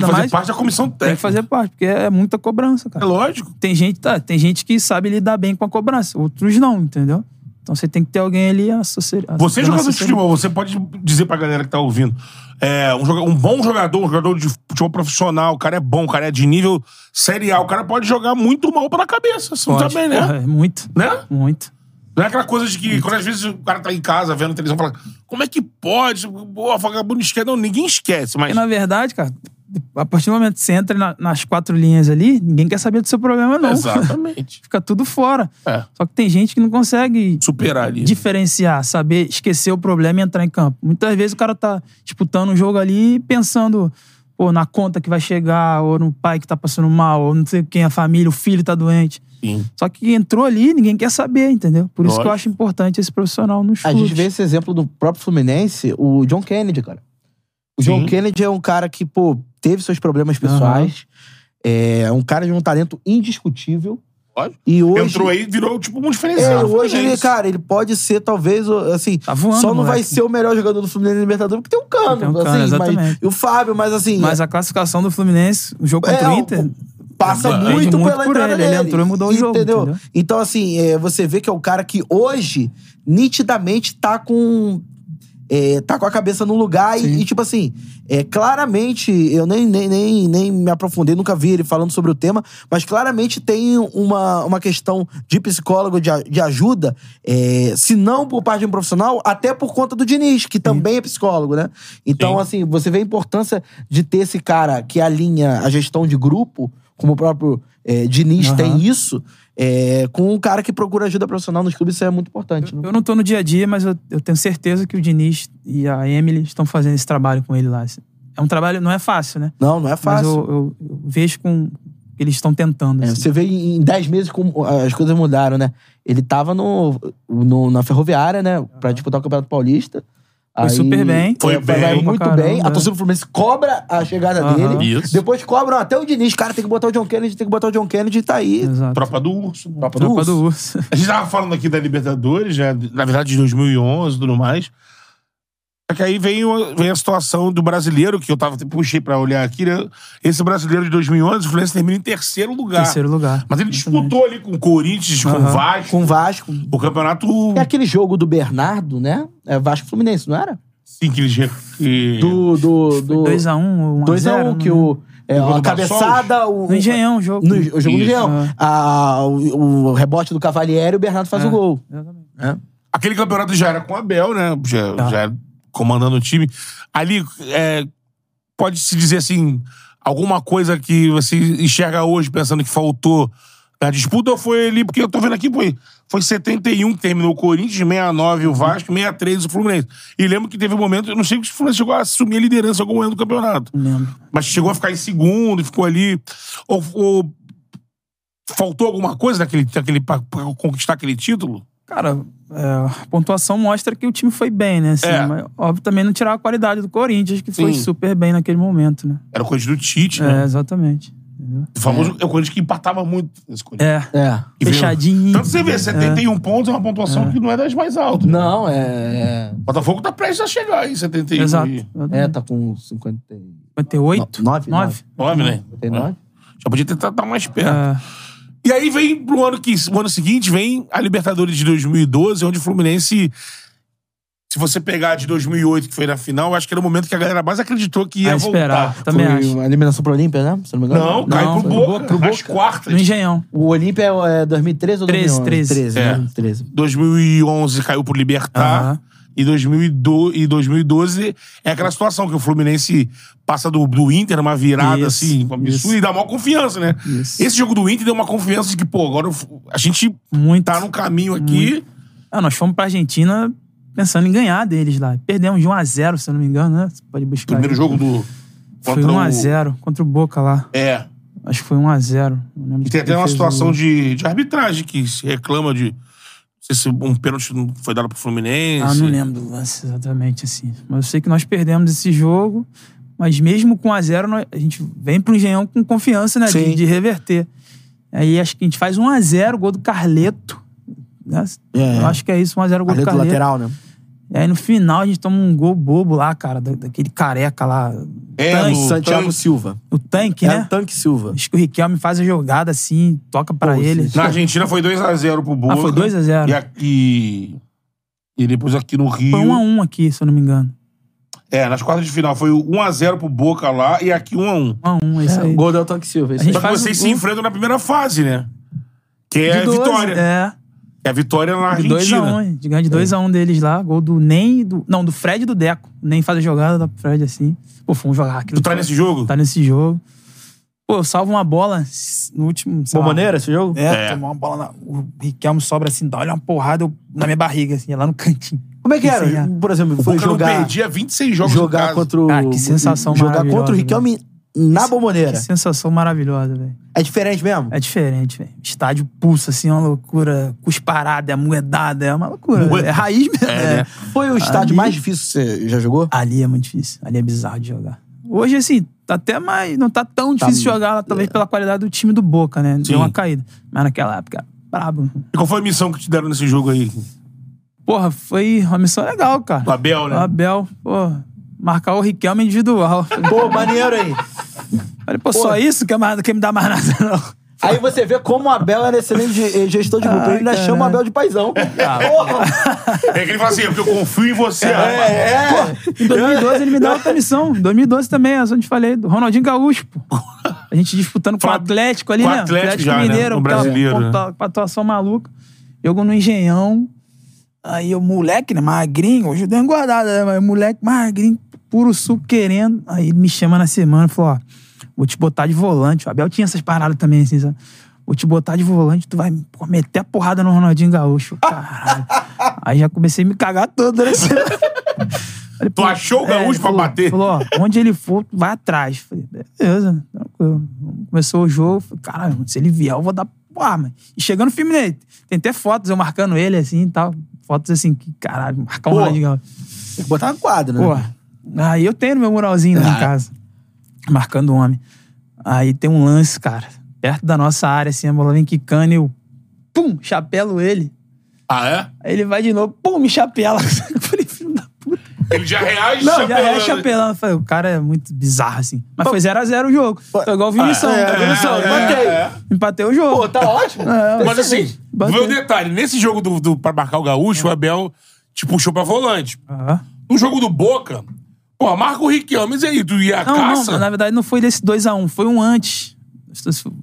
S4: Tem que
S5: ainda
S4: fazer
S5: mais-
S4: parte da comissão técnica.
S5: Tem que fazer parte, porque é muita cobrança,
S4: É
S5: cara.
S4: lógico.
S5: Tem gente, tá, tem gente que sabe lidar bem com a cobrança, outros não, entendeu? Então você tem que ter alguém ali associado.
S4: Você é jogador de futebol, você pode dizer pra galera que tá ouvindo. É, um, joga- um bom jogador, um jogador de futebol profissional, o cara é bom, o cara é de nível Série A, o cara pode jogar muito mal pela cabeça. Você não tá bem, né?
S5: é muito,
S4: Né?
S5: muito.
S4: Não é aquela coisa de que, quando às vezes o cara tá em casa vendo televisão, fala: como é que pode? Boa, vagabundo esquece. Não, ninguém esquece, mas.
S5: Porque, na verdade, cara, a partir do momento que você entra na- nas quatro linhas ali, ninguém quer saber do seu problema, não.
S4: Exatamente.
S5: Fica tudo fora.
S4: É.
S5: Só que tem gente que não consegue
S4: Superar ali.
S5: diferenciar, saber esquecer o problema e entrar em campo. Muitas vezes o cara tá disputando um jogo ali e pensando pô, na conta que vai chegar, ou no pai que tá passando mal, ou não sei quem, a família, o filho tá doente.
S4: Sim.
S5: Só que entrou ali, ninguém quer saber, entendeu? Por isso que eu
S4: Lógico.
S5: acho importante esse profissional nos
S3: A
S5: clubes.
S3: gente vê esse exemplo do próprio Fluminense, o John Kennedy, cara. O John
S4: Sim.
S3: Kennedy é um cara que, pô, teve seus problemas pessoais. É um cara de um talento indiscutível.
S4: Lógico.
S3: E hoje.
S4: Entrou aí e virou tipo um
S3: É,
S4: diferenciado.
S3: hoje ele,
S4: Fluminense.
S3: cara, ele pode ser, talvez, o- assim.
S5: Tá voando,
S3: só não vai
S5: moleque.
S3: ser o melhor jogador do Fluminense na Libertadores, porque tem um cano.
S5: Tem um Cano,
S3: assim, mas,
S5: exatamente.
S3: e o Fábio, mas assim.
S5: Mas a classificação do Fluminense, o jogo
S3: É,
S5: contra
S3: o-
S5: o Inter,
S3: passa
S4: Pende
S3: muito,
S5: muito
S3: pela
S5: por
S3: entrada
S5: ele.
S3: dele.
S5: Ele entrou e mudou o jogo, entendeu?
S3: Então, assim, é, você vê que é o cara que hoje, nitidamente, tá com. é, tá com a cabeça no lugar e, e, tipo assim, é, claramente, eu nem, nem, nem, nem me aprofundei, nunca vi ele falando sobre o tema, mas claramente tem uma, uma questão de psicólogo, de, a- de ajuda, é, se não por parte de um profissional, até por conta do Diniz, que também é psicólogo, né? Então,
S4: Sim.
S3: assim, você vê a importância de ter esse cara que alinha a gestão de grupo, como o próprio é, Diniz
S5: Aham.
S3: tem isso, é, com um cara que procura ajuda profissional nos clubes, isso é muito importante. né?
S5: Eu não tô no dia a dia, mas eu, eu tenho certeza que o Diniz e a Emily estão fazendo esse trabalho com ele lá. É um trabalho, não é fácil, né?
S3: Não, não é
S5: Mas
S3: fácil.
S5: eu, eu- eu vejo com, que eles estão tentando.
S3: É,
S5: assim.
S3: você vê em 10 meses como as coisas mudaram, né? Ele tava no, no- na ferroviária, né? Pra disputar o Campeonato Paulista.
S5: Foi super bem.
S4: Foi bem.
S3: vai muito
S5: Pra
S3: bem.
S5: caramba,
S3: A torcida do Fluminense cobra a chegada
S5: Aham.
S3: dele.
S4: Isso.
S3: Depois cobram até o Diniz. Cara, tem que botar o John Kennedy, tem que botar o John Kennedy e tá aí.
S5: Exato.
S4: Tropa do Urso. Tropa
S5: Tropa do Urso.
S4: A gente tava falando aqui da Libertadores, né? na verdade de 2011 e tudo mais. Só que aí vem, o- vem a situação do brasileiro, que eu tava, puxei pra olhar aqui, né? Esse brasileiro de 2011, o Fluminense termina em terceiro lugar.
S5: Terceiro lugar.
S4: Mas ele disputou ali com o Corinthians, com o
S5: Aham.
S4: Vasco,
S3: Com o Vasco.
S4: o campeonato
S3: É aquele jogo do Bernardo, né? É Vasco e Fluminense, não era?
S4: sim, que eles... re- que-
S3: Do. do, do
S5: 2x1 ou 1x0.
S3: 2x1, que o. É,
S4: gol
S3: a
S4: do Barçols?
S3: cabeçada, o.
S5: né? No Engenhão o jogo.
S3: No, o jogo do
S4: Isso.
S3: Engenhão. A- o, o rebote do Cavalieri, o Bernardo faz
S5: É.
S3: o gol.
S5: Exatamente.
S4: Aquele campeonato já era com o Abel, né? Já, já era comandando o time. Ali, é, pode-se dizer assim, alguma coisa que você enxerga hoje pensando que faltou na disputa ou foi ali, porque eu tô vendo aqui, pô, foi 71 que terminou o Corinthians, 69 o Vasco, 63 o Fluminense. E lembro que teve um momento, eu não sei se o Fluminense chegou a assumir a liderança em algum momento do campeonato.
S5: Lembro.
S4: Mas chegou a ficar em segundo, e ficou ali. Ou, ou faltou alguma coisa naquele, naquele, pra, pra conquistar aquele título?
S5: Cara, é, a pontuação mostra que o time foi bem, né? Assim,
S4: É.
S5: mas, óbvio, também não tirar a qualidade do Corinthians, que foi
S4: Sim.
S5: super bem naquele momento, né?
S4: Era coisa do Tite, né?
S5: É, exatamente. Entendeu?
S4: O famoso é o Corinthians que empatava muito. Esse Corinthians.
S5: É,
S3: É.
S4: Que veio-
S5: fechadinho.
S4: Tanto você vê, 71 pontos é uma pontuação que não é das mais altas.
S3: Não, é.
S4: O Botafogo tá prestes a chegar aí, 71.
S5: Exato.
S4: e
S3: É, é tá com 50. e-
S5: 58?
S3: No- nove,
S5: 9?
S4: nove, né?
S3: 59?
S5: É,
S4: Já podia tentar estar mais perto. E aí vem pro ano que o ano seguinte vem a Libertadores de 2012, onde o Fluminense se você pegar a de 2008 que foi na final, eu acho que era o momento que a galera mais acreditou que ia
S5: a esperar.
S4: voltar.
S5: Também
S3: Foi
S5: acho.
S3: A eliminação pro Olímpia, né? Se não me engano.
S4: Não, cai
S5: Não,
S4: pro
S5: pro
S4: Boca,
S3: Boca, pro
S4: nas
S3: Boca.
S4: quartas.
S5: No Engenhão.
S3: O Olímpia é é 2013 ou
S5: 13,
S3: 2011?
S5: 13.
S3: 13,
S4: É.
S3: né? 13.
S4: 2011 caiu pro Libertar.
S5: Aham.
S4: E 2012, e 2012 é aquela situação que o Fluminense passa do, do Inter numa virada
S5: Isso,
S4: assim, absurda
S5: isso.
S4: e dá maior confiança, né?
S5: Isso.
S4: Esse jogo do Inter deu uma confiança de que, pô, agora o F- a gente
S5: Muito.
S4: tá num caminho aqui.
S5: Ah, nós fomos pra Argentina pensando em ganhar deles lá. Perdemos de 1x0, se eu não me engano, né? Você pode buscar.
S4: Primeiro
S5: aí.
S4: jogo do.
S5: Foi
S4: o-
S5: 1x0 contra o Boca lá.
S4: É.
S5: Acho que foi 1x0.
S4: E tem até uma situação de, de arbitragem que se reclama de. Não sei se um pênalti não foi dado pro Fluminense.
S5: Ah, não lembro do lance exatamente assim. Mas eu sei que nós perdemos esse jogo. Mas mesmo com 1x0, nós- a gente vem pro Engenhão com confiança, né? De,
S3: Sim.
S5: de reverter. Aí acho que a gente faz 1x0, gol do Carleto. né?
S3: É.
S5: Eu acho que é isso, 1x0, gol
S3: Ali
S5: do
S3: do
S5: Carleto.
S3: lateral, né?
S5: E aí no final a gente toma um gol bobo lá, cara, da- daquele careca lá.
S4: É,
S5: Tanque,
S4: do-
S3: Santiago
S4: Tanque.
S3: Silva.
S5: O
S4: É
S5: tanque,
S3: Era
S5: né?
S3: o É, Tanque Silva.
S5: Acho que o Riquelme faz a jogada assim, toca pra
S3: Pô,
S5: ele.
S4: Na Argentina foi 2x0 pro Boca.
S5: Ah, foi 2x0.
S4: E aqui. E depois aqui no Rio.
S5: Foi 1x1 aqui, se eu não me engano.
S4: É, nas quartas de final foi o 1x0 pro Boca lá e aqui 1x1.
S5: 1x1, é isso
S3: É, o
S5: aí.
S3: gol do Tanque Silva. esse
S5: A gente
S4: Só que
S5: faz
S4: vocês
S5: o
S4: se
S5: gol.
S4: enfrentam na primeira fase, né? Que é
S5: um De
S4: a
S5: dois,
S4: vitória. É.
S5: É.
S4: a vitória na
S5: De 2x1,
S4: Argentina. É.
S5: hein? de ganhar de 2x1 deles lá. Gol do Ney e do. Não, do Fred e do Deco. O Ney faz a jogada dá pro Fred assim. Pô, foi um jogar aquilo.
S4: Tu tá nesse jogo?
S5: Tá nesse jogo. Pô, salva uma bola no último. sei
S3: Pô,
S5: lá,
S3: maneiro esse jogo?
S5: É,
S4: É.
S5: tomou uma bola na. O Riquelmo sobra assim, dá olha uma porrada eu- na minha barriga, assim, lá no cantinho.
S3: Como é que era?
S5: Sim, é.
S3: Por exemplo, foi
S4: o Boca não
S3: jogar,
S4: perdia 26 jogos em
S3: jogar
S4: casa.
S3: contra o...
S5: Ah, que sensação
S3: Jogar contra
S5: maravilhosa, né?
S3: o Riquelme na
S5: Que
S3: bomboneira.
S5: sensação maravilhosa, velho.
S3: É diferente mesmo?
S5: É diferente, velho. Estádio pulsa, assim, é uma loucura. Cusparada, é moedada, é uma loucura.
S4: Moe-
S5: É raiz mesmo.
S4: É,
S5: É,
S4: né?
S3: Foi o estádio mais difícil que você já jogou?
S5: Ali é muito difícil. Ali é bizarro de jogar. Hoje, assim, tá até mais. Não tá tão difícil de jogar, lá, talvez pela qualidade do time do Boca, né?
S4: Sim.
S5: Deu uma caída. Mas naquela época, brabo.
S4: E qual foi a missão que te deram nesse jogo aí?
S5: Porra, foi uma missão legal, cara.
S4: O Abel, né?
S5: O Abel, pô, marcar o Riquelme individual.
S3: Pô, maneiro aí.
S5: Falei, pô, só isso? Quer, mais, quer me dar mais nada, não?
S3: Aí você vê como o Abel era excelente de- eh, gestor de grupo.
S5: Ai,
S3: Ele ainda
S5: caralho.
S3: chama o Abel de paizão. Porra!
S4: É que ele fala assim, é porque eu confio em você. rapaz.
S3: É.
S5: é. Em 2012 ele me deu outra missão. Em 2012 também, é onde eu te falei, do Ronaldinho Gaúcho, pô. A gente disputando com o
S4: Fala-
S5: Atlético ali,
S4: com o
S5: né?
S4: Atlético já, né?
S5: Mineiro,
S4: No
S5: aquela
S4: brasileiro, né?
S5: pontua- pontuação maluca. Jogo no Engenhão. Aí o moleque, né? Magrinho, hoje eu dei uma engordada, né? Mas moleque magrinho, puro suco querendo. Aí ele me chama na semana e falou: ó, vou te botar de volante. O Abel tinha essas paradas também, assim, sabe? Vou te botar de volante, tu vai pô, meter a porrada no Ronaldinho Gaúcho. Caralho. Aí já comecei a me cagar todo, né? Falei,
S4: Tu
S5: pô,
S4: achou o Gaúcho pra
S5: É, falou-
S4: bater?
S5: Falou, ó, onde ele for, tu vai atrás. Falei, beleza, tranquilo. Vamos Começou o jogo, falei, cara, se ele vier, eu vou dar porra, mano. E chegando o filme nele, tem até fotos eu marcando ele assim e tal. Fotos assim, que caralho, marcar um
S3: Pô.
S5: Ronaldinho
S3: Tem que botar no
S4: É.
S3: quadro, né?
S5: Pô, aí eu tenho no meu muralzinho
S4: Ah.
S5: lá em casa. Marcando o homem. Aí tem um lance, cara. Perto da nossa área, assim, a bola vem quicando e eu... Pum! Chapelo ele.
S4: Ah, é?
S5: Aí ele vai de novo. Pum! Me chapela. Eu falei, filho da puta.
S4: Ele já reage
S5: Não, já é
S4: chapelando.
S5: chapelão. Eu falei, o cara é muito bizarro, assim. Mas foi 0x0 o jogo. Foi igual o Vinição.
S3: é,
S5: cara.
S3: Vinição,
S4: Ah, é, é.
S5: Empatei o jogo.
S3: Pô, tá ótimo.
S5: É,
S4: Mas assim,
S5: Bateu.
S4: vê o detalhe. Nesse jogo do, do, pra marcar o Gaúcho, o Abel te puxou pra volante.
S5: Aham.
S4: No jogo do Boca, porra, marca o Riquelme. E aí, tu ia à
S5: Não,
S4: caça?
S5: não, na verdade não foi desse 2x1, foi um antes.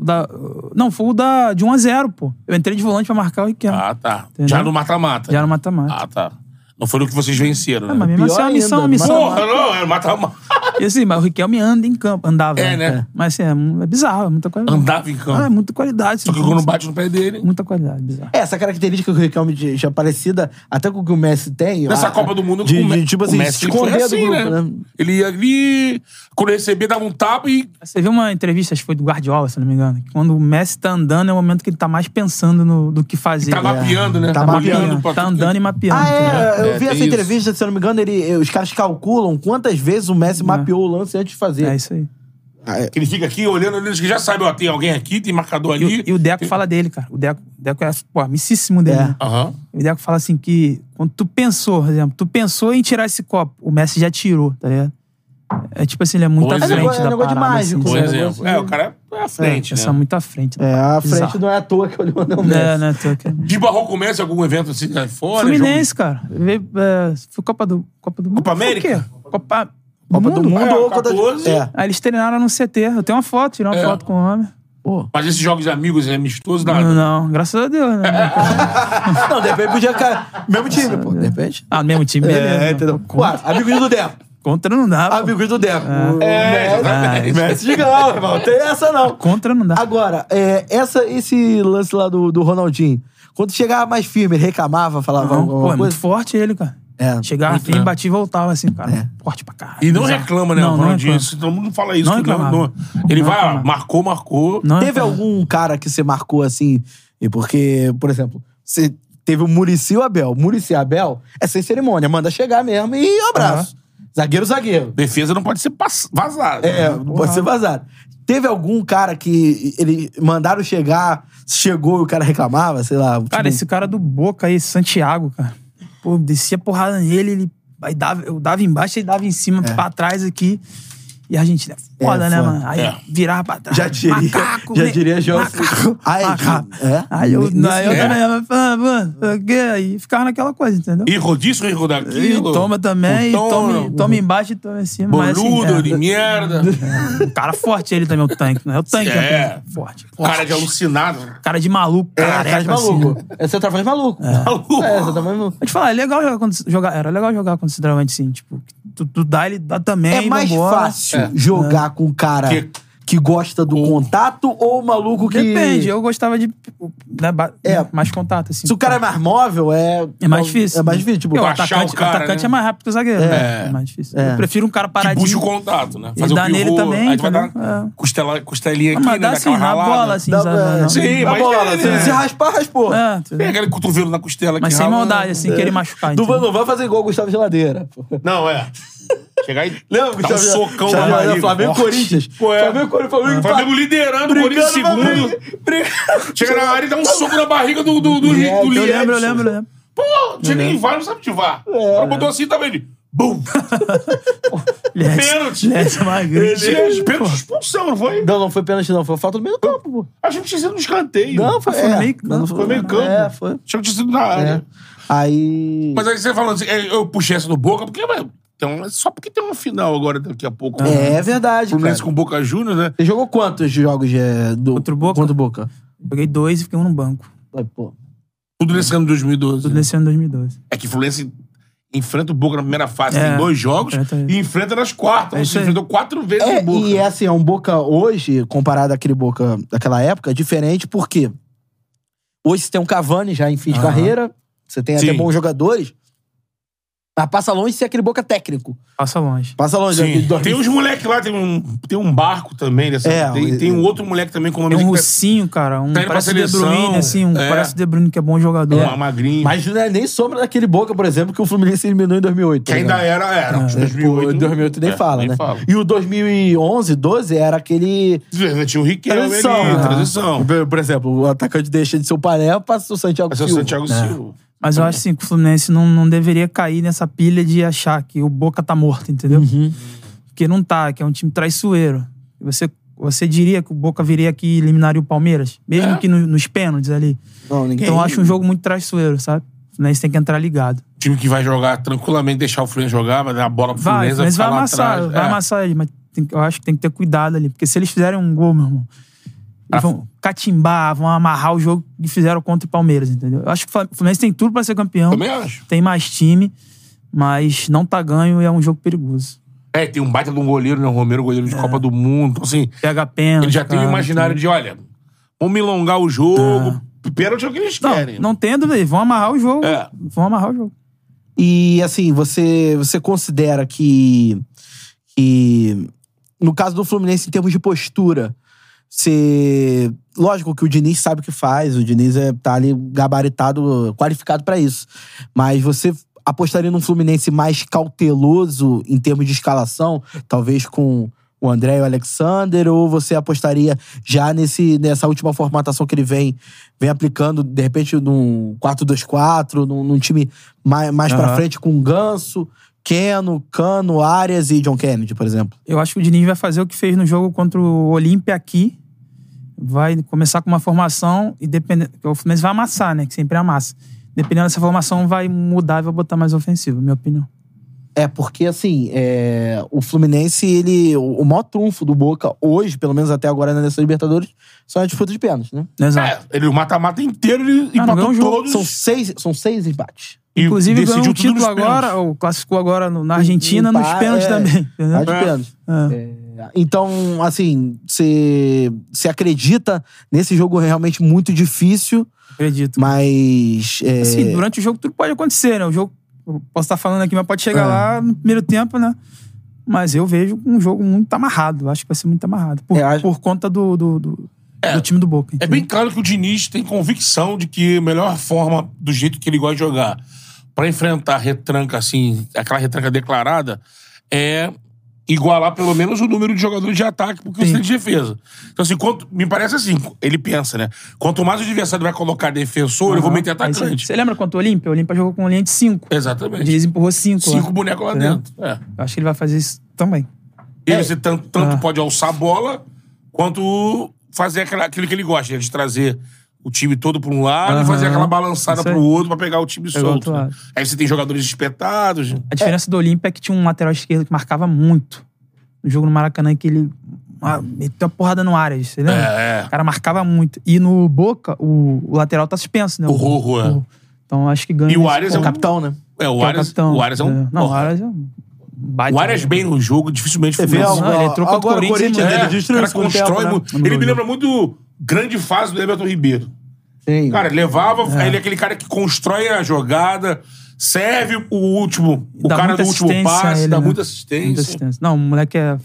S5: Da- não, foi o da, de 1x0, pô. Eu entrei de volante pra marcar o Riquelme.
S4: Ah, tá.
S5: Entendeu?
S4: Já no mata-mata.
S5: Já no mata-mata.
S4: Ah, tá. Não foi no que vocês venceram,
S5: Ah,
S4: né?
S5: mas mesmo assim é
S3: pior
S5: uma missão,
S3: ainda,
S5: uma missão.
S4: Porra, não, era mata-mata.
S5: E assim, mas o Riquelme anda em campo, andava.
S4: É, né?
S5: Mas assim, é, mu- é bizarro, é muita qualidade.
S4: Andava em campo.
S5: Ah, é muita qualidade.
S4: Só que quando bate no pé dele.
S5: Muita qualidade, bizarro.
S3: É, Essa característica que o Riquelme tinha é parecida até com o que o Messi tem.
S4: Nessa
S3: a-
S4: Copa do Mundo,
S3: né? de,
S4: o Me-
S3: de, tipo
S4: o
S3: assim,
S4: Messi
S3: se
S4: foi
S3: esconder do
S4: assim,
S3: grupo,
S4: né?
S3: né?
S4: Ele ia ali, quando recebia, dava um tapa e.
S5: Você viu uma entrevista, acho que foi do Guardiola, se não me engano, que quando o Messi tá andando é o momento que ele tá mais pensando no do que fazer.
S4: Tá mapeando, né?
S3: Tá
S5: Tá,
S3: mapeando
S4: olhando
S5: mapeando,
S4: pra-
S5: tá andando e mapeando.
S3: Ah,
S5: entendeu?
S3: é,
S4: É,
S3: eu vi
S4: tem
S3: essa
S4: isso.
S3: entrevista, se eu não me engano, ele, os caras calculam quantas vezes o Messi mapeou o lance antes de fazer.
S5: É isso aí.
S4: Que ele fica aqui olhando, eles que já sabe, ó, tem alguém aqui, tem marcador
S5: E,
S4: ali.
S5: o- e o Deco fala dele, cara. O Deco, o Deco é, pô, amicíssimo dele.
S3: É.
S5: né?
S4: Aham.
S5: O Deco fala assim que quando tu pensou, por exemplo, tu pensou em tirar esse copo, o Messi já tirou, tá ligado? É tipo assim, ele é muito
S4: Pois
S5: à
S4: é.
S5: frente
S3: É
S5: da
S3: negócio de
S5: parada.
S3: mágico,
S5: assim,
S4: Por
S3: né?
S5: sabe?
S4: exemplo. É, o cara é à frente,
S5: Eu sou
S4: né?
S5: muito à frente.
S3: É, a frente
S5: Bizarro.
S3: não é à toa que olhou não,
S5: É,
S3: Messi.
S5: né, tô aqui.
S4: Desbarrou com o Messi algum evento assim lá fora?
S5: Fluminense, cara. Veio, é, foi Copa do Copa do Mundo.
S4: Copa
S5: Foi o quê? Copa,
S3: Copa do Mundo
S4: É,
S3: ou quando-
S4: 14.
S3: É.
S5: Aí eles treinaram no CT. Eu tenho uma foto, tirei uma foto com o homem.
S4: jogo? Mas esses jogos de amigos é amistoso, nada.
S5: Não, não, graças a Deus, né?
S3: Não, de repente podia cara, Mesmo time, pô. De repente.
S5: ah, mesmo time, beleza.
S3: É, entendeu? Ué, amigos do Deco.
S5: Contra não dá. pô.
S3: Amigos do Deco. É,
S5: exatamente.
S3: Messi- Messi de gol, irmão. Tem essa não.
S5: Contra não dá.
S3: Agora, é, essa, esse lance lá do, do Ronaldinho, quando chegava mais firme, ele reclamava, falava
S5: Não,
S3: alguma
S5: pô, é muito
S3: coisa?
S5: forte ele, cara.
S3: É,
S5: Chegava
S4: muito,
S5: firme,
S4: né?
S5: batia e voltava assim, cara. Forte pra caralho.
S4: E não
S5: bizarro.
S4: reclama, né,
S5: Não,
S4: o
S5: não
S4: Ronaldinho?
S5: reclama.
S4: Isso, Todo mundo fala isso.
S5: Não
S4: que
S5: reclamava.
S4: Ele
S5: Não
S4: vai, ó,
S5: reclamava.
S4: marcou, marcou.
S5: Não
S3: Teve
S5: reclama.
S3: algum cara que você marcou assim, e porque, por exemplo, você teve o Murici e o Abel. Murici e Abel é sem cerimônia, manda chegar mesmo e um abraço. Zagueiro, zagueiro.
S4: Defesa não pode ser pas- vazada.
S3: É,
S4: né?
S3: não pode ser vazado. Teve algum cara que ele mandaram chegar, chegou e o cara reclamava, sei lá.
S5: Cara, esse cara do Boca aí, Santiago, cara. Pô, eu descia porrada nele, ele aí dava, eu dava embaixo, ele dava em cima, pra trás aqui. E a Argentina é foda,
S3: É,
S5: né,
S3: foda.
S5: mano? Aí
S4: É.
S5: virava pra trás.
S3: Já diria-
S5: macaco,
S3: já
S5: né?
S3: diria João
S5: Macaco,
S3: Cid. Ah, é,
S5: macaco.
S3: é?
S5: Aí eu,
S3: Nesse-
S5: aí eu
S4: é.
S5: também, eu falava, "Ah, mano, o quê? aí ficava naquela coisa, entendeu?
S4: Erro disso, erro
S5: E
S4: daquilo.
S5: toma também, e
S4: Então,
S5: toma, toma embaixo e toma em cima. mas assim,
S4: Boludo,
S5: é.
S4: de merda.
S5: Um cara forte ele também, o tanque, né? O tanque
S4: É.
S5: é, um forte.
S4: Cara de alucinado.
S5: Cara de maluco,
S3: É,
S5: careca,
S3: atrás de
S5: assim, né?
S3: maluco. É centroavante maluco.
S4: Maluco.
S3: É, centroavante maluco.
S5: Vou te falar, é legal jogar contra, jogar, era legal jogar contra o Centroavante, sim. Tipo, tu, tu dá, ele dá também.
S3: É mais
S5: vambora.
S3: fácil jogar com um cara
S4: Que-
S3: que, gosta do contato ou o maluco que.
S5: Depende, eu gostava de. Né, ba-
S3: É.
S5: mais contato, assim.
S3: Se o cara é mais móvel, é.
S5: É mais difícil.
S3: É mais difícil. Tipo,
S5: Porque o
S4: pra achar
S5: atacante,
S4: o cara,
S5: atacante
S4: né?
S5: é mais rápido que o zagueiro. né? É,
S4: É.
S5: mais difícil.
S3: É.
S5: Eu prefiro um cara
S4: Que puxa o
S5: paradinho.
S4: contato, né?
S5: E
S4: Fazer
S5: dá
S4: o pivô.
S5: nele também,
S4: Aí tu vai dar
S5: entendeu?
S4: uma
S5: É.
S4: costela, costelinha aqui,
S5: mas
S4: né?
S5: dá
S4: Dá
S5: assim, na
S4: ralada.
S5: bola, assim,
S3: dá-
S5: sabe?
S3: é.
S5: Não.
S4: Sim,
S3: na
S4: mas...
S3: bola, se-
S4: é,
S3: se raspar, raspou.
S5: É, tu-
S4: Pega aquele cotovelo na costela aqui.
S5: mas sem
S4: rala.
S5: maldade, assim, querer machucar.
S3: Duvan
S5: entendeu?
S3: não vai fazer igual o Gustavo Geladeira. pô.
S4: Não, é. Chegar e
S3: Lembra o
S4: dar um
S3: Gustavo Geladeira?
S4: socão
S3: Gustavo
S4: na
S3: Geladeira,
S4: barriga.
S3: Flamengo e
S4: Forte.
S3: Corinthians.
S4: Pô, é.
S3: Flamengo e Corinthians. Flamengo,
S4: Flamengo liderando, Corinthians em
S3: Brincando,
S4: segundo. Chega na área e dá um soco na barriga do, do, do, do,
S3: É,
S4: do
S5: Eu
S4: Liedson.
S5: lembro, eu lembro, eu lembro.
S4: Pô, tinha nem VAR, não sabe de VAR. O cara botou assim também. ele, Bum! Pênalti.
S5: Lessa
S4: Ele- é Pênalti de expulsão, não foi?
S3: Não, não foi pênalti, não. Foi falta do meio campo, pô.
S4: A gente tinha sido no escanteio.
S3: Não, foi,
S5: Foi
S3: é,
S5: meio-
S3: mas não
S4: foi meio campo.
S3: É, foi.
S4: Tinha que ter sido na
S3: É.
S4: área.
S3: Aí.
S4: Mas aí você falando assim, é, eu puxei essa do Boca, porque mas, tem um- só porque tem uma final agora daqui a pouco. né?"
S3: É verdade.
S4: Fluminense
S3: cara.
S4: com Boca Júnior, né?
S3: Você jogou quantos jogos é, do,
S5: Contra o Boca?
S3: Contra o Boca?
S5: Peguei dois e fiquei um no banco.
S3: Ai, pô.
S4: Tudo nesse ano de 2012.
S5: Tudo
S4: né?
S5: nesse ano de 2012.
S4: É que o Fluminense enfrenta o Boca na primeira fase,
S5: É,
S4: tem dois jogos,
S3: tá
S5: enfrenta-
S4: e enfrenta nas quartas.
S5: É
S4: Ou
S5: isso
S4: seja,
S5: aí.
S4: enfrentou quatro vezes
S3: É,
S4: o Boca.
S3: e é assim, é um Boca hoje, comparado àquele Boca daquela época, é diferente porque hoje você tem um Cavani já em fim de carreira, você tem até
S4: Sim.
S3: bons jogadores, Mas passa longe se é aquele boca técnico.
S5: Passa longe.
S3: Passa longe. é aquele
S4: Sim.
S3: dorme-
S4: Tem uns moleques lá, tem um, tem um barco também. Dessa,
S3: É,
S4: tem,
S3: o-
S4: tem um outro moleque também com uma
S5: É um
S4: amiga que
S5: russinho, cara. Um
S4: Tá indo pra
S5: parece o De
S4: seleção,
S5: Bruyne, assim. Um
S4: é.
S5: parece o De Bruyne, que é bom jogador.
S4: Uma magrinha.
S3: né? Mas não é nem sombra daquele boca, por exemplo, que o Fluminense eliminou em 2008.
S4: que
S3: tá
S4: ainda
S3: ligado?
S4: era, era. uns
S3: É, tipo,
S4: 2008.
S3: 2008 nem
S4: É,
S3: fala, né?
S4: fala.
S3: E o 2011, 12 era aquele.
S4: E... Tinha é o Riquelme ali,
S3: Transição. né?
S4: transição.
S3: Por- Por exemplo, o atacante deixa de ser o Paré, passa o Santiago
S4: Mas é o
S3: Silva.
S4: Santiago Silva.
S5: Mas eu acho assim, que o Fluminense não, não deveria cair nessa pilha de achar que o Boca tá morto, entendeu?
S4: Uhum.
S5: Porque não tá, que é um time traiçoeiro. Você, você diria que o Boca viria aqui e eliminaria o Palmeiras? Mesmo
S4: É.
S5: que no- nos pênaltis ali.
S3: Não, ninguém-
S5: Então eu acho um jogo muito traiçoeiro, sabe? O Fluminense tem que entrar ligado.
S4: Time que vai jogar tranquilamente, deixar o Fluminense jogar, vai dar a bola pro
S5: Vai,
S4: Fluminense, vai
S5: mas vai
S4: ficar lá
S5: amassar,
S4: atrás.
S5: vai
S4: É.
S5: amassar ele, mas tem que- eu acho que tem que ter cuidado ali, porque se eles fizerem um gol, meu irmão,
S4: Ah.
S5: eles vão catimbar, vão amarrar o jogo que fizeram contra o Palmeiras, entendeu? Eu acho que o Flam- Fluminense tem tudo pra ser campeão,
S4: Também acho.
S5: tem mais time, mas não tá ganho e é um jogo perigoso.
S4: É, tem um baita de um goleiro, né? O Romero, goleiro
S5: É.
S4: de Copa do Mundo. Então, assim,
S5: Pega pênalti.
S4: ele já tem o
S5: cara,
S4: imaginário de, olha, vamos alongar o jogo. Pênalti é o que eles
S5: Não,
S4: querem.
S5: não tem dúvida, eles vão amarrar o jogo.
S4: É.
S5: Vão amarrar o jogo.
S3: E assim, você, você considera que, que. No caso do Fluminense, em termos de postura, você. Lógico que o Diniz sabe o que faz, o Diniz é, tá ali gabaritado, qualificado pra isso. Mas você apostaria num Fluminense mais cauteloso em termos de escalação, talvez com o André e o Alexander, ou você apostaria já nesse, nessa última formatação que ele vem, vem aplicando, de repente, num 4-2-4, num, num time mais, mais pra
S5: Aham.
S3: frente, com Ganso, Keno, Cano, Arias e John Kennedy, por exemplo.
S5: Eu acho que o Diniz vai fazer o que fez no jogo contra o Olímpia aqui. Vai começar com uma formação e dependendo. O Fluminense vai amassar, né? Que sempre amassa. Dependendo dessa formação, vai mudar e vai botar mais ofensivo, minha opinião.
S3: É, porque assim, é, o Fluminense, ele. O, o maior trunfo do Boca hoje, pelo menos até agora nessa Libertadores, são as disputas de pênaltis, né?
S5: Exato.
S4: É, ele o mata-mata inteiro, ele
S5: Ah, não
S4: empatou
S5: ganhou o jogo.
S4: todos.
S3: São seis, são seis empates.
S4: e
S5: Inclusive, ganhou
S4: decidiu
S5: um
S4: tudo nos
S5: título agora,
S4: pênaltis.
S5: ou classificou agora no- na Argentina,
S3: Empate,
S5: nos pênaltis
S3: é,
S5: também. entendeu?
S3: As de pênaltis.
S5: É.
S3: Então, assim, você acredita nesse jogo realmente muito difícil,
S5: Acredito.
S3: mas. é,
S5: Assim, durante o jogo tudo pode acontecer, né? O jogo, eu posso estar falando aqui, mas pode chegar
S3: É.
S5: lá no primeiro tempo, né? Mas eu vejo um jogo muito amarrado. Acho que vai ser muito amarrado. Por,
S3: É, acho-
S5: por conta do, do, do- do time do Boca.
S4: É
S5: entendeu?
S4: bem claro que o Diniz tem convicção de que a melhor forma, do jeito que ele gosta de jogar, pra enfrentar retranca, assim, aquela retranca declarada, é igualar pelo menos o número de jogadores de ataque porque você tem de defesa. Então, assim, quanto, me parece assim, ele pensa, né? Quanto mais o adversário vai colocar defensor, eu vou meter
S5: Aham. é- Aí
S4: atacante.
S5: Você você lembra quanto o Olímpia? O Olímpia jogou com o linha de 5. O
S4: Exatamente.
S5: Diniz empurrou 5.
S4: Cinco bonecos lá
S5: Entendeu?
S4: dentro. É.
S5: Acho que ele vai fazer isso também.
S4: E você tanto, tanto
S5: Ah.
S4: pode alçar a bola, quanto fazer aquela, aquilo que ele gosta, né? de trazer o time todo para um lado e
S5: Aham.
S4: fazer aquela balançada
S5: Isso aí.
S4: para o outro para pegar o time
S5: Pegar o
S4: solto.
S5: outro
S4: né?
S5: lado.
S4: Aí você tem jogadores espetados.
S5: A diferença do Olímpia é que tinha um lateral esquerdo que marcava muito. No jogo no Maracanã, que ele ah, meteu uma porrada no área, você lembra?
S4: É, é.
S5: O cara marcava muito. E no Boca, o, o lateral tá suspenso, né?
S4: O Rojo, é.
S5: Então acho que ganha.
S4: E o
S5: nesse
S4: Arias é
S5: ponto.
S4: um
S3: capitão, né?
S4: É,
S5: Que
S4: o
S5: é
S4: Arias,
S5: capitão.
S4: o Arias é um.
S5: Não, o
S4: porra.
S5: Arias é um. baita
S4: o Arias bem no jogo, dificilmente
S3: Você vê
S4: Fluminense.
S3: algo-
S5: Não, ele entrou contra o
S3: agora o
S5: Corinthians, né?
S3: Corinthians,
S4: É,
S3: ele
S4: o
S3: destruiu
S4: cara
S3: o segundo tempo,
S4: constrói
S3: né?
S4: muito.
S5: Mudou
S4: Ele me
S5: o
S4: lembra muito grande fase do Everton Ribeiro.
S3: Sim.
S4: Cara, ele levava. Ele é aquele cara que constrói a jogada, serve o último. O
S5: Dá
S4: cara
S5: muita
S4: do último
S5: assistência a
S4: passe,
S5: ele,
S4: dá
S5: né?
S4: muita
S5: muita
S4: assistência.
S5: assistência. Não, o moleque é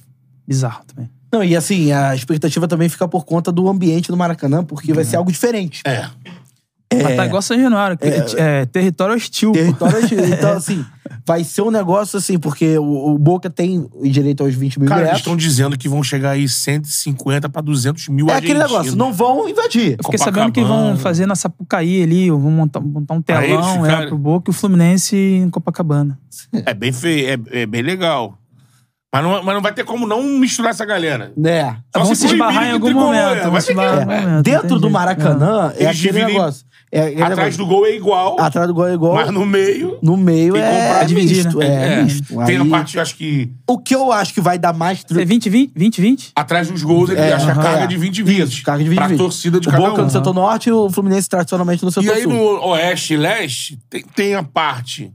S5: bizarro também.
S3: Não, e assim, a expectativa também fica por conta do ambiente do Maracanã, porque vai ser algo diferente.
S4: É.
S5: Mas tá igual São Januário, que é, território hostil. pô.
S3: Território, então, assim, vai ser um negócio assim, porque o, o Boca tem direito aos 20 mil
S4: Cara, eles
S3: ingressos.
S4: estão dizendo que vão chegar aí 150 pra 200 mil
S3: É aquele
S4: argentinos.
S3: negócio, não vão invadir.
S5: Eu fiquei
S4: Copacabana.
S5: sabendo que vão fazer na Sapucaí ali, ou vão montar, montar um
S4: Pra eles
S5: telão é,
S4: ficarem-
S5: pro Boca e o Fluminense em Copacabana.
S4: É bem feio, é, é bem legal. Mas não, mas não vai ter como não misturar essa galera.
S3: Né?
S4: Só
S5: vão
S4: se
S5: se esbarrar
S4: proibirem
S5: em
S4: de
S5: algum
S4: tricolor,
S5: momento.
S4: vai
S5: Vão se
S4: ter que-
S5: esbarrar em algum
S4: é.
S5: momento. não tem
S3: Dentro do
S5: jeito.
S3: Maracanã é
S4: Eles
S3: aquele
S4: dividem
S3: negócio. É, aquele
S4: Atrás
S3: negócio.
S4: do gol é igual,
S3: Atrás do gol é igual.
S4: mas no meio.
S3: No meio
S4: Tem que
S3: é,
S4: comprar.
S3: é
S5: Dividir,
S3: misto.
S5: né?
S3: É,
S4: é.
S3: misto.
S4: Tem a
S3: Aí,
S4: parte, acho que.
S3: O que eu acho que vai dar mais
S5: É. É
S3: tru...
S5: 20, 20, 20, 20?
S4: Atrás dos gols, ele
S3: É,
S4: acha
S3: aham,
S4: a carga
S3: é.
S4: de 20 vezes.
S3: carga de 20
S4: pra
S3: vezes.
S4: torcida de
S3: o
S4: cada
S3: Boca
S4: um.
S3: no setor norte e o Fluminense tradicionalmente no
S4: E
S3: setor
S4: aí
S3: sul.
S4: no Oeste e Leste, tem, tem a parte.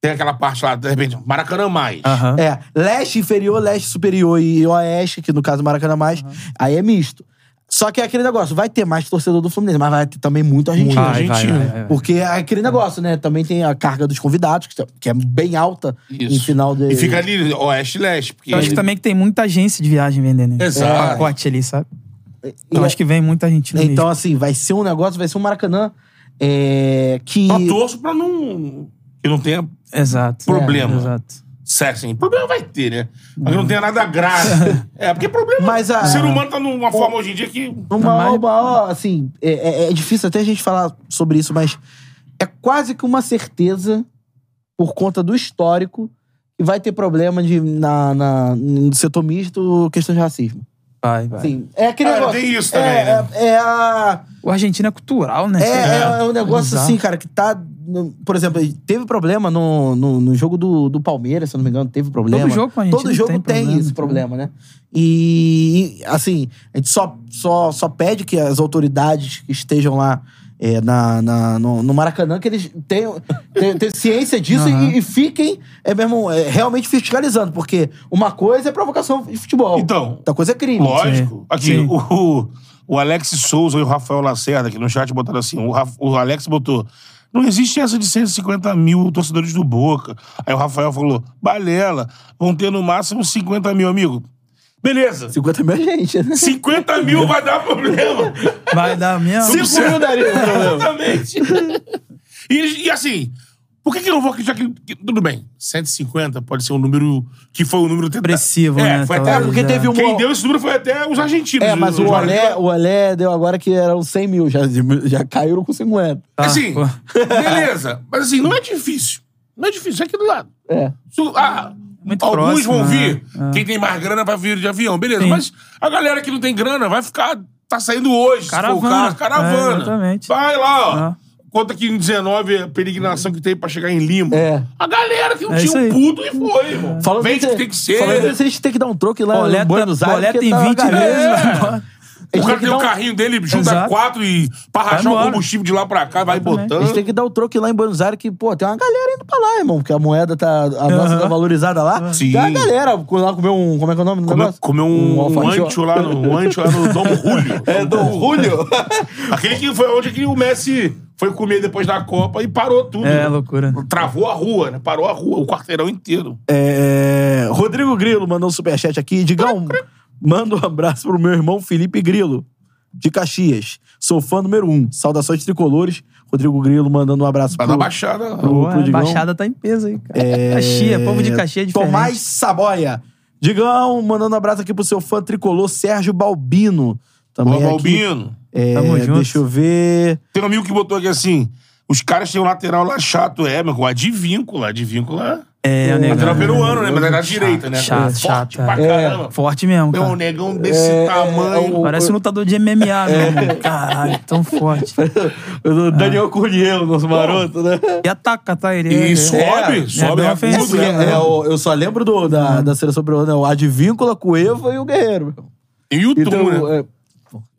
S4: Tem aquela parte lá, de repente, Maracanã mais.
S5: Aham.
S3: É, leste inferior, leste superior e oeste, que no caso Maracanã mais, aí é misto. Só que é aquele negócio, vai ter mais torcedor do Fluminense, mas vai ter também muito
S5: É,
S3: argentino.
S4: Vai, vai,
S5: Argentina.
S4: vai, vai.
S3: Porque é aquele negócio, né? Também tem a carga dos convidados, que tá- que é bem alta em
S4: Isso.
S3: final de.
S4: E fica ali, oeste e leste. Porque
S5: Eu acho que também que tem muita agência de viagem vendendo né?
S4: Exato.
S5: pacote ali, sabe?
S3: E
S5: Eu
S3: é-
S5: acho que vem muita gente no
S3: Então, assim, vai ser um negócio, vai ser um Maracanã é, que.
S4: Só torço pra não. Que não tenha
S5: Exato.
S4: Problema.
S5: Exato.
S4: sexo. Assim. Problema vai ter, né? Mas que não tenha nada grave. é, porque problema.
S3: Mas a-
S4: O ser humano tá numa forma hoje em dia que.
S3: Uma
S5: Mas-
S3: uma- ó, assim, é, é- é difícil até a gente falar sobre isso, mas é quase que uma certeza, por conta do histórico, que vai ter problema de, na, na- no setor misto questão de racismo.
S5: Vai, vai.
S3: Assim, é aquele
S4: Ah,
S3: negócio.
S4: tem isso
S3: é,
S4: também, né?
S3: é, é a.
S5: O argentino é cultural, né?
S3: É, é, é um negócio
S5: Exato.
S3: assim, cara, que tá. no- Por exemplo, teve problema no, no, no jogo do, do Palmeiras, se eu não me engano, teve problema.
S5: Todo jogo com a Argentina
S3: Todo jogo
S5: tem
S3: tem,
S5: problema,
S3: esse
S5: então.
S3: problema, né? E, e, assim, a gente só, só, só pede que as autoridades que estejam lá é, na, na- no, no Maracanã, que eles tenham, tenham, tenham ciência disso
S5: Aham.
S3: e, e fiquem é, meu irmão, é, realmente fiscalizando, porque uma coisa é provocação de futebol,
S4: Então,
S3: outra coisa é crime.
S4: lógico. Aqui,
S5: Sim.
S4: o, o Alex Souza e o Rafael Lacerda, aqui no chat botaram assim: o, Raf- o Alex botou. Não existe essa de 150 mil torcedores do Boca. Aí o Rafael falou: balela, vão ter no máximo 50 mil, amigo. Beleza.
S3: 50 mil é gente, né?
S4: 50 mil vai dar problema.
S5: Vai dar mesmo.
S4: Sim.
S3: Cinco mil daria um problema.
S4: Ah, Exatamente. e, e assim, por que, que eu não vou acreditar que, que- Tudo bem, 150 pode ser um número que foi um número... tenta-
S5: Expressivo,
S4: é,
S5: né,
S4: Foi até,
S5: talvez,
S3: porque teve um-
S4: Quem deu esse número foi até os argentinos.
S3: É, mas
S4: os- os
S3: o Olé,
S4: argentinos-
S3: o Olé deu agora que eram 100 mil, já, já caíram com 50.
S5: Tá,
S4: assim,
S5: pô.
S4: beleza. Mas assim, não é difícil. Não é difícil, é aqui do lado.
S3: É.
S4: Su- ah,
S5: Muito
S4: alguns
S5: próximo,
S4: vão
S5: né?
S4: vir.
S5: É.
S4: Quem tem mais grana vai vir de avião, beleza.
S5: Sim.
S4: Mas a galera que não tem grana vai ficar... Tá saindo hoje, se for o
S5: Caravana.
S4: caso, caravana.
S5: É, exatamente.
S4: Vai lá, ó.
S5: É.
S4: Conta que em 19 a peregrinação que teve pra chegar em Lima.
S3: É.
S4: A galera que não
S5: É
S4: tinha
S5: isso
S4: um
S5: aí. É.
S4: puto e foi, irmão.
S3: Falando
S4: Vem
S3: nisso,
S4: que tem que ser.
S3: Falando nisso, a gente tem que dar um troco lá
S5: Boleta,
S3: no Buenos Aires.
S5: boleta
S3: porque
S5: em
S3: tá uma
S5: 20
S3: galera.
S5: vezes, vai embora.
S3: A
S4: O
S3: gente
S4: cara
S3: que
S4: tem um
S3: dar
S4: carrinho dele, junta
S5: Exato.
S4: quatro e pra rachar o
S5: embora.
S4: combustível de lá pra cá, vai
S3: A gente
S4: botando.
S3: tem que dar o troco lá em Buenos Aires, que, pô, tem uma galera indo pra lá, irmão, porque a moeda tá. A nossa
S5: Aham.
S3: tá valorizada lá.
S4: Sim.
S3: Tem uma galera lá comeu um. Como é que é o nome do
S4: Come-
S3: negócio?
S4: Comeu um, um,
S3: alfajor.
S4: ancho lá no, um ancho lá no Dom Julio. É, Dom Julio. Aquele que foi onde que o Messi foi comer depois da Copa e parou
S3: um
S4: tudo.
S5: É, loucura.
S4: Travou a rua, né? Parou a rua, o quarteirão inteiro.
S3: É, Rodrigo Grilo mandou um superchat aqui. Digão, manda um abraço pro meu irmão Felipe Grilo, de Caxias. Sou fã número um. Saudações tricolores. Rodrigo Grilo mandando um abraço
S4: Vai
S3: pro...
S4: dar baixada.
S3: pro-
S5: Pô, a
S3: Digão.
S5: Baixada tá em peso aí, cara. Caxia, povo de Caxia é diferente.
S3: Tomás Saboia. Digão, mandando um abraço aqui pro seu fã tricolor Sérgio Balbino. Também
S4: Ó,
S3: aqui.
S4: Balbino.
S3: É,
S5: Tamo junto.
S3: Deixa eu ver...
S4: Tem um amigo que botou aqui assim: os caras têm um lateral lá chato, é, meu irmão, advíncula, advíncula.
S5: É, o
S4: Lateral
S5: negão.
S4: peruano, né? Mas era da direita, né?
S5: chato,
S4: Forte
S5: chato,
S4: pra
S5: é.
S4: caramba.
S5: Forte mesmo,
S4: É um
S5: cara.
S4: negão desse
S3: é
S4: tamanho.
S5: Parece um lutador de MMA, meu irmão. Caralho, tão forte. É.
S3: O Daniel Curniel, nosso maroto, né?
S5: E ataca, tá? Ele
S4: E
S5: é-
S4: sobe, sobe.
S5: bem
S4: é
S3: É,
S5: ofensivo,
S4: tudo,
S3: porque,
S4: né?
S3: é, o- eu só lembro do, da, da seleção peruana, né? o Advíncula, Cueva e o Guerreiro.
S4: E o Tum,
S3: Então,
S4: né?
S3: é,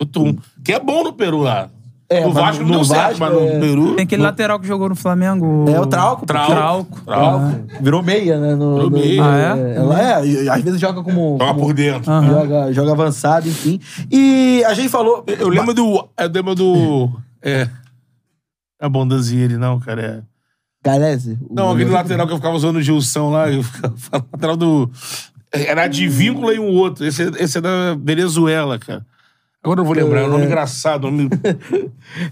S4: O Tum. Que é bom no Peru lá.
S3: É,
S4: no
S3: mas
S4: Vasco
S3: no
S4: não deu
S3: Vasco,
S4: certo, mas no
S3: é.
S4: Peru.
S5: Tem aquele lateral que jogou no Flamengo.
S3: É o Trauco.
S4: Trauco.
S5: Trauco.
S4: Trauco.
S3: Ah, Virou meia, né? No,
S4: Virou
S3: no-
S4: meia.
S5: Ah, é?
S3: Ela é, e- e às vezes joga como. como-
S4: Toma tá por dentro.
S5: Aham.
S3: Joga, joga avançado, enfim. E a gente falou.
S4: Eu lembro do. Eu lembro do. É. A bondazinha ele, não, cara. É.
S3: Galese. o-
S4: Não, aquele lateral que eu ficava usando o Gilson lá, eu ficava falando lateral do. Era de
S3: Hum.
S4: vínculo e um outro. Esse, é- esse é da Venezuela, cara. Agora eu vou lembrar, é um nome engraçado. um Nome...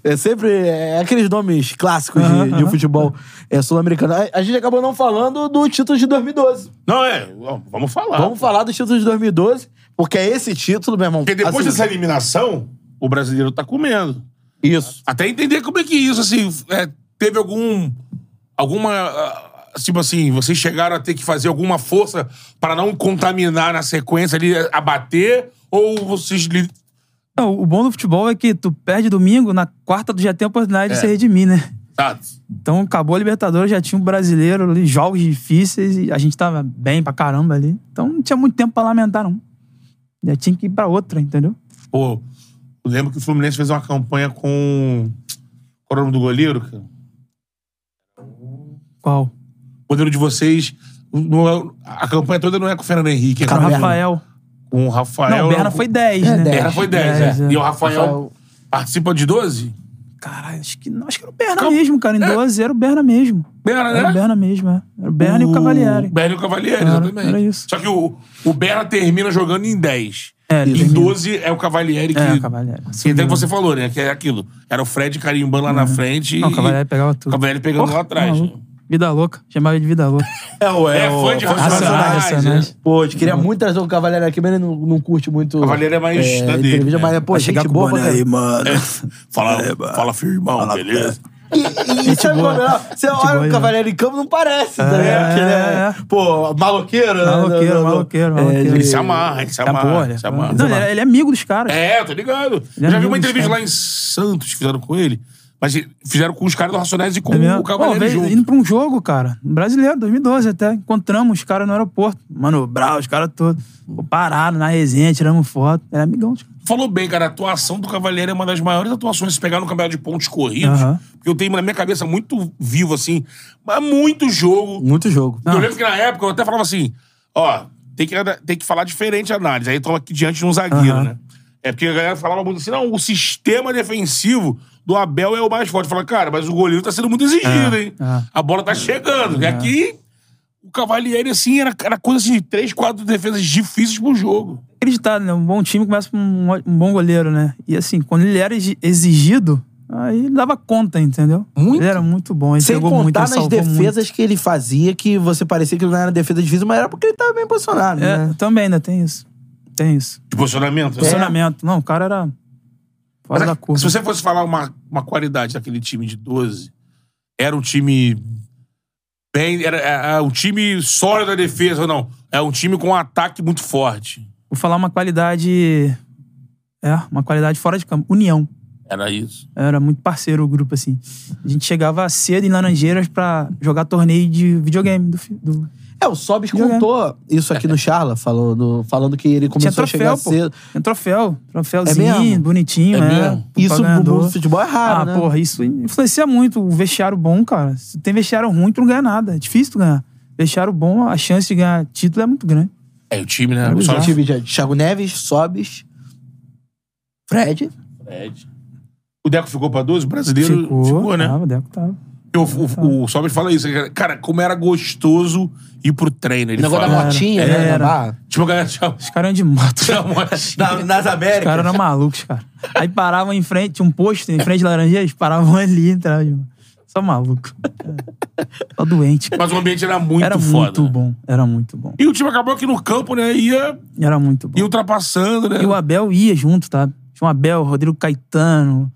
S3: É sempre é, aqueles nomes clássicos de- de, futebol é, sul-americano. A, a gente acabou não falando do título de 2012.
S4: Não, é. ó, Vamos falar.
S3: Vamos falar do título de 2012, porque é esse título, meu irmão.
S4: Porque depois
S3: assim,
S4: dessa eliminação, o brasileiro tá comendo.
S3: Isso.
S4: Até entender como é que isso, assim, é, teve algum. Alguma. ah, Tipo assim, vocês chegaram a ter que fazer alguma força para não contaminar na sequência ali, abater? Ou vocês. li-
S5: Não, o bom do futebol é que tu perde domingo, na quarta tu já tem a oportunidade
S3: É.
S5: de se redimir, né?
S4: Tá,
S5: Então acabou a Libertadores, já tinha um brasileiro ali, jogos difíceis, e a gente tava bem pra caramba ali. Então não tinha muito tempo pra lamentar, não. Já tinha que ir pra outra, entendeu?
S4: pô, eu lembro que o Fluminense fez uma campanha com. Qual é o nome do goleiro? cara?
S5: Qual?
S4: O goleiro de vocês. não é- a campanha toda não é com o Fernando Henrique, é com
S5: Rafael.
S4: com Com o Rafael.
S5: Não, o Berna
S4: Ah, eu-
S5: foi 10, né?
S4: Berna foi 10, é. E o Rafael,
S3: Rafael-
S4: participa de 12?
S5: Caralho, acho que, não, acho que era o Berna mesmo,
S4: É.
S5: cara. Em 12 era o Berna mesmo.
S4: Berna, né?
S5: Era o Berna mesmo, é. Era o Berna e o Cavalieri.
S4: Berna e o Cavalieri,
S5: Era-
S4: exatamente.
S5: era isso.
S4: Só que o, o Berna termina jogando em 10.
S5: É, ele
S4: em
S5: termina.
S4: 12 é o Cavalieri que.
S5: É, o Cavalieri.
S4: Que até que você falou, né? Que é aquilo. Era o Fred carimbando lá na frente.
S5: É. Não,
S4: e-
S5: o Cavalieri pegava tudo.
S4: O Cavalieri pegando
S5: Porra,
S4: lá atrás. né?
S5: maluco. Vida louca. Chamava ele de vida louca.
S3: É, o
S4: É, fã de
S5: Racionais,
S4: Racionais.
S5: Racionais.
S4: né?
S3: Pô, eu queria muito trazer o Cavaleiro aqui, mas ele não, não curte muito.
S4: Cavaleiro é mais da dele,
S3: entrevista,
S4: né?
S3: Mas, é, pô,
S5: Vai
S3: gente
S5: chegar com o
S3: boa
S5: boné
S3: pra É,
S5: aí,
S3: mano.
S4: É. Fala, fala firmão, beleza?
S3: E, e, e sabe qual é o melhor? Você olha
S5: boa,
S3: o
S5: né?
S3: Cavaleiro em campo, não parece, tá ligado? Que ele é, pô, maloqueiro, né?
S5: Maloqueiro, maloqueiro,
S3: É,
S5: maloqueiro.
S4: Ele
S3: de-
S4: se amarra, ele se
S5: Tá
S4: amarra.
S5: porra.
S4: se amarra.
S5: Não, ele, é- ele é amigo dos caras.
S4: É, tô ligado.
S5: Ele
S4: Já
S5: é
S4: vi
S5: amigo
S4: uma
S5: dos
S4: entrevista lá
S5: caras.
S4: em Santos que fizeram com ele. Mas fizeram com os caras do Racionais e com
S5: É mesmo?
S4: o Cavaleiro
S5: Pô, veio
S4: junto.
S5: Indo pra um jogo, cara. Brasileiro, 2012 até. Encontramos os caras no aeroporto. Mano, Brau, os caras todos. Pô, Pararam na resenha, tiramos foto. Era amigão. Tipo.
S4: Falou bem, cara. A atuação do Cavaleiro é uma das maiores atuações. Se pegar no campeonato de pontos corridos,
S5: Aham.
S4: porque eu tenho na minha cabeça muito vivo, assim. Mas muito jogo.
S3: Muito jogo.
S5: Ah.
S4: Eu lembro que na época eu até falava assim: ó, tem que, tem que falar diferente a análise. Aí tô aqui diante de um zagueiro,
S5: Aham.
S4: né? É porque a galera falava muito assim: não, o sistema defensivo do Abel é o mais forte. Fala, cara, mas o goleiro tá sendo muito exigido, hein?
S5: é.
S4: A bola tá chegando. E aqui, o Cavalieri, assim, era, era coisa assim de três, quatro defesas difíceis pro jogo.
S5: Acreditado, né? Um bom time começa com um, ó- um bom goleiro, né? E assim, quando ele era exi- exigido, aí ele dava conta, entendeu?
S3: Muito.
S5: Ele era muito bom. Ele
S3: Sem
S5: pegou
S3: contar
S5: muito, ele
S3: nas
S5: salvou
S3: defesas
S5: muito.
S3: que ele fazia, que você parecia que não era defesa difícil, mas era porque ele tava bem posicionado,
S5: É,
S3: né?
S5: Também, né? Tem isso. Tem isso.
S4: De
S3: É.
S4: posicionamento. né?
S5: Posicionamento. Não, o cara era fora
S4: Mas
S5: da
S4: a-
S5: curva.
S4: se você fosse falar uma, uma qualidade daquele time de 12, era um time bem. Era, é- é um time sólido da defesa, não. É um time com um ataque muito forte.
S5: Vou falar uma qualidade... É, uma qualidade fora de campo. União.
S4: Era isso.
S5: Era muito parceiro o grupo, assim. A gente chegava cedo em Laranjeiras pra jogar torneio de videogame. Do, fi- do...
S3: É, o Sobis
S5: Jogar.
S3: contou isso aqui no Charla, falando, falando que ele
S5: Tinha
S3: começou a chegar
S5: troféu, pô.
S3: cedo.
S5: Tinha troféu. Troféuzinho,
S3: É mesmo?
S5: bonitinho,
S4: É
S5: né?
S4: mesmo?
S5: Pro
S3: Isso no
S5: ganhador.
S3: mundo do futebol é raro,
S5: Ah,
S3: né?
S5: porra, isso influencia muito. O vestiário bom, cara. Se tem vestiário ruim, tu não ganha nada. É difícil tu ganhar. Vestiário bom, a chance de ganhar título é muito grande.
S4: É, o time, né?
S5: Era
S4: Só
S3: O
S5: bizarro.
S3: time de Thiago Neves, Sobis, Fred.
S4: Fred. O Deco ficou pra 12? O brasileiro ficou, né?
S5: Tava, o Deco tava.
S4: Eu- o o Sobres fala isso. Cara, como era gostoso ir pro treino. Ele
S3: O negócio da
S4: fala.
S3: motinha,
S5: Era.
S3: né?
S5: Era.
S3: Na barra.
S4: Tipo, a galera tinha,
S5: Os caras eram de moto.
S4: tinha motinha.
S3: Na- nas
S5: Os
S3: Américas.
S5: caras eram malucos, cara. Aí paravam em frente, tinha um posto em frente de Laranjeiras, paravam ali, entravam. de boa. Só maluco. É. Só doente.
S4: Mas o ambiente era muito
S5: era
S4: foda.
S5: muito bom. Era muito bom.
S4: E o time acabou aqui no campo, né? Ia,
S5: Era muito bom.
S4: ia ultrapassando, né?
S5: E o Abel ia junto, tá? Tinha o Abel, o Rodrigo Caetano,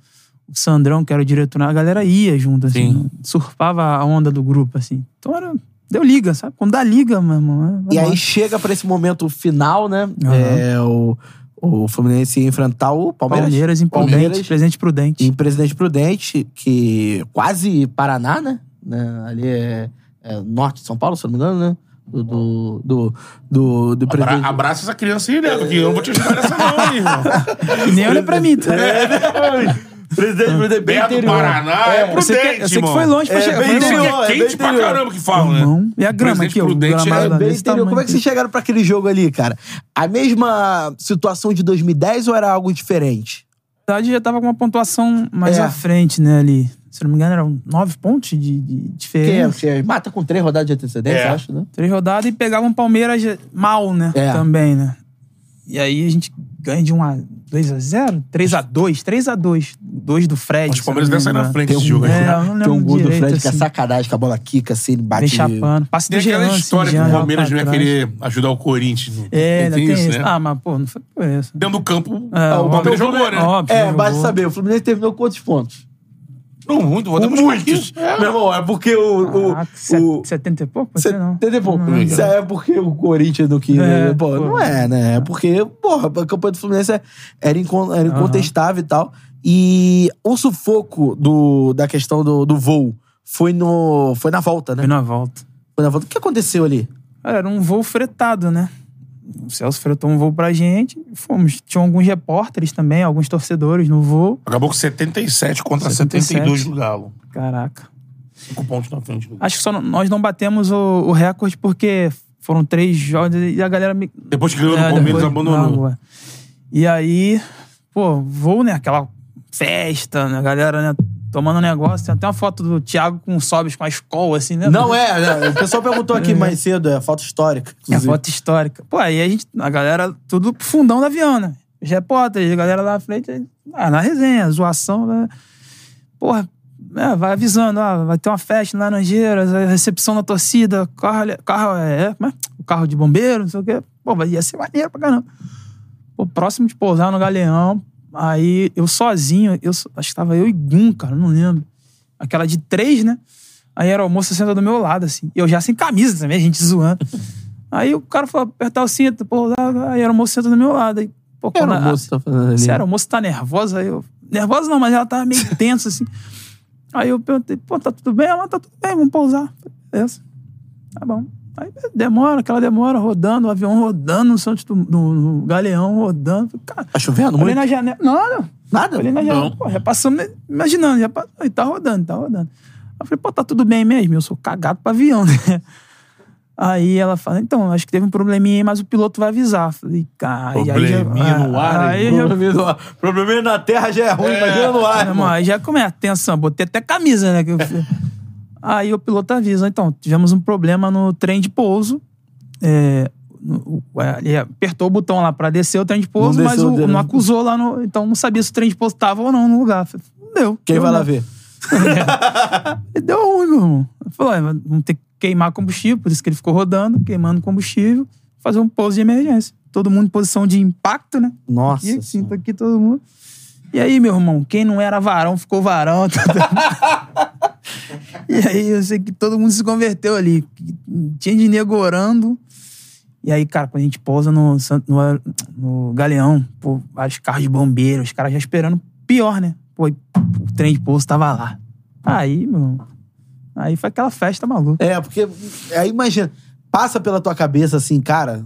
S5: o Sandrão, que era o diretor, a galera ia junto, assim.
S4: Sim.
S5: Surfava a onda do grupo, assim. Então era. Deu liga, sabe? Quando dá liga, meu irmão. é-
S3: E
S5: vai
S3: aí
S5: lá.
S3: chega pra esse momento final, né?
S5: Aham.
S3: É, o, o Fluminense ia enfrentar o Palmeiras.
S5: Palmeiras em Prudente,
S3: Palmeiras
S5: presente
S3: em
S5: prudente.
S3: Presidente Prudente, que quase Paraná, né? Né? Ali é, é norte de São Paulo, se eu não me engano, né? Do, do, do, do, do
S4: Abra-
S3: presidente.
S4: abraça essa criança aí, né? Porque eu não vou te ajudar nessa não, hein, irmão.
S5: E nem olha pra mim, tá?
S4: É,
S3: presidente Prudente bem
S4: Perto do
S3: interior.
S4: Paraná, é,
S3: É,
S4: prudente,
S5: Você que, eu sei que
S4: irmão.
S5: foi longe né? pra
S3: É,
S5: chegar.
S3: bem
S5: foi longe.
S3: interior,
S4: Isso aqui é
S3: é
S4: quente
S3: bem
S4: pra
S3: interior.
S4: caramba que falam,
S5: Irmão,
S4: né?
S5: e a grama
S4: Presidente
S5: aqui, ó, o
S4: Prudente
S5: gramado
S4: é
S5: lá
S3: Bem
S5: desse
S3: interior.
S5: tamanho
S3: Como é que
S5: aqui.
S3: vocês chegaram pra aquele jogo ali, cara? A mesma situação de 2010 ou era algo diferente?
S5: Na verdade, já tava com uma pontuação mais
S3: É.
S5: à frente, né, ali. Se não me engano, eram nove pontos de, de
S3: Porque
S5: diferença.
S3: você mata com três rodadas de antecedência,
S4: É.
S3: acho, né?
S5: Três rodadas e pegavam o Palmeiras mal, né?
S3: É.
S5: Também, né? E aí a gente ganha de 1 a 2 a 0 3 a 2 3 a 2 2 do Fred.
S4: Os
S5: se
S4: Palmeiras
S5: eu não
S4: devem
S5: me
S4: sair na
S5: engano.
S4: frente desse jogo aí.
S5: É, eu não
S3: Tem
S5: lembro
S3: um gol do
S5: direito,
S3: Fred que é
S5: assim.
S3: sacanagem, que a bola quica assim, ele bate.
S5: Vem chapando. Passe
S4: Tem
S5: do Jean.
S4: aquela
S5: assim,
S4: história que
S5: Jean
S4: o
S5: lá
S4: Palmeiras
S5: pra
S4: não ia
S5: trás.
S4: querer ajudar o Corinthians. não.
S5: né? É, ainda tem, isso,
S4: né?
S5: Ah, mas pô, não foi por isso.
S4: Dentro do campo,
S5: É,
S4: o Palmeiras jogou, né?
S5: Óbvio.
S3: É,
S5: jogou.
S3: basta saber, o Fluminense terminou quantos pontos?
S4: Não, muito, vou até buscar aqui.
S3: Meu irmão, é porque o. o,
S5: Caraca, Ah, set-
S3: o
S5: 70 e pouco? Você não.
S3: Entendeu? pô?
S5: Não, não.
S3: Isso é porque o Corinthians não quis.
S5: É,
S3: né? pô,
S5: pô.
S3: não é, né? É porque, porra, a campanha do Fluminense é- era, incon- era incontestável e tal. E o sufoco do, da questão do, do voo foi, no, foi na volta, né?
S5: Foi na volta.
S3: Foi na volta. O que aconteceu ali?
S5: Cara, era um voo fretado, né? O Celso fretou um voo pra gente. Fomos. Tinham alguns repórteres também, alguns torcedores no voo.
S4: Acabou com 77 contra
S5: 77.
S4: 72 do Galo.
S5: Caraca.
S4: Cinco pontos na frente do Galo.
S5: Acho que só não- nós não batemos o, o recorde porque Foram três jogos e a galera me.
S4: Depois que ganhou
S5: É,
S4: no Palmeiras,
S5: depois-
S4: abandonou.
S5: não, é. E aí, pô, vou, né? Aquela festa, né? A galera, né? Tomando negócio. Tem até uma foto do Thiago com o Sobis com a escola, assim, né?
S3: Não é, é, o pessoal perguntou aqui mais cedo, é foto histórica.
S5: É
S3: inclusive.
S5: foto histórica. Pô, aí a gente, a galera, tudo pro fundão da Viana. Os repórteres, a galera lá na frente, ah, na resenha, zoação. né? Porra, né, vai avisando, ó, vai ter uma festa lá no Angeiras, a recepção da torcida, carro, ali- carro é, como é? o carro de bombeiro, não sei o quê. Pô, mas ia ser maneiro pra caramba. Pô, próximo de pousar no Galeão, aí eu sozinho, eu, so- acho que tava eu e Gum, cara, não lembro. Aquela de três, né? Aí era o moço senta do meu lado, assim. E eu já sem camisa também, a gente zoando. Aí o cara falou, apertar o cinto, pô, lá, aí era o moço senta do meu lado. Aí, pô,
S3: Que era
S5: quando
S3: o
S5: a-
S3: moço que tá fazendo ali?
S5: se era, o moço tá nervosa, aí eu. Nervosa não, mas ela tava meio tensa, assim. Aí eu perguntei, pô, tá tudo bem? Ela tá tudo bem, vamos pousar. Beleza. Tá bom. Aí demora, aquela demora, rodando, o avião rodando no Santos do- no, no Galeão, rodando. Falei, Cara,
S3: Tá chovendo
S5: olhei
S3: muito?
S5: na janela. Não, não.
S3: Nada?
S5: Olhei na janela.
S4: Não.
S5: Pô, já passamos, né, imaginando, já passou. E tá rodando, tá rodando. Aí eu falei, pô, tá tudo bem mesmo? Eu sou cagado pra avião, né? Aí ela fala, então, acho que teve um probleminha aí, mas o piloto vai avisar. Falei, cara, e aí já-
S4: Probleminha no
S3: Ah,
S4: ar,
S5: aí
S4: hein?
S5: já-
S3: Problema na terra já é ruim, imagina no ar.
S5: meu irmão, aí já começa a tensão. Botei até camisa, né? que eu fui. aí o piloto avisa. Então, tivemos um problema no trem de pouso. É, no- o- é, ele apertou o botão lá pra descer o trem de pouso,
S3: Não
S5: mas
S3: desceu
S5: o-
S3: dele,
S5: não
S3: né?
S5: acusou lá no... Então, não sabia se o trem de pouso tava ou não no lugar. Falei, Deu.
S3: Quem
S5: deu
S3: vai lá
S5: não.
S3: ver?
S5: E Deu ruim, meu irmão. Falou, "Ah, vamos ter que queimar combustível. Por isso que ele ficou rodando, queimando combustível. Fazer um pouso de emergência. Todo mundo em posição de impacto, né?
S3: Nossa.
S5: aqui, sinto aqui todo mundo. E aí, meu irmão, quem não era varão ficou varão. tá e aí, eu sei que todo mundo se converteu ali. Tinha de nego orando. E aí, cara, quando a gente pousa no, Sant- no, aer- no Galeão, pô, vários carros de bombeiros, os caras já esperando. Pior, né? Pô, e o trem de pouso tava lá. Aí, meu irmão, aí foi aquela festa maluca.
S3: É, porque. Aí imagina, passa pela tua cabeça assim, cara,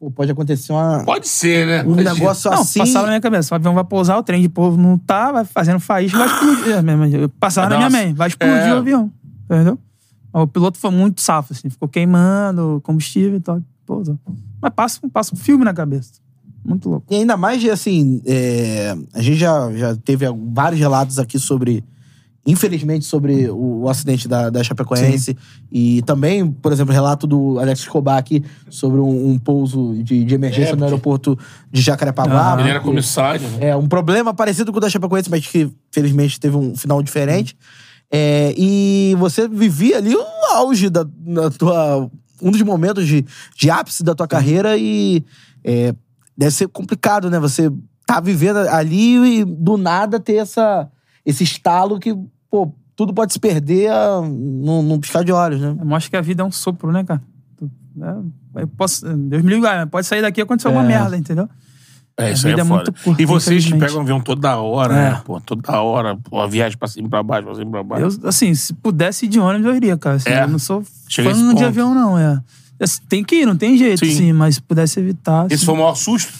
S3: pô, pode acontecer uma-
S4: Pode ser, né?
S3: um
S4: Imagina.
S3: negócio
S5: não,
S3: assim.
S5: passaram na minha cabeça. O avião vai pousar, o trem de povo não tá, vai fazendo faísca, vai explodir. É, mesmo, eu- Passaram na minha
S4: Ah, Nossa.
S5: mente, vai explodir
S4: É.
S5: o avião. Entendeu? Mas O piloto foi muito safo, assim, ficou queimando combustível e tal. Pousou. Mas passa, passa um filme na cabeça. Muito louco.
S3: E ainda mais, assim, é, a gente já, já teve vários relatos aqui sobre, infelizmente, sobre o, o acidente da, da Chapecoense. E também, por exemplo, relato do Alex Escobar aqui sobre um, um pouso de, de emergência
S4: É,
S3: no
S4: porque-
S3: aeroporto de
S5: Ah.
S3: Jacarepaguá.
S4: Ele era
S3: porque-
S4: comissário, né?
S3: é, um problema parecido com o da Chapecoense, mas que felizmente teve um final diferente. É, e você vivia ali o auge da, da tua. Um dos momentos de, de ápice da tua carreira e é, deve ser complicado, né? Você tá vivendo ali e do nada ter essa, esse estalo que, pô, tudo pode se perder ah, num, num piscar de olhos, né?
S5: Mostra que a vida é um sopro, né, cara? Tu- é, eu posso, Deus me livre, ah, pode sair daqui e acontecer alguma merda, entendeu?
S4: É,
S5: A
S4: isso aí
S5: vida
S4: é
S5: é
S4: foda.
S5: muito curta,
S4: e vocês que
S5: infelizmente.
S4: pegam o avião toda hora,
S5: É.
S4: né? Pô, toda hora. Pô, a viagem pra cima e pra baixo, pra cima e pra baixo.
S5: Eu, assim, se pudesse ir de ônibus, eu iria, cara. Assim,
S4: É.
S5: Eu não sou
S4: Chega a esse
S5: fã de
S4: ponto.
S5: avião, não. É. Assim, Tem que ir, não tem jeito,
S4: Sim.
S5: sim, mas se pudesse evitar.
S4: Esse
S5: assim.
S4: foi o maior susto?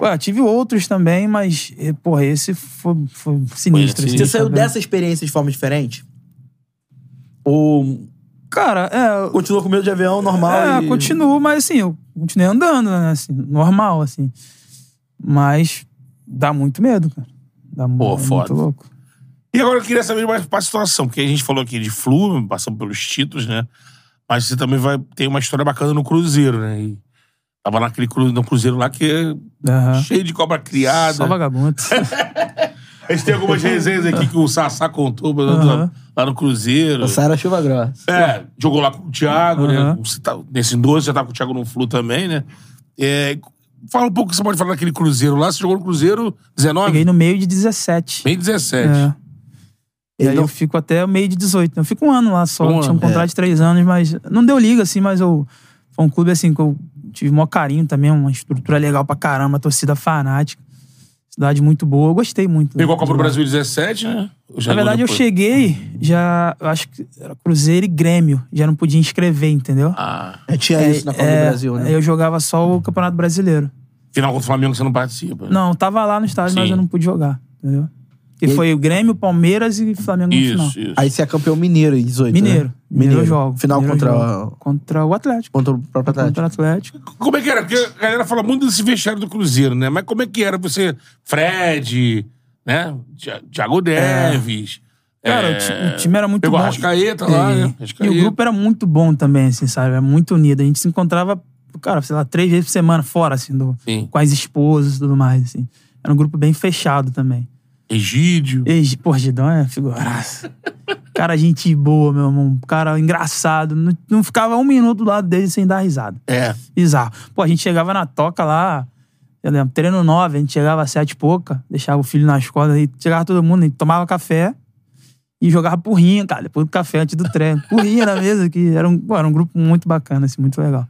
S5: Ué, tive outros também, mas, eh, porra, esse foi, foi sinistro.
S4: sinistro.
S5: assim,
S3: Você saiu
S5: sabe?
S3: dessa experiência de forma diferente? Ou
S5: Cara, é.
S3: continuou com medo de avião normal?
S5: É,
S3: e-
S5: continuo, mas assim, eu continuei andando, né? Assim, normal, assim. Mas dá muito medo, cara. Dá mu-
S4: Pô,
S5: é
S4: foda.
S5: muito louco.
S4: E agora eu queria saber mais pra situação, porque a gente falou aqui de flu, passamos pelos títulos, né? Mas você também vai ter uma história bacana no Cruzeiro, né? E tava naquele cru, no Cruzeiro lá que é
S5: Aham.
S4: cheio de cobra criada.
S5: Só vagabundo.
S4: A gente tem algumas resenhas aqui que o Sassá contou mas
S5: Aham.
S4: lá no Cruzeiro.
S3: Passaram chuva grossa.
S4: É, jogou lá com o Thiago, né?
S5: Aham.
S4: Você tá, nesse 12 já tá com o Thiago no Flu também, né? É, fala um pouco, você pode falar daquele Cruzeiro lá. Você jogou no Cruzeiro 19?
S5: Cheguei no meio de 17.
S4: Bem 17.
S5: É. E
S3: Ele
S5: aí
S3: não-
S5: eu fico até o meio de 18. né? Eu fico um ano lá só.
S4: Um
S5: Tinha um
S4: ano,
S5: contrato de três anos, mas. Não deu liga, assim, mas eu. Foi um clube assim que eu tive o maior carinho também, uma estrutura legal pra caramba, torcida fanática. Cidade muito boa. Eu gostei muito.
S4: Pegou a Copa do
S5: De lá.
S4: Brasil 17, né?
S5: É. Na verdade, eu cheguei, já. Eu acho que era Cruzeiro e Grêmio. Já não podia inscrever, entendeu?
S4: Ah,
S3: É, tinha isso na Copa
S5: É,
S3: do Brasil, né?
S5: Eu jogava só o Campeonato Brasileiro.
S4: final contra o Flamengo você não participa.
S5: Não, eu tava lá no estádio,
S4: Sim.
S5: mas eu não pude jogar, entendeu? Que foi o Grêmio, Palmeiras e Flamengo no final.
S4: Isso, isso.
S3: Aí você é campeão mineiro em 18. né?
S5: Mineiro. Mineiro eu jogo.
S3: Final
S5: Mineiro eu
S3: contra,
S5: jogo. contra o Atlético.
S3: contra o próprio Atlético.
S5: Contra o Atlético.
S4: Como é que era? Porque a galera fala muito desse vestiário do Cruzeiro, né? Mas como é que era você, Fred, né? Thi- Thiago Neves.
S5: É.
S4: é,
S5: Cara, o ti- o time era muito
S4: pegou
S5: bom.
S4: a Rascaeta lá,
S5: É.
S4: né?
S5: E
S4: Rascaeta.
S5: o grupo era muito bom também, assim, sabe? Era muito unido. A gente se encontrava, cara, sei lá, três vezes por semana fora, assim, do,
S4: Sim.
S5: com as esposas e tudo mais, assim. Era um grupo bem fechado também.
S4: Egídio.
S5: E, pô, Gidão é figuraça. Cara, gente boa, meu irmão. Cara engraçado. Não, não ficava um minuto do lado dele sem dar risada.
S4: É.
S5: Bizarro. Pô, a gente chegava na toca lá, eu lembro, treino nove, a gente chegava às sete e pouca, deixava o filho na escola, e chegava todo mundo, a gente tomava café e jogava porrinha, cara, depois do café, antes do treino. Porrinha na mesa, que era um, pô, era um grupo muito bacana, assim, muito legal.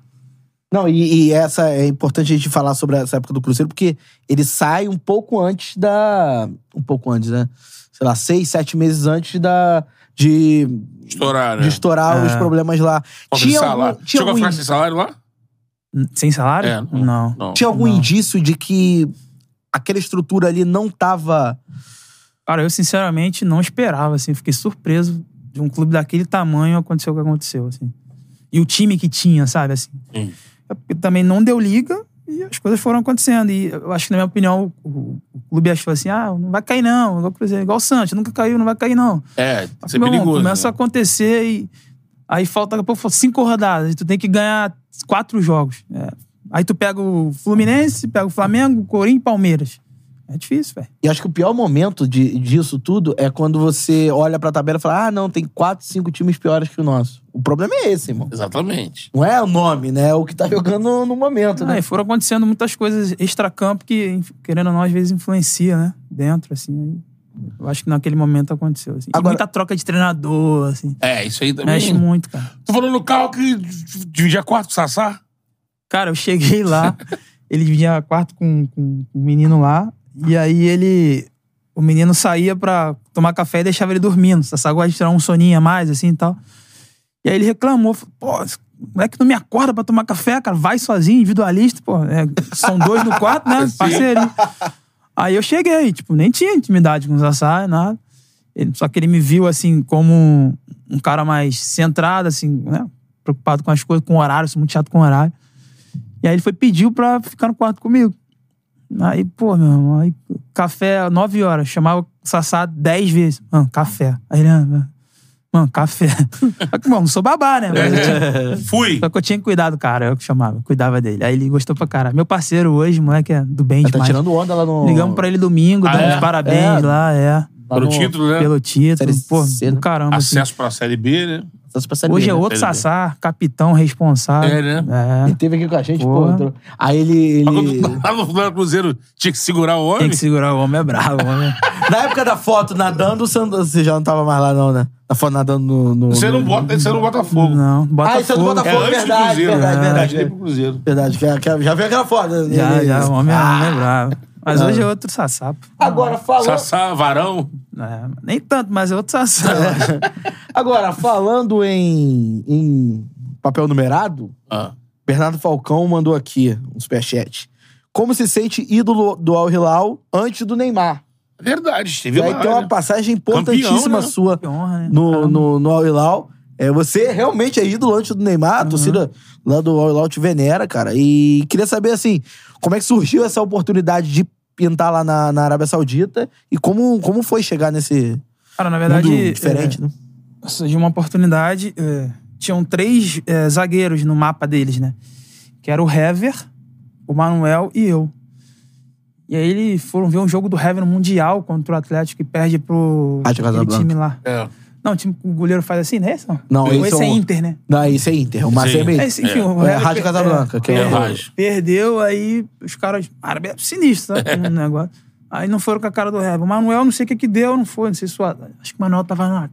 S3: Não, e, e essa é importante a gente falar sobre essa época do Cruzeiro, porque ele sai um pouco antes da. Um pouco antes, né? Sei lá, seis, sete meses antes da. De,
S4: Estourar, né?
S3: de estourar
S5: É.
S3: os problemas lá.
S4: Falta de salário.
S3: tinha
S4: Chegou a
S3: algum
S4: ficar sem salário lá?
S5: N- Sem salário?
S4: É, não-
S5: não.
S4: Não.
S3: Tinha algum
S5: Não.
S3: indício de que aquela estrutura ali não tava.
S5: Cara, eu sinceramente não esperava, assim, fiquei surpreso de um clube daquele tamanho acontecer o que aconteceu, assim. E o time que tinha, sabe, assim.
S4: Sim.
S5: Porque Também não deu liga e as coisas foram acontecendo. E eu acho que, na minha opinião, o, o- o clube achou assim, ah, não vai cair não, igual o Cruzeiro, igual o Santos, nunca caiu, não vai cair não.
S4: É,
S5: Mas,
S4: isso é
S5: meu irmão,
S4: perigoso.
S5: começa a
S4: né?
S5: acontecer e aí falta daqui a pouco, cinco rodadas, e tu tem que ganhar quatro jogos. É. Aí tu pega o Fluminense, pega o Flamengo, Corinthians e Palmeiras. É difícil, velho.
S3: E acho que o pior momento de, disso tudo é quando você olha pra tabela e fala: ah, não, tem quatro, cinco times piores que o nosso. O problema é esse, irmão.
S4: Exatamente.
S3: Não é o nome, né? É o que tá jogando no momento,
S5: Ah,
S3: né?
S5: e foram acontecendo muitas coisas extra-campo que, inf- querendo ou não, às vezes influencia, né? Dentro, assim. aí Eu acho que naquele momento aconteceu. Assim. E
S3: Agora-
S5: muita troca de treinador, assim.
S4: É, isso aí também.
S5: Mexe muito, cara.
S4: Tô falando no carro que dividia quarto com o Sassá?
S5: Cara, eu cheguei lá, ele dividia quarto com, com um menino lá, e aí ele. O menino saía pra tomar café e deixava ele dormindo. Sassá gosta de tirar um soninho a mais, assim e tal. E aí ele reclamou, falou, pô, esse moleque não me acorda pra tomar café, cara, vai sozinho, individualista, pô. É, são dois no quarto, né? Parceiro. Aí eu cheguei, tipo, nem tinha intimidade com o Sassá, nada. Ele- só que ele me viu, assim, como um, um cara mais centrado, assim, né? Preocupado com as coisas, com o horário, sou muito chato com o horário. E aí ele foi pediu pra ficar no quarto comigo. Aí, pô, meu irmão, aí café, 9 horas, chamava o Sassá 10 vezes. Mano, café. Aí ele, ah, mano, mano, café. Só que, mano, não sou babá, né? Mas eu tinha-
S4: É. Fui.
S5: só que eu tinha cuidado do cara, eu que chamava, cuidava dele. Aí ele gostou pra caralho. Meu parceiro hoje, moleque, é do bem
S3: Ele tá
S5: demais.
S3: tirando onda lá no.
S5: Ligamos pra ele domingo,
S4: Ah,
S5: damos
S4: é?
S5: os parabéns
S3: É.
S5: lá, é.
S3: lá
S4: Pelo
S3: no-
S4: título, né?
S5: Pelo título,
S3: Série
S5: pô,
S3: C, né?
S5: do caramba. assim.
S4: Acesso pra Série B, né?
S3: Acesso pra Série
S5: Hoje
S3: B,
S5: é
S3: né?
S5: outro
S4: Série B.
S5: Sassá, capitão responsável.
S4: É,
S5: né?
S3: Ele teve aqui com a gente, pô.
S5: Porra.
S3: entrou- Aí ele.
S4: Mas
S3: ele-
S4: quando Lá no lá no Cruzeiro tinha que segurar o
S5: Tem
S4: homem.
S5: que segurar o homem, é bravo, o homem. é-
S3: Na época da foto nadando, o Sandro- você já não tava mais lá, não, né? Na foto nadando no. no-
S4: Você não
S3: no-
S4: bota, você não bota fogo.
S5: Não, Ah,
S3: Ah,
S5: Botafogo.
S3: isso é do Botafogo,
S4: É antes do
S3: verdade,
S4: Cruzeiro.
S3: verdade,
S4: É,
S3: verdade.
S4: antes de ir pro Cruzeiro.
S3: Verdade, que- que- já viu aquela foto. né?
S5: Já,
S3: Ele-
S5: já, o homem é-
S3: Ah,
S5: homem é bravo. Mas hoje é outro Sassá. pô.
S3: Agora falando,
S4: Sassá, Varão.
S5: É, nem tanto, mas é outro Sassá.
S3: agora, falando em, em papel numerado,
S4: Ah.
S3: Bernardo Falcão mandou aqui um superchat. Como se sente ídolo do Al Hilal antes do Neymar?
S4: Verdade, teve
S3: E aí
S4: lá,
S3: tem uma
S4: né?
S3: passagem importantíssima
S4: Campeão, né?
S3: sua
S5: Que honra, né?
S3: no, no, no Al Hilal. É, você realmente é ídolo antes do Neymar, a
S5: Uhum.
S3: torcida lá do Al Hilal te venera, cara. E queria saber, assim, como é que surgiu essa oportunidade de pintar lá na, na Arábia Saudita e como, como foi chegar nesse
S5: Cara, na
S3: mundo
S5: verdade.
S3: diferente,
S5: é,
S3: né?
S5: surgiu uma oportunidade. é, tinham três é, zagueiros no mapa deles, né? Que era o Hever, o Manuel e eu. E aí eles foram ver um jogo do Hever no Mundial contra o Atlético e perde pro
S3: Atlético
S5: aquele
S3: Ah, Casablanca.
S5: time lá.
S4: É.
S5: Não, o time que o goleiro faz assim, né? Esse não,
S3: Não,
S5: Ou
S3: esse
S5: esse,
S3: é
S5: é
S3: o-
S5: Inter, né?
S3: Não, isso é Inter, o Marcelo é meio...
S5: É, esse- enfim, o
S3: É,
S5: Hever
S3: Rádio
S5: per-
S3: Casablanca, que é
S4: o- Rádio.
S5: Perdeu, aí os caras. Árabe é sinistro, tá? Um negócio. Aí não foram com a cara do Hever. O Manuel, não sei o que que deu, não foi, não sei se. o- Acho que o Manuel tava na,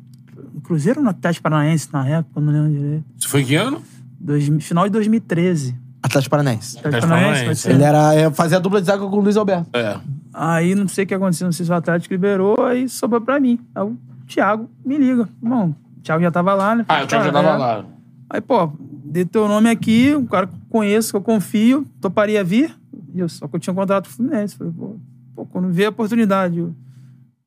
S5: no Cruzeiro ou no Atlético Paranaense na época, eu não lembro direito.
S4: Isso foi em que ano?
S5: Dois, final de 2013.
S3: Atlético Paranaense.
S4: Atlético
S5: Atlético Paranaense, pode
S4: Paranaense,
S5: ser.
S3: Ele era, é, fazia a dupla de zaga com o Luiz Alberto.
S4: É.
S5: Aí não sei o que aconteceu, não sei se o Atlético liberou, aí sobrou pra mim. Aí o Thiago me liga. Bom, o Thiago já tava lá, né?
S4: Ah, o Thiago já
S5: Cara,
S4: tava
S5: é.
S4: lá.
S5: Aí, pô, dei teu nome aqui, um cara que eu conheço, que eu confio, toparia vir. E eu, só que eu tinha um contrato com o Fluminense. Falei, pô, pô, quando vê a oportunidade, eu,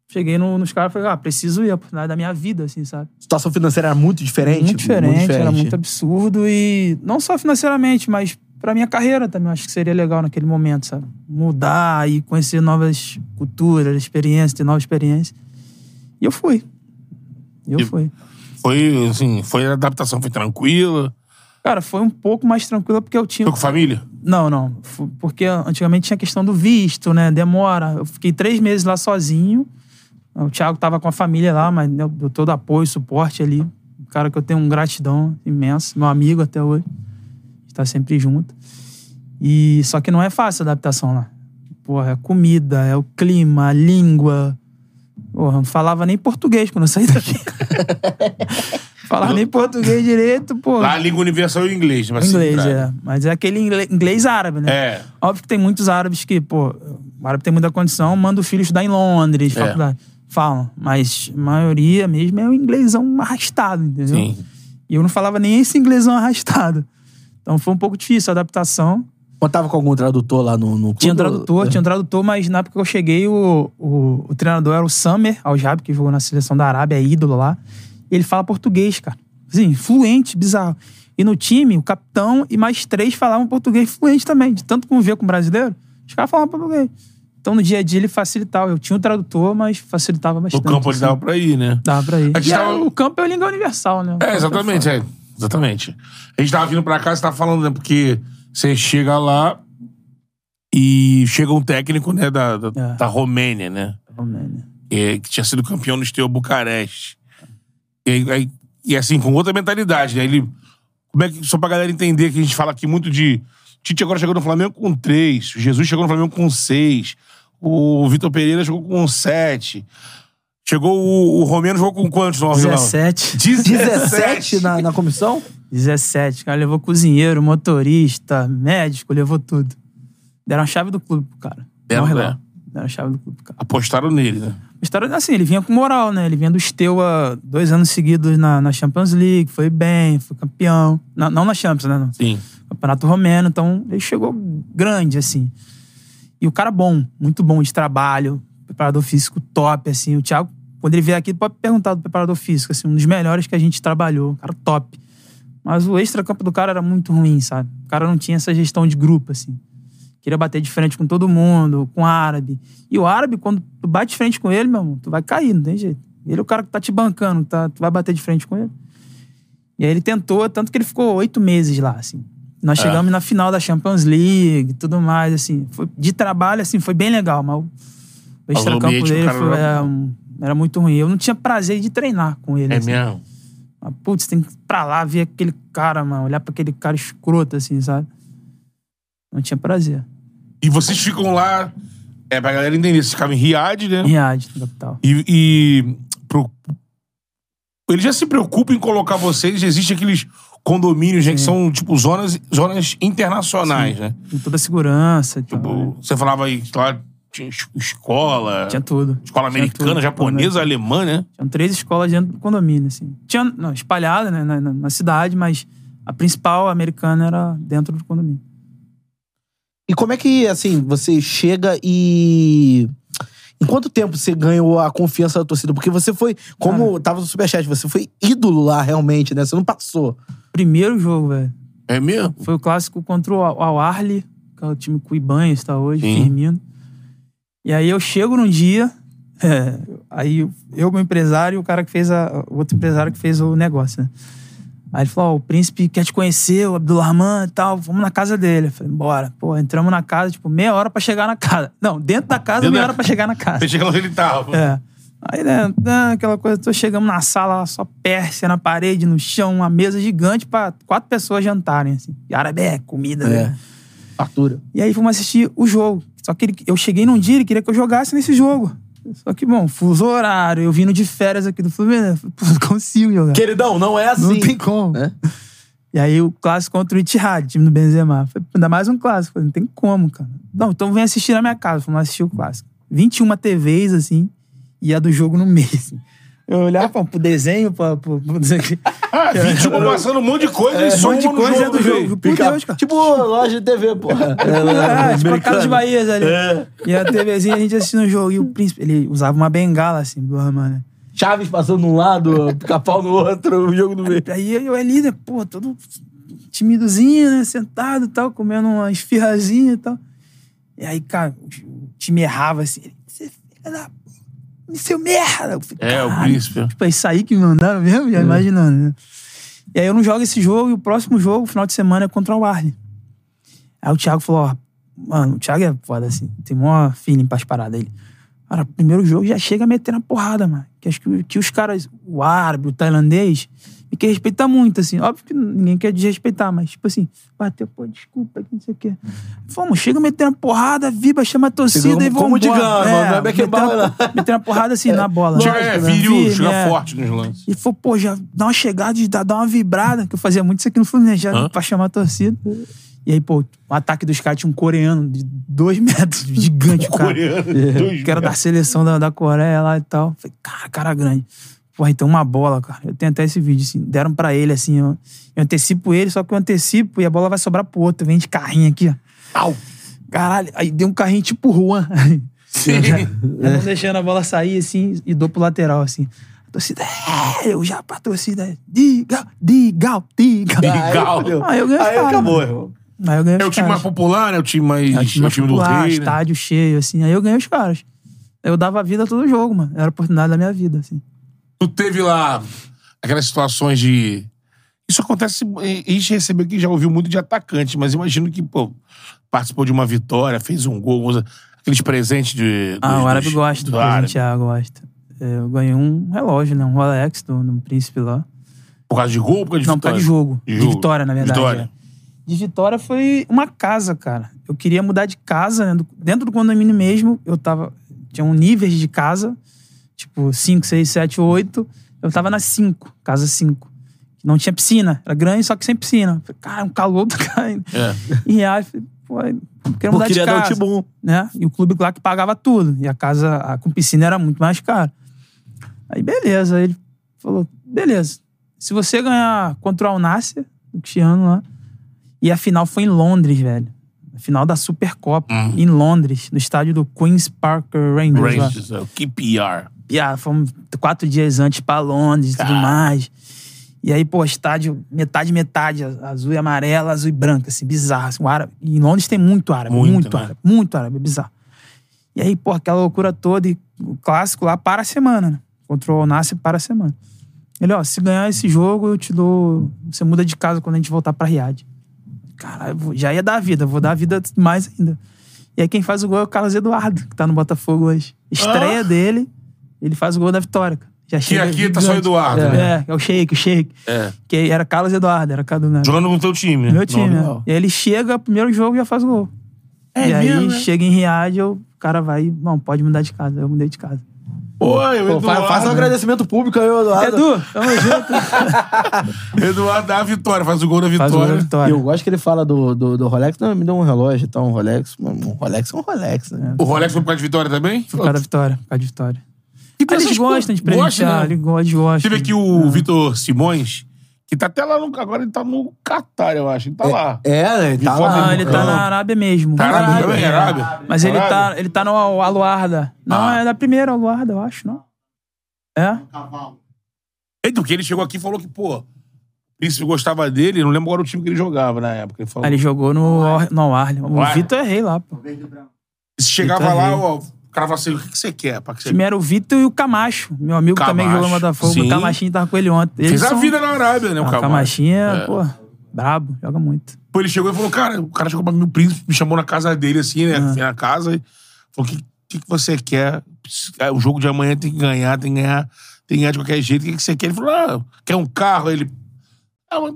S5: Cheguei no- nos caras e falei, ah, preciso ir, a oportunidade da minha vida, assim, sabe?
S3: situação financeira era muito diferente?
S5: Muito diferente, era muito absurdo e não só financeiramente, mas pra minha carreira também. eu Acho que seria legal naquele momento, sabe? Mudar e conhecer novas culturas, experiências, ter novas experiências. E eu fui. E eu
S4: E-
S5: fui.
S4: Foi, assim, foi a adaptação, foi tranquila.
S5: Cara, foi um pouco mais tranquila porque eu tinha.
S4: Foi com família?
S5: Não, não. Fu- Porque antigamente tinha a questão do visto, né? Demora. Eu fiquei três meses lá sozinho. O Thiago tava com a família lá, mas deu deu todo apoio, suporte ali. Um cara que eu tenho um gratidão imenso. Meu amigo até hoje. Está sempre junto. E só que não é fácil a adaptação lá. Porra, é comida, é o clima, a língua. Porra, eu não falava nem português quando eu saí daqui. falava nem português direito, porra.
S4: Lá a língua universal é o inglês, mas
S5: Inglês,
S4: assim,
S5: é. Mas é aquele ingle- inglês árabe, né?
S4: É.
S5: Óbvio que tem muitos árabes que, pô, o árabe tem muita condição, manda o filho estudar em Londres,
S4: É.
S5: faculdade. Falam. Mas a maioria mesmo é o inglêsão arrastado, entendeu?
S4: Sim.
S5: E eu não falava nem esse inglêsão arrastado. Então foi um pouco difícil a adaptação.
S3: Contava com algum tradutor lá no, no clube?
S5: Tinha um tradutor, tinha tradutor, mas na época que eu cheguei, o, o, o treinador era o Samer Al-Jab, que jogou na seleção da Arábia, é ídolo lá. Ele fala português, cara. Assim, fluente, bizarro. E no time, o capitão e mais três falavam português fluente também. De tanto conviver com o brasileiro, os caras falavam português. Então no dia a dia ele facilitava. Eu tinha um tradutor, mas facilitava
S4: No
S5: bastante.
S4: campo ele
S5: assim.
S4: dava pra ir, né?
S5: Dava pra ir.
S4: A gente
S5: E
S4: tava-
S5: era- O campo é a língua universal, né?
S4: É, exatamente, é. Exatamente. A gente tava vindo pra cá, você tava falando, né? Porque você chega lá e chega um técnico, né, da, da,
S5: É.
S4: da Romênia, né? é, que tinha sido campeão no Steaua Bucareste. E, aí- aí- e assim, com outra mentalidade, né? Ele, como é que, só pra galera entender que a gente fala aqui muito de. Tite agora chegou no Flamengo com três, o Jesus chegou no Flamengo com seis, o Vitor Pereira chegou com sete. Chegou o, o Romero jogou com quantos no Rio?
S5: 17.
S3: 17 na, na comissão?
S5: 17, cara. Levou cozinheiro, motorista, médico, levou tudo. Deram a chave do clube pro cara.
S4: Deram,
S5: Morre
S4: né?
S5: lá. Deram a chave do clube pro cara.
S4: Apostaram nele, né?
S5: A história é assim, ele vinha com moral, né? Ele vinha do Steaua dois anos seguidos na, na Champions League, foi bem, foi campeão. Na- não na Champions, né? No
S4: Sim.
S5: Campeonato Romeno, então ele chegou grande, assim. E o cara bom, muito bom de trabalho, preparador físico top, assim. O Thiago, quando ele vier aqui, pode perguntar do preparador físico, assim, um dos melhores que a gente trabalhou, um cara top. Mas o extra-campo do cara era muito ruim, sabe? O cara não tinha essa gestão de grupo, assim. Queria bater de frente com todo mundo, com o árabe. E o árabe, quando tu bate de frente com ele, meu irmão, tu vai cair, não tem jeito. Ele é o cara que tá te bancando, tá? tu vai bater de frente com ele. E aí ele tentou, tanto que ele ficou oito meses lá, assim.
S4: É.
S5: Nós chegamos na final da Champions League e tudo mais, assim. Foi, de trabalho, assim, foi bem legal, mas o- o
S4: Mas o
S5: extra-campo
S4: ambiente do
S5: dele
S4: cara
S5: foi-
S4: não era
S5: era, um- era muito ruim. Eu não tinha prazer de treinar com ele,
S4: É
S5: assim.
S4: mesmo.
S5: Ah, Putz, tem que ir pra lá ver aquele cara, mano. Olhar pra aquele cara escroto, assim, sabe? Não tinha prazer.
S4: E vocês ficam lá. É, pra galera entender, vocês ficavam em Riad, né?
S5: Riad, na capital.
S4: E. e pro- Eles já se preocupam em colocar vocês. Existem aqueles condomínios, né, que são, tipo, zonas, zonas internacionais, né?
S5: Com toda a segurança e tal. né?
S4: Tipo, você falava aí que lá tinha es- escola.
S5: Tinha tudo.
S4: Escola
S5: Tinha
S4: americana,
S5: tudo.
S4: japonesa, alemã, né?
S5: Tinham três escolas dentro do condomínio, assim. Tinha, não, espalhada, né, na, na- na cidade, mas a principal americana era dentro do condomínio.
S3: E como é que, assim, você chega e. Em quanto tempo você ganhou a confiança da torcida? Porque você foi, como tava no Superchat, você foi ídolo lá realmente, né? Você não passou.
S5: Primeiro jogo, velho.
S4: É mesmo?
S5: Foi o clássico contra o Al- Al Arli, que é o time que o Ibanha está hoje,
S4: Sim.
S5: Firmino. E aí eu chego num dia, é, aí eu, meu empresário, e o cara que fez a. O outro empresário que fez o negócio, né? Aí ele falou: Ó, o príncipe quer te conhecer, o Abdulrahman e tal, vamos na casa dele. Eu falei: bora. Pô, entramos na casa, tipo, meia hora pra chegar na casa. Não, dentro da casa,
S4: Dentro
S5: meia
S4: da-
S5: hora pra chegar na casa.
S4: Você chega lá onde ele tava.
S5: É. Aí, né, né, aquela coisa, tô chegando na sala, só pérsia na parede, no chão, uma mesa gigante pra quatro pessoas jantarem, assim. E árabe é comida, né?
S3: Fatura.
S5: E aí fomos assistir o jogo. Só que ele- eu cheguei num dia, ele queria que eu jogasse nesse jogo. Só que, bom, fuso horário, eu vindo de férias aqui do Fluminense, pô, não consigo jogar.
S3: Queridão, não é assim.
S5: Não tem como.
S3: É.
S5: E aí o clássico contra o Itihad, time do Benzema. Falei, pô, ainda mais um clássico. Falei, não tem como, cara. Não, então vem assistir um na minha casa. Fomos assistir o clássico. 21 TVs, assim, e a do jogo no meio. assim. Eu olhava pra, pro desenho, pra, pro, pro desenho que-
S4: Ah, 21 passando um monte de coisa
S3: É,
S4: e só
S5: um monte de
S4: uma no
S5: coisa
S4: jogo
S5: do jogo.
S4: velho.
S5: Por Deus, cara.
S3: Tipo loja de TV, porra.
S5: Ah, tipo a cara de Bahias ali.
S3: É.
S5: E a TVzinha a gente assistindo o jogo. E o príncipe, ele usava uma bengala assim, do mano.
S3: Chaves passando num lado, pica-pau no outro, o jogo no meio.
S5: Aí eu ali, né, pô, todo timidozinho, né, sentado e tal, comendo uma esfirrazinha e tal. E aí, cara, o time errava assim. ele, Você filha da. p- Seu merda! Eu falei,
S4: É, o
S5: "Caralho."
S4: príncipe.
S5: Tipo, é isso aí que me mandaram mesmo? Já imaginando, né? E aí eu não jogo esse jogo e o próximo jogo, final de semana, é contra o Arley. Aí o Thiago falou, ó, mano, o Thiago é foda assim, tem maior feeling pras paradas ele. Cara, primeiro jogo já chega metendo a porrada, mano. Que acho que, que os caras, o árabe, o tailandês, me quer respeitar muito, assim. Óbvio que ninguém quer desrespeitar, mas tipo assim, bateu, pô, desculpa, que não sei o quê. Fomos, chega metendo a porrada, vibra, chama a torcida
S3: Como-
S5: e vamos
S3: como de gama, não é
S5: metendo,
S3: Beckenbauer,
S5: a-
S3: não.
S5: metendo a porrada assim, na bola.
S4: Chega,
S5: Lógico,
S4: é,
S5: né?
S4: viril,
S5: Firme,
S4: chega
S5: é.
S4: forte nos lances.
S5: E falou, pô, já dá uma chegada, já dá uma vibrada, que eu fazia muito isso aqui no Fluminense, já
S4: Hã?
S5: pra chamar a torcida. E aí, pô, o ataque dos caras tinha um coreano de dois metros, gigante, o cara.
S4: Um
S5: É,
S4: Coreano, dois
S5: que era da seleção da, da Coreia lá e tal. Falei, cara, cara grande. Porra, então uma bola, cara. Eu tenho até esse vídeo, assim. Deram pra ele, assim, ó. Eu antecipo ele, só que eu antecipo e a bola vai sobrar pro outro. Vem de carrinho aqui, ó.
S4: Au.
S5: Caralho, aí deu um carrinho tipo Juan. Eu já- eu não deixando a bola sair assim e dou pro lateral, assim. A torcida, é, eu já pra torcida, diga, diga, diga.
S4: Legal.
S5: Aí Ah, eu ganhei os
S3: Aí
S5: caras,
S3: acabou,
S5: mano.
S3: irmão.
S5: Aí eu ganhei
S4: É o
S5: os
S4: time mais
S5: caras.
S4: popular, é o time mais.
S5: É o time, mais popular,
S4: do rei. né?
S5: estádio cheio, assim. Aí eu ganhei os caras. Eu dava vida a todo jogo, mano. Era a oportunidade da minha vida, assim.
S4: Tu teve lá aquelas situações de. Isso acontece. A gente recebeu aqui, já ouviu muito de atacante, mas imagino que, pô, participou de uma vitória, fez um gol, usa aqueles presentes de.
S5: Ah,
S4: dos-
S5: o árabe
S4: dos-
S5: gosta do
S4: do árabe,
S5: presentear, gosta. É, Eu ganhei um relógio, né? Um Rolex do, do príncipe lá.
S4: Por causa de gol ou por causa de
S5: Não, por
S4: vitória?
S5: causa de jogo.
S4: De
S5: De,
S4: jogo.
S5: vitória, na verdade.
S4: Vitória.
S5: é. De vitória foi uma casa, cara. Eu queria mudar de casa. né, do- Dentro do condomínio mesmo, eu tava. Tinha um níveis de casa, tipo 5, 6, 7, 8. Eu tava na 5, casa 5. Não tinha piscina. Era grande, só que sem piscina. Falei, cara, um calor do cara.
S4: É.
S5: E aí, falei, pô, eu queria
S3: Pô,
S5: mudar
S3: queria
S5: de
S4: um
S3: dar o
S4: tipo
S5: casa
S3: tibum.
S5: né? E o clube lá que pagava tudo. E a casa a- com piscina era muito mais cara. Aí beleza, aí ele falou: beleza, se você ganhar contra o Alnácia, o Cristiano lá. E a final foi em Londres, velho. A final da Supercopa, em Londres, no estádio do Queen's Park Rangers. lá.
S4: Rangers, é, o KPR.
S5: E, ah, fomos quatro dias antes pra Londres e tudo
S4: Cara.
S5: mais. E aí, pô, estádio, metade, metade, a- azul e amarela, azul e branca, assim, bizarro. Assim, o árabe. E em Londres tem muito árabe,
S4: Muito,
S5: muito,
S4: né?
S5: árabe, muito árabe, é bizarro. E aí, pô, aquela loucura toda, e o clássico lá para a semana, né? Contra o Nasce para a semana. Ele, ó, se ganhar esse jogo, eu te dou. Você muda de casa quando a gente voltar pra Riad. Caralho, eu vou- já ia dar a vida, vou dar a vida mais ainda. E aí quem faz o gol é o Carlos Eduardo, que tá no Botafogo hoje.
S4: Ah.
S5: Estreia dele, ele faz o gol da vitória. cara. Já
S4: Que aqui tá só
S5: gigante.
S4: Eduardo,
S5: É,
S4: né?
S5: é, é o Sheik, o Sheik.
S4: É.
S5: Que era Carlos Eduardo, era Cadu, né?
S4: Jogando no teu time, né?
S5: Meu time,
S4: Não,
S5: né?
S4: não.
S5: E aí ele chega, primeiro jogo, já faz o gol.
S4: É
S5: e aí
S4: mesmo, né?
S5: chega em Riad, eu- o cara vai, e, não, pode mudar de casa. Eu mudei de casa.
S4: Pô, eu,
S3: Pô, fa-
S4: Eduardo,
S3: faça um agradecimento público aí, Eduardo.
S5: Edu, tamo junto.
S4: Eduardo dá a vitória, faz o gol da
S5: Faz o gol da
S4: vitória.
S5: vitória.
S3: Eu gosto que ele fala do, do, do Rolex. Não, me deu um relógio e tal, um Rolex. Um Rolex é um Rolex, né?
S4: O Rolex foi por causa de vitória também?
S5: Por causa da vitória, por causa da vitória.
S4: E tem
S5: eles
S4: essas
S5: gostam de
S4: co- Então gostam,
S5: presentear,
S4: né?
S5: eles go- eles gostam.
S4: Tive aqui o Vitor Simões, que tá até lá no. Agora ele tá no Catar, eu acho. Ele tá lá.
S3: É, né? Ele tá
S4: Uniforme
S3: lá.
S5: Ah, ele tá na Arábia mesmo.
S4: Tá na Arábia também,
S5: é.
S4: Arábia.
S5: Mas ele tá,
S4: Arábia.
S5: ele tá no Al- Aluarda. Não,
S4: Ah.
S5: é da primeira Aluarda, eu acho, não? É?
S4: Eita, porque ele chegou aqui e falou que, pô, o príncipe gostava dele, não lembro agora o time que ele jogava na época. Ele falou.
S5: Aí ele jogou no,
S4: é.
S5: Al- no Al-Ahly.
S4: Al-Ahly.
S5: O Vitor errei lá, pô. O
S4: Se chegava
S5: Ele tá
S4: lá,
S5: vivo.
S4: ó, o cara falava assim: o que, que você quer? Pra que você...
S5: time era o Vitor e o Camacho. Meu amigo que também
S4: Camacho,
S5: jogou no Botafogo.
S4: sim.
S5: O Camachinho tava com ele ontem. Eles
S4: Fez a
S5: são-
S4: vida na Arábia, né?
S5: Ah,
S4: O
S5: O
S3: tá
S4: Camacho.
S5: Camachinho é,
S4: É.
S5: pô, brabo, joga muito.
S4: Pô, ele chegou e falou: cara, o cara chegou pra mim, o príncipe me chamou na casa dele, assim, né? Fui na casa e falou: o que, que, que você quer? Ah, O jogo de amanhã tem que ganhar, tem que ganhar, tem que ganhar de qualquer jeito. O que, que você quer? Ele falou: ah, quer um carro? Aí Ele. Ah, mas.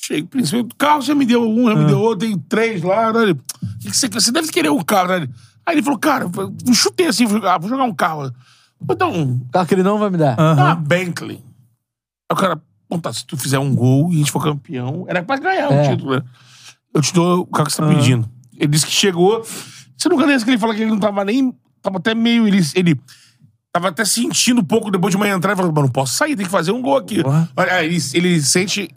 S4: Chega, príncipe, o carro já me deu um, já me deu outro, tem três lá. né? Ele, O que, que você quer? Você deve querer um carro, né? Aí ele falou: cara, eu chutei assim, falei, ah, vou jogar um carro. Vou dar um
S3: Carro que ele não vai me dar.
S4: Dá
S5: Aham.
S4: uma Tá, Bentley. Aí o cara, pô, tá, se tu fizer um gol e a gente for campeão, era pra ganhar o
S3: É.
S4: título, né? Eu te dou o carro que você tá pedindo. Ele disse que chegou. Você não ganha isso que ele fala que ele não tava nem. Tava até meio. Ele, ele Tava até sentindo um pouco depois de uma entrada e falou, mano, não posso sair, tem que fazer um gol aqui.
S5: Porra.
S4: Aí Ele, ele sente.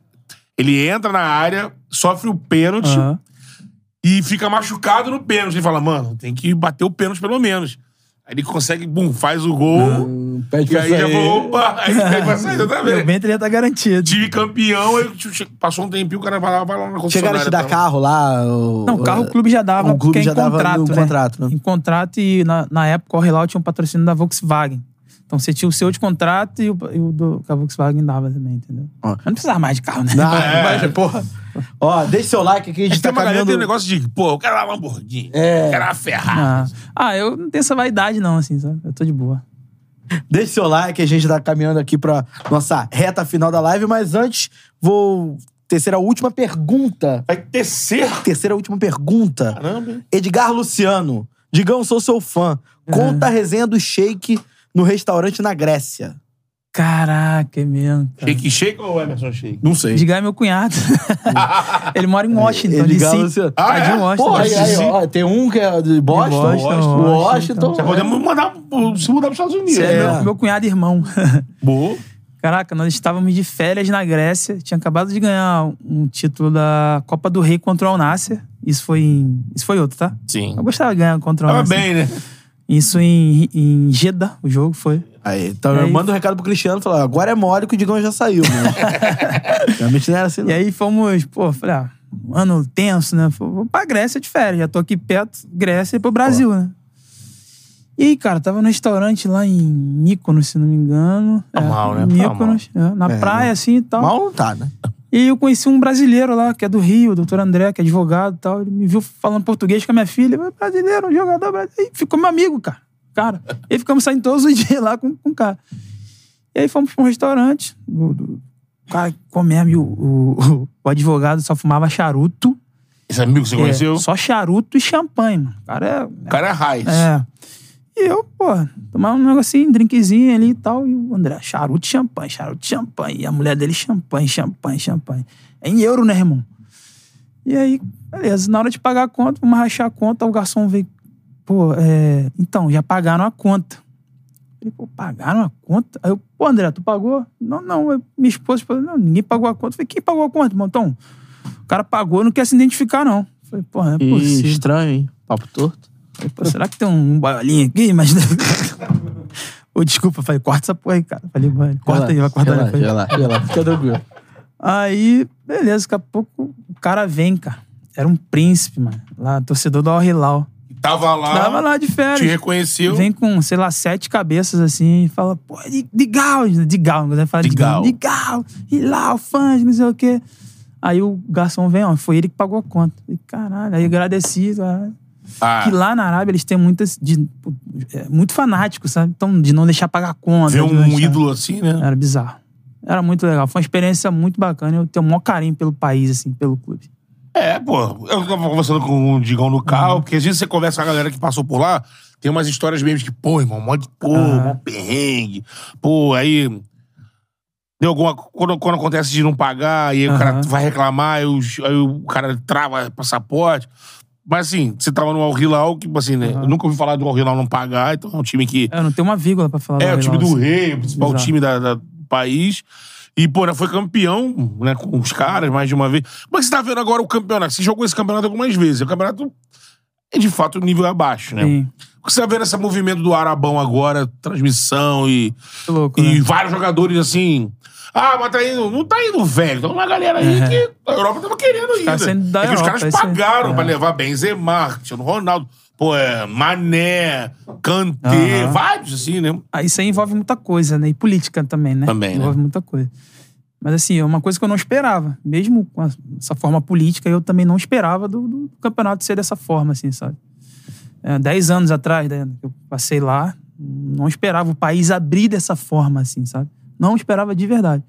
S4: Ele entra na área, sofre o pênalti
S5: Aham.
S4: e fica machucado no pênalti. Ele fala, mano, tem que bater o pênalti pelo menos. Aí ele consegue, bum, faz o gol.
S3: Pede
S4: E
S3: pra
S4: aí já
S3: sair.
S4: falou, opa, aí pede pra sair
S5: Meu
S4: também.
S5: ventre já tá garantido.
S4: Tive campeão, aí tipo, che- passou um tempinho, o cara vai lá, vai lá na concessionária.
S3: Chegaram a te dar
S4: tá?
S3: carro lá? o-
S5: Não, carro o clube já dava.
S3: O clube
S5: porque é
S3: já
S5: em
S3: dava
S5: contrato,
S4: um
S3: no
S5: né?
S3: contrato, né?
S5: Em contrato e na, na época o Relau tinha um patrocínio da Volkswagen. Então você tinha o seu de contrato e o, e o do, que a Volkswagen dava também, entendeu? Mas não precisava mais de carro, né?
S3: Não, mas, porra. Ó, deixa seu like aqui, a
S4: É
S3: gente
S4: que
S3: tá
S4: É, tem uma galera que
S3: caminhando... É.
S4: tem um negócio de, pô, eu quero uma Lamborghini, eu quero uma
S5: Ah,
S4: Ferrari.
S5: ah, eu não tenho essa vaidade não, assim, sabe? Eu tô de boa.
S3: Deixe seu like, a gente tá caminhando aqui pra nossa reta final da live, mas antes, vou terceira última pergunta.
S4: Vai tecer.
S3: Terceira última pergunta.
S4: Caramba. hein?
S3: Edgar Luciano, Digão, sou seu fã. Conta a resenha do shake no restaurante na Grécia.
S5: Caraca, é mesmo. cara.
S4: Shake Shake ou Emerson Shake?
S3: Não sei.
S5: Edgar é meu cunhado. ele mora em Washington,
S3: Edgar
S5: DC.
S3: Luciano.
S4: Ah,
S5: é de
S4: é?
S5: Washington.
S3: Pô, aí, aí,
S5: DC.
S3: ó, tem um que é de Boston,
S5: Boston, então.
S3: Washington.
S5: Washington.
S3: Washington.
S4: Já podemos mandar pro- se mudar pros Estados Unidos.
S5: Ele é
S4: né?
S5: meu, meu cunhado e irmão.
S4: Boa.
S5: Caraca, nós estávamos de férias na Grécia. Tinha acabado de ganhar um título da Copa do Rei contra o Al Nasser. Isso foi em... Isso foi outro, tá?
S4: Sim.
S5: Eu gostava de ganhar contra o Al
S4: Tava
S5: Nasser.
S4: bem, né?
S5: Isso em, em Jeddah, o jogo foi.
S3: Aí, então
S5: E
S3: eu
S5: aí-
S3: mando um recado pro Cristiano e falo, agora é mole que o Digão já saiu, mano. Realmente não era assim,
S5: E
S3: não.
S5: aí fomos, pô, falei, ah, um ano tenso, né? Falei, Vou pra Grécia de férias, já tô aqui perto, Grécia e pro Brasil, né? E aí, cara, tava no restaurante lá em Mykonos, se não me engano. É,
S4: mal, né? Tá
S5: Mykonos, é, na praia, assim e tal.
S3: Mal não tá, né?
S5: E aí eu conheci um brasileiro lá, que é do Rio, o doutor André, que é advogado e tal. Ele me viu falando português com a minha filha. Eu, brasileiro, um jogador brasileiro. E ficou meu amigo, cara. Cara. E aí ficamos saindo todos os dias lá com, com o cara. E aí fomos pra um restaurante. O, do- o cara comeu, e o, o, o advogado só fumava charuto.
S4: Esse amigo que você conheceu?
S5: É, só charuto e champanhe, mano. O cara é
S4: O cara é raiz.
S5: é. E eu, pô, tomar um negocinho, um drinkzinho ali e tal. E o André, charuto e champanhe, charuto e champanhe. E a mulher dele, champanhe, champanhe, champanhe. É em euro, né, irmão? E aí, beleza. Na hora de pagar a conta, vamos rachar a conta. O garçom veio, pô, é... Então, já pagaram a conta. Falei, pô, pagaram a conta? Aí eu, pô, André, tu pagou? Não, não. eu- minha esposa falou, não, ninguém pagou a conta. Eu falei, quem pagou a conta, irmão? Então, o cara pagou, não quer se identificar, não. Eu Falei, pô, não é
S3: Ih,
S5: possível.
S3: estranho, hein? Papo torto.
S5: Falei, pô, será que tem um boiolinho aqui? Mas. Ô, desculpa, falei, corta essa porra aí, cara. Falei, mano, corta aí, vai cortar
S3: lá.
S5: depois.
S3: Vai lá, vai lá. Fica tranquilo.
S5: Aí, beleza, daqui a pouco o cara vem, cara. Era um príncipe, mano. Lá, torcedor do Al Hilal.
S4: Tava lá.
S5: Tava lá de
S4: Ah, Te
S5: férias.
S4: reconheceu.
S5: Vem com, sei lá, sete cabeças assim e fala, pô, é de, de Gal, de Gal, não fala de Gal, de Gal, Hilal, fãs, não sei o quê. Aí o garçom vem, ó, foi ele que pagou a conta. Falei, caralho, aí agradeci, caralho.
S4: Ah,
S5: que lá na Arábia eles têm muitas. De, é, muito fanático, sabe? Então, de não deixar pagar conta.
S3: né,
S4: ver
S5: de não
S4: um
S5: deixar-
S4: ídolo assim, né?
S5: Era bizarro. Era muito legal. Foi uma experiência muito bacana. Eu tenho o maior carinho pelo país, assim, pelo clube.
S4: É, pô. Eu tava conversando com o Digão no carro, porque às vezes você conversa com a galera que passou por lá, tem umas histórias mesmo que, pô, irmão, mó de pô, mó perrengue. Pô, aí. Deu alguma. Quando, quando acontece de não pagar, e aí o cara
S5: Aham.
S4: vai reclamar, aí, os- aí o cara trava passaporte. Mas assim, você tava no Al Hilal, que, assim, né? Eu nunca ouvi falar do Al Hilal não pagar, então é um time que.
S5: É, Eu não tenho uma vírgula pra falar
S4: É, o time
S5: Al-Hilal,
S4: do
S5: assim.
S4: rei, o principal
S5: Exato.
S4: time da, da- do país. E, pô, né, foi campeão, né, com os caras mais de uma vez. Como é que você tá vendo agora o campeonato? Você jogou esse campeonato algumas vezes. O campeonato é, de fato, um nível abaixo, né?
S5: Sim,
S4: O que você tá vendo esse movimento do Arabão agora, transmissão e,
S5: que louco.
S4: e
S5: né?
S4: vários jogadores assim. Ah, mas tá indo. Não tá indo, velho. Então uma galera aí
S5: É.
S4: que a Europa tava querendo ainda.
S5: caras saindo da
S4: é que os
S5: Europa,
S4: caras
S5: isso aí.
S4: pagaram
S5: É.
S4: pra levar Benzema, Cristiano Ronaldo, pô, é, Mané, Kanté,
S5: Aham.
S4: vários assim, né?
S5: Ah, Isso aí envolve muita coisa, né? E política também, né?
S4: Também, né?
S5: Envolve muita coisa. Mas assim, é uma coisa que eu não esperava. Mesmo com a- essa forma política, eu também não esperava do, do campeonato ser dessa forma, assim, sabe? É, dez anos atrás, né, que eu passei lá, não esperava o país abrir dessa forma, assim, sabe? Não esperava de verdade.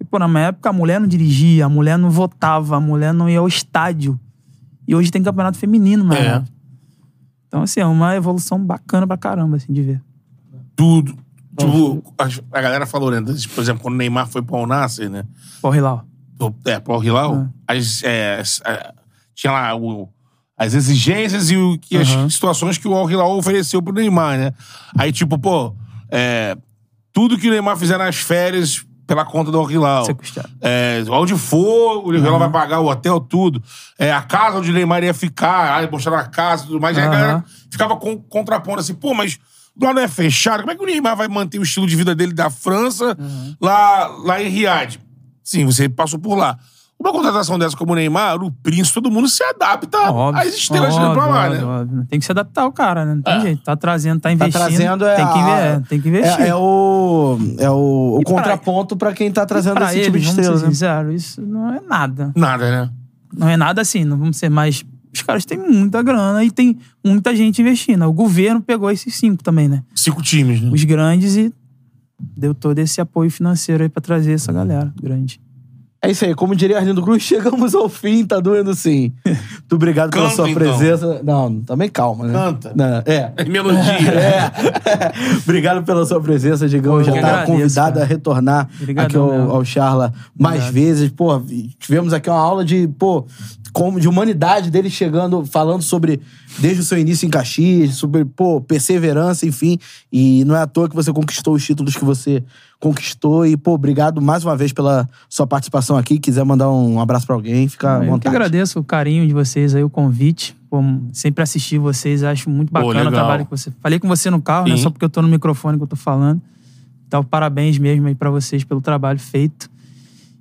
S5: E, pô, na minha época, a mulher não dirigia, a mulher não votava, a mulher não ia ao estádio. E hoje tem campeonato feminino, mano.
S4: É.
S5: Então, assim, é uma evolução bacana pra caramba, assim, de ver.
S4: tudo. Tipo, a, a galera falou, né? Por exemplo, quando o Neymar foi pro Al-Nasser, né?
S5: Pô, Hilal.
S4: Pro- É, pro Al-Hilal,
S5: Ah.
S4: as, é, as- é, tinha lá o- as exigências e o, que as
S5: Aham.
S4: situações que o Al-Hilal ofereceu pro Neymar, né? Aí, tipo, pô, É, tudo que o Neymar fizer nas férias pela conta do Al-Hilal.
S5: Ser custeado.
S4: É, onde for, o Al-Hilal vai pagar o hotel, tudo. É, a casa onde o Neymar ia ficar, aí mostraram a casa e tudo mais. Aí a
S5: Aham.
S4: galera ficava con- contrapondo assim, pô, mas lá não é fechado. Como é que o Neymar vai manter o estilo de vida dele da França lá, lá em Riad? Sim, você passou por lá. Uma contratação dessa como o Neymar, o príncipe, todo mundo se adapta
S5: Tá Óbvio.
S4: às estrelas dele pra lá, né?
S5: óbvio, óbvio. Tem que se adaptar o cara, né? Não tem
S4: É.
S5: jeito. Tá trazendo, tá
S3: Tá
S5: investindo.
S3: trazendo é
S5: tem que,
S3: a-
S5: é, tem que investir.
S3: É, é o, é o, o
S5: E pra-
S3: contraponto pra quem tá trazendo
S5: pra
S3: esse tipo
S5: eles,
S3: de
S5: vamos assim.
S3: estrela.
S5: ser
S3: né?
S5: sinceros, isso não é nada.
S4: Nada, né?
S5: Não é nada assim, não vamos ser mais. Os caras têm muita grana e tem muita gente investindo. O governo pegou esses cinco também, né?
S4: Cinco times, né?
S5: Os grandes e deu todo esse apoio financeiro aí pra trazer essa galera grande.
S3: É isso aí, como diria Arlindo Cruz, chegamos ao fim, tá doendo sim. Muito obrigado pela
S4: Canta,
S3: sua
S4: então.
S3: presença. Não, também calma, né?
S4: Canta.
S3: Não, é.
S4: Melodia.
S3: Obrigado pela sua presença, Digão.
S5: Pô,
S3: Já
S5: eu
S3: tá
S5: agradeço,
S3: convidado
S5: cara.
S3: a retornar
S5: Obrigadão
S3: aqui ao,
S5: mesmo.
S3: ao Charla mais
S5: Obrigado.
S3: vezes. Pô, tivemos aqui uma aula de, pô, como de humanidade dele chegando, falando sobre desde o seu início em Caxias, sobre, pô, perseverança, enfim. E não é à toa que você conquistou os títulos que você conquistou. E, pô, obrigado mais uma vez pela sua participação aqui. Quiser mandar um abraço pra alguém, fica à
S5: Eu que
S3: vontade.
S5: agradeço o carinho de vocês aí, o convite. Pô, sempre assisti vocês, acho muito
S4: Pô,
S5: bacana
S4: legal.
S5: o trabalho que você. Falei com você no carro, né?
S4: Sim.
S5: Só porque eu tô no microfone que eu tô falando. Então, parabéns mesmo aí pra vocês pelo trabalho feito.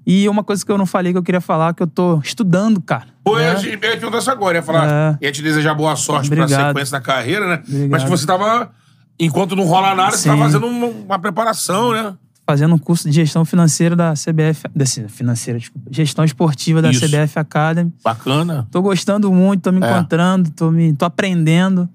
S5: E uma coisa que eu não falei que eu queria falar, que eu tô estudando, cara.
S4: Pô, eu ia
S5: né?
S4: te eu ia te perguntar isso agora, eu ia falar. Ia te desejar boa sorte pra
S5: É. Obrigado.
S4: sequência da carreira, né?
S5: Obrigado.
S4: Mas que você tava. Enquanto não rola nada, você
S5: Sim.
S4: tá fazendo uma, uma preparação, né?
S5: fazendo um curso de gestão financeira da CBF, desse, financeira, desculpa, gestão esportiva da
S4: Isso.
S5: CBF Academy.
S4: Bacana.
S5: Tô gostando muito, tô me
S4: É.
S5: encontrando, tô me, tô aprendendo.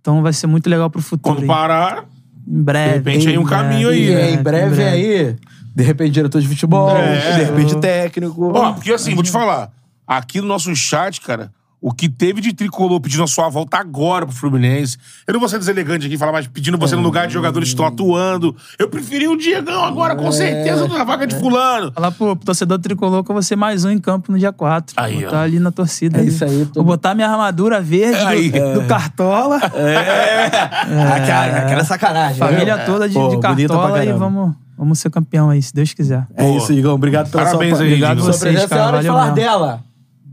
S5: Então vai ser muito legal pro futuro.
S4: Quando
S5: hein?
S4: parar,
S5: Em breve.
S4: de repente, aí um
S5: em
S4: caminho
S5: breve, é.
S4: aí,
S3: E
S4: né?
S3: em breve aí, de repente, diretor de futebol,
S4: É.
S3: de repente, técnico.
S4: Ó, porque assim, vou te falar. Aqui no nosso chat, cara, o que teve de tricolor pedindo a sua volta agora pro Fluminense. Eu não vou ser deselegante aqui e falar, mas pedindo você no lugar de jogadores que estão atuando. Eu preferi o Diegão agora, com certeza, na vaga de fulano.
S5: Falar pro pro torcedor tricolor que eu vou ser mais um em campo no dia 4.
S4: Aí,
S5: vou
S4: ó.
S5: botar ali na torcida.
S3: É
S5: ali.
S3: isso aí, tô-
S5: Vou botar minha armadura verde do-
S4: Aí. É.
S5: do, Cartola.
S3: É. Aquela, aquela sacanagem. né?
S5: Família toda de,
S3: É. Pô,
S5: de
S3: bonita pra
S5: Cartola e
S3: caramba.
S5: vamos, vamos ser campeão aí, se Deus quiser.
S3: É
S4: Boa.
S3: isso, Igão. Obrigado pela
S4: Parabéns
S3: sua,
S4: aí,
S3: obrigado
S4: Igão.
S3: pela sua
S5: Vocês,
S3: presença.
S5: cara,
S3: é hora de
S5: valeu
S3: falar
S5: mesmo.
S3: dela.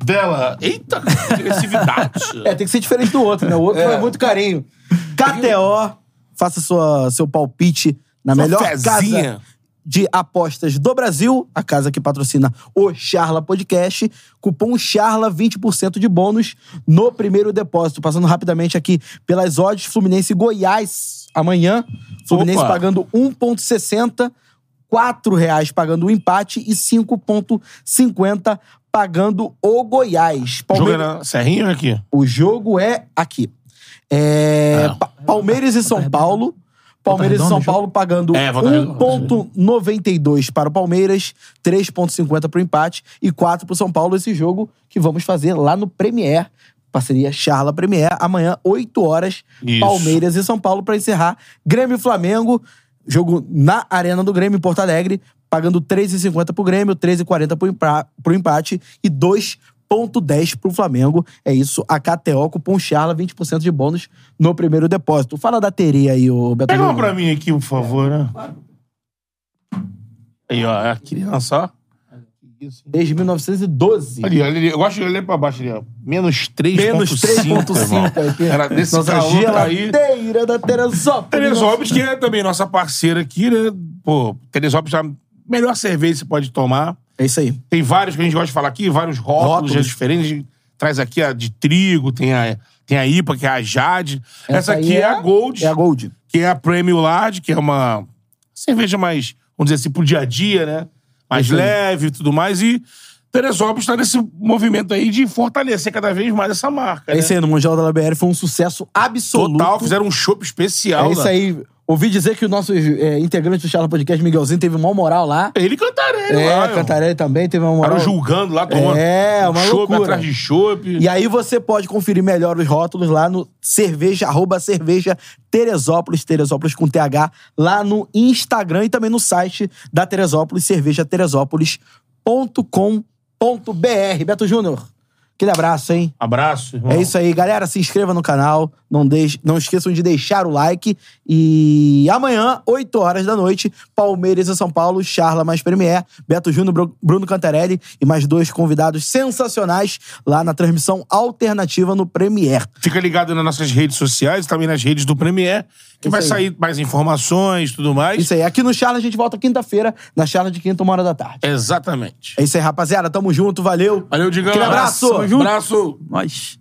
S4: Dela. Eita, que agressividade.
S3: É, tem que ser diferente do outro, né? O outro é, muito carinho. KTO, faça sua, seu palpite na
S4: Sua
S3: melhor
S4: fezinha.
S3: casa de apostas do Brasil, a casa que patrocina o Charla Podcast. Cupom Charla, 20% de bônus no primeiro depósito. Passando rapidamente aqui pelas odds, Fluminense e Goiás amanhã. Fluminense
S4: Opa.
S3: pagando 1,60. R$ reais pagando o empate e 5,50 pagando o Goiás.
S4: Jogo é
S3: Palmeiras-
S4: na Serrinha ou é aqui?
S3: o jogo é aqui. É,
S4: Ah.
S3: Pa- Palmeiras e São Paulo. Palmeiras e
S5: Redonda,
S3: São
S5: jogo?
S3: Paulo pagando
S4: É, Volta Redonda.
S3: 1,92 para o Palmeiras, 3,50 para o empate e 4 para o São Paulo. Esse jogo que vamos fazer lá no Premier. Parceria Charla Premier. Amanhã, 8 horas,
S4: Isso.
S3: Palmeiras e São Paulo para encerrar. Grêmio e Flamengo. Jogo na Arena do Grêmio, em Porto Alegre, pagando 3,50 pro Grêmio, 13,40 pro, empa- pro empate e 2,10 pro Flamengo. É isso, a KTO, cupom Charla, 20% de bônus no primeiro depósito. Fala da Teria aí, ô Beto.
S4: Pega uma
S3: Júnior.
S4: pra mim aqui, por favor, né? Aí, ó, é a criança, ó.
S3: Desde 1912.
S4: Ali, ali, ali. eu gosto de olhar pra baixo ali, ó. Menos 3,5.
S3: Menos 3,5.
S4: 3,5.
S3: aqui.
S4: Era desse
S3: é, Nossa
S4: calor aí.
S3: geladeira da Teresópolis.
S4: Teresópolis, que é também nossa parceira aqui, né? Pô, Teresópolis é a melhor cerveja que você pode tomar.
S3: É isso aí.
S4: Tem vários que a gente gosta de falar aqui, vários rótulos,
S3: Rótulos.
S4: já diferentes. A gente Traz aqui a de trigo, tem a, tem a IPA, que é a Jade. Essa,
S3: aí
S4: aqui é, a Gold.
S3: É a Gold.
S4: que é a Premium Large, que é uma cerveja mais, vamos dizer assim, pro dia a dia, né? Mais
S3: Isso aí.
S4: leve e tudo mais. E Teresópolis tá nesse movimento aí de fortalecer cada vez mais essa marca.
S3: É
S4: né?
S3: isso aí, no Mundial da LBR foi um sucesso absoluto.
S4: Total, fizeram um show especial.
S3: É isso
S4: lá.
S3: aí. Ouvi dizer que o nosso é, integrante do Charla Podcast, Miguelzinho, teve uma moral lá.
S4: Ele e Cantarelli,
S3: É,
S4: lá,
S3: a Cantarelli também teve uma moral.
S4: Ficaram julgando lá, tomando
S3: É, uma
S4: chopp
S3: loucura.
S4: atrás de chope.
S3: E aí você pode conferir melhor os rótulos lá no cerveja, arroba cerveja Teresópolis, Teresópolis com TH, lá no Instagram e também no site da Teresópolis, cervejateresópolis.com.br. Beto Júnior, Aquele abraço, hein?
S4: Abraço, irmão.
S3: É isso aí, galera. Se inscreva no canal. Não, deixe, não esqueçam de deixar o like. E amanhã, 8 horas da noite, Palmeiras e São Paulo, Charla mais Premier, Beto Júnior, Bru- Bruno Cantarelli e mais dois convidados sensacionais lá na transmissão alternativa no Premier.
S4: Fica ligado nas nossas redes sociais, também nas redes do Premier, que vai
S3: aí.
S4: sair mais informações e tudo mais.
S3: Isso aí. Aqui no Charla a gente volta quinta-feira, na Charla de quinta, uma hora da tarde.
S4: Exatamente.
S3: É isso aí, rapaziada. Tamo junto, valeu.
S4: Valeu, Digão.
S3: Aquele abraço.
S4: Abraço.
S3: Tamo junto.
S4: abraço.
S5: Nós.